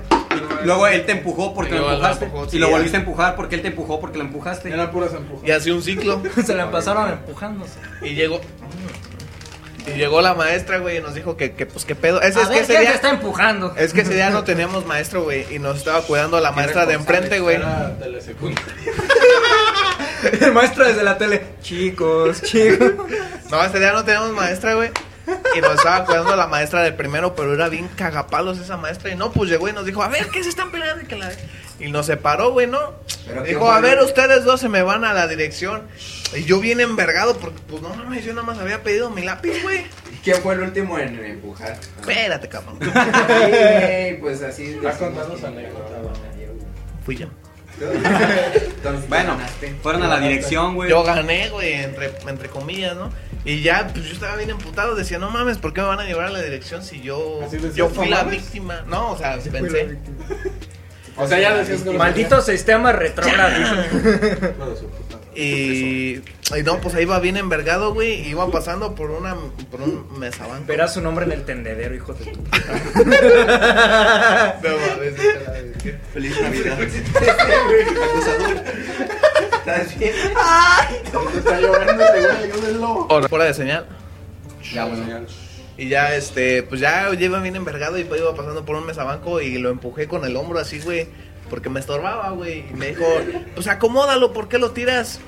[SPEAKER 7] Y luego él te empujó porque
[SPEAKER 4] Y
[SPEAKER 7] lo
[SPEAKER 4] luego lo
[SPEAKER 7] empujaste.
[SPEAKER 4] empujó,
[SPEAKER 7] Y
[SPEAKER 4] sí,
[SPEAKER 7] lo
[SPEAKER 4] ya.
[SPEAKER 7] volviste a empujar porque él te empujó porque lo empujaste.
[SPEAKER 5] Era puras empujas.
[SPEAKER 4] Y así un ciclo.
[SPEAKER 6] Se la pasaron empujándose.
[SPEAKER 4] Y llegó. Y llegó la maestra, güey, y nos dijo que, que pues qué pedo. Es,
[SPEAKER 6] A
[SPEAKER 4] es
[SPEAKER 6] ver,
[SPEAKER 4] que ese
[SPEAKER 6] ¿quién
[SPEAKER 4] día.
[SPEAKER 6] se está empujando?
[SPEAKER 4] Es que ese día no teníamos maestro, güey, y nos estaba cuidando la maestra de enfrente, güey.
[SPEAKER 5] Era telesecundaria.
[SPEAKER 6] El maestro desde la tele. Chicos, chicos.
[SPEAKER 4] No, ese día no teníamos maestra, güey. Y nos estaba cuidando la maestra de primero, pero era bien cagapalos esa maestra. Y no, pues llegó y nos dijo, a ver, ¿qué se están peleando? Y, que la- y nos separó, güey, ¿no?
[SPEAKER 1] Pero ¿quién
[SPEAKER 4] dijo,
[SPEAKER 1] fue
[SPEAKER 4] a
[SPEAKER 1] el-
[SPEAKER 4] ver, ustedes dos se me van a la dirección. Y yo bien envergado, porque pues no mames, yo nada más había pedido mi lápiz, güey.
[SPEAKER 1] ¿Quién fue el último en empujar?
[SPEAKER 4] Espérate, cabrón.
[SPEAKER 1] Sí, pues así.
[SPEAKER 5] Está contando
[SPEAKER 1] decimos
[SPEAKER 5] su
[SPEAKER 1] que-
[SPEAKER 5] anécdota.
[SPEAKER 4] Fui yo.
[SPEAKER 1] Entonces,
[SPEAKER 7] Bueno,
[SPEAKER 1] ganaste.
[SPEAKER 7] fueron a la dirección, güey.
[SPEAKER 4] Yo gané, güey, entre, entre comillas, ¿no? Y ya, pues yo estaba bien emputado, decía, no mames, ¿por qué me van a llevar a la dirección si yo,
[SPEAKER 5] Así decías,
[SPEAKER 4] yo fui
[SPEAKER 5] "No
[SPEAKER 4] la
[SPEAKER 5] mames".
[SPEAKER 4] víctima? No, o sea,
[SPEAKER 5] Fui
[SPEAKER 4] pensé.
[SPEAKER 5] la víctima. O sea, ya decías que lo
[SPEAKER 6] Maldito sistema retrógrado.
[SPEAKER 5] tenía. Hijo de su puta.
[SPEAKER 4] Y, y no, pues ahí iba bien envergado, güey. y Iba pasando por una por un mesabanco.
[SPEAKER 6] Verás su nombre en el tendedero, hijo de tu.
[SPEAKER 4] No mames, neta, la verga.
[SPEAKER 7] Feliz Navidad.
[SPEAKER 1] ¿Estás bien?
[SPEAKER 5] Está llorando, seguro, ayúdenlo.
[SPEAKER 4] Fuera de señal.
[SPEAKER 1] Ya, bueno.
[SPEAKER 4] Y ya, este, pues ya yo iba bien envergado y pues, iba pasando por un mesabanco y lo empujé con el hombro así, güey. Porque me estorbaba, güey. Y me dijo, pues acomódalo, ¿por qué lo tiras?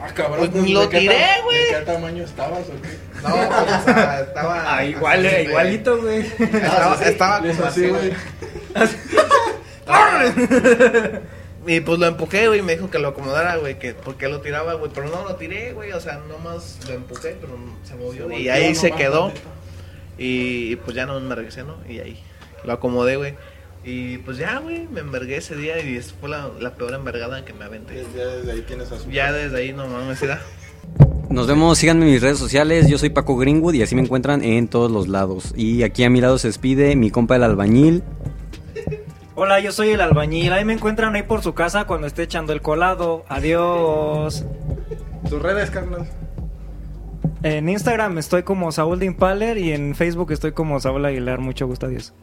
[SPEAKER 5] Ah, cabrón.
[SPEAKER 4] Pues,
[SPEAKER 5] pues,
[SPEAKER 4] lo
[SPEAKER 5] ¿de qué
[SPEAKER 4] tiré,
[SPEAKER 5] ta-
[SPEAKER 4] güey.
[SPEAKER 5] ¿De qué tamaño estabas o qué?
[SPEAKER 4] No, pues, o sea, estaba. este,
[SPEAKER 6] Ah, igual, eh,
[SPEAKER 4] así, güey.
[SPEAKER 6] igualito, güey.
[SPEAKER 4] Estaba, estaba
[SPEAKER 5] Les
[SPEAKER 4] como
[SPEAKER 5] Ah, pues así,
[SPEAKER 4] así,
[SPEAKER 5] güey.
[SPEAKER 4] güey. Y pues lo empujé, güey, y me dijo que lo acomodara, güey, que porque lo tiraba, güey, pero no lo tiré, güey, o sea, nomás lo empujé, pero se movió. y ahí se quedó. Y, y, pues ya no me regresé, ¿no? Y ahí lo acomodé, güey. Y pues ya, güey, me envergué ese día y es- fue la, la peor envergada que me aventé.
[SPEAKER 5] Ya desde ahí tienes a su.
[SPEAKER 4] Ya desde ahí no mames, era.
[SPEAKER 7] Nos vemos, síganme en mis redes sociales. Yo soy Paco Greenwood y así me encuentran en todos los lados. Y aquí a mi lado se despide mi compa el albañil.
[SPEAKER 6] Hola, yo soy el albañil. Ahí me encuentran ahí por su casa cuando esté echando el colado. Adiós.
[SPEAKER 5] Tus redes, Carlos.
[SPEAKER 6] En Instagram estoy como Saúl de Impaler y en Facebook estoy como Saúl Aguilar. Mucho gusto, adiós.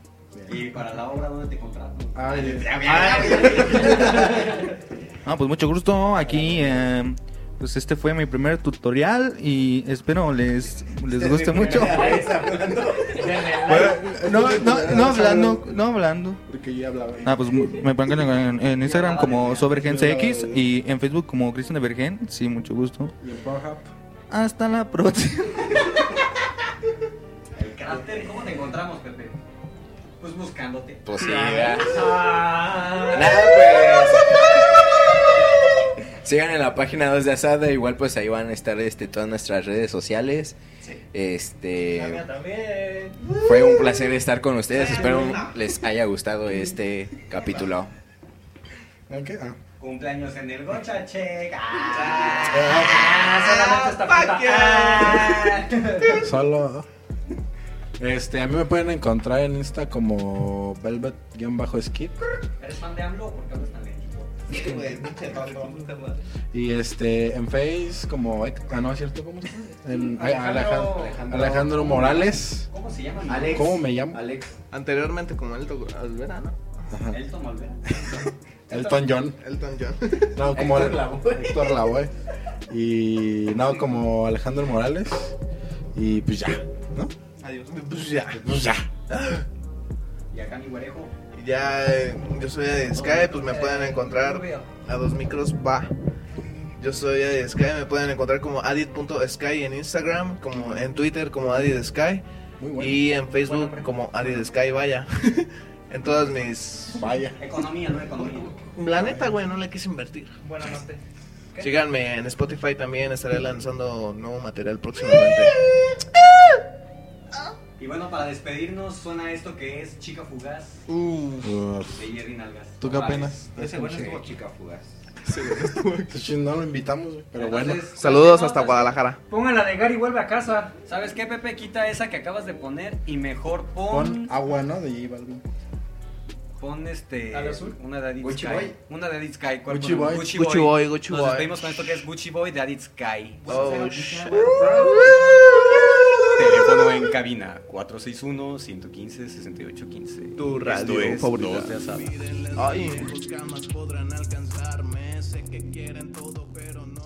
[SPEAKER 7] Y para la obra, ¿dónde te contratan?
[SPEAKER 5] Ay,
[SPEAKER 8] Ah, pues mucho gusto. Aquí, eh, pues este fue mi primer tutorial y espero les, les guste mucho. No, no, no hablando, no hablando.
[SPEAKER 5] porque yo ya hablaba.
[SPEAKER 8] Ah, pues me pongan en, en Instagram como SobergenCX y en Facebook como Cristian de Vergen. Sí, mucho gusto.
[SPEAKER 5] Y en Pornhub.
[SPEAKER 8] Hasta la próxima.
[SPEAKER 7] El cráter, ¿cómo te encontramos, Pepe? Pues buscándote.
[SPEAKER 1] Pues sí, ¿verdad? Nada, pues. Sigan en la página 2 de Asada, igual pues ahí van a estar este, todas nuestras redes sociales. Este
[SPEAKER 3] también.
[SPEAKER 1] fue un placer estar con ustedes, espero les haya gustado este capítulo.
[SPEAKER 5] ¿En qué? Ah.
[SPEAKER 7] Cumpleaños en el Gocha Ah, Check.
[SPEAKER 5] Ah.
[SPEAKER 4] Ah,
[SPEAKER 5] Solo. Este, a mí me pueden encontrar en Insta como velvet-skip.
[SPEAKER 7] ¿Eres fan de AMLO o por qué hablas tan lento?
[SPEAKER 5] Y este, en Face como... Héct- Ah, no, es cierto, ¿cómo se llama? En- ay, Alejandro, Alejandro, Morales.
[SPEAKER 7] ¿Cómo se llama?
[SPEAKER 5] Alex. ¿Cómo me llamo?
[SPEAKER 7] Alex.
[SPEAKER 4] Anteriormente como Elton Olvera, ¿no?
[SPEAKER 5] Ajá.
[SPEAKER 7] Elton Olvera.
[SPEAKER 5] Elton John.
[SPEAKER 4] Elton John.
[SPEAKER 5] No, como Héctor Lavoe. Y no, como Alejandro Morales. Y pues ya, ¿no?
[SPEAKER 4] Adiós. Pues ya.
[SPEAKER 5] Pues ya.
[SPEAKER 7] Y acá mi güerejo.
[SPEAKER 4] Y Ya, eh, yo soy de Sky, pues me pueden encontrar a dos micros, va. Yo soy de Sky, me pueden encontrar como adit.sky en Instagram, como en Twitter como Adit Sky
[SPEAKER 5] Muy bueno.
[SPEAKER 4] y en Facebook como Adit Sky, vaya. en todas mis...
[SPEAKER 5] Vaya.
[SPEAKER 7] Economía, no economía.
[SPEAKER 4] La neta, güey, no le quise invertir.
[SPEAKER 3] Buena noche.
[SPEAKER 4] Síganme en Spotify también, estaré lanzando nuevo material próximamente.
[SPEAKER 7] Y bueno, para despedirnos suena esto que es Chica Fugaz
[SPEAKER 5] Uf.
[SPEAKER 7] de Jerry Nalgas.
[SPEAKER 5] ¿Tú qué apenas?
[SPEAKER 2] Ese güey estuvo chica fugaz.
[SPEAKER 5] No lo invitamos, güey, pero bueno.
[SPEAKER 4] Saludos hasta Guadalajara.
[SPEAKER 3] Pónganla de Gary, vuelve a casa.
[SPEAKER 7] pues, ¿Sabes qué, Pepe? Quita esa que acabas de poner y mejor pon.
[SPEAKER 5] Con agua, ¿no? De J Balvin.
[SPEAKER 7] Pon este.
[SPEAKER 3] ¿Al azul?
[SPEAKER 7] Una de Adit
[SPEAKER 1] Gucci
[SPEAKER 7] Sky.
[SPEAKER 1] Boy.
[SPEAKER 7] Una de Adit Sky. ¿cuál
[SPEAKER 5] Gucci
[SPEAKER 7] ponemos?
[SPEAKER 5] Boy.
[SPEAKER 7] Gucci
[SPEAKER 4] Gucci Boy, Gucci
[SPEAKER 7] Nos
[SPEAKER 4] Boy.
[SPEAKER 7] despedimos con esto que es Gucci Boy de Adit Sky.
[SPEAKER 4] Oh, shit.
[SPEAKER 7] Teléfono en cabina 461 115 6815.
[SPEAKER 4] Tu radio favorita.
[SPEAKER 7] Dos de Asada.
[SPEAKER 4] Ay.
[SPEAKER 10] Nunca más podrán alcanzarme. Sé que quieren todo, pero no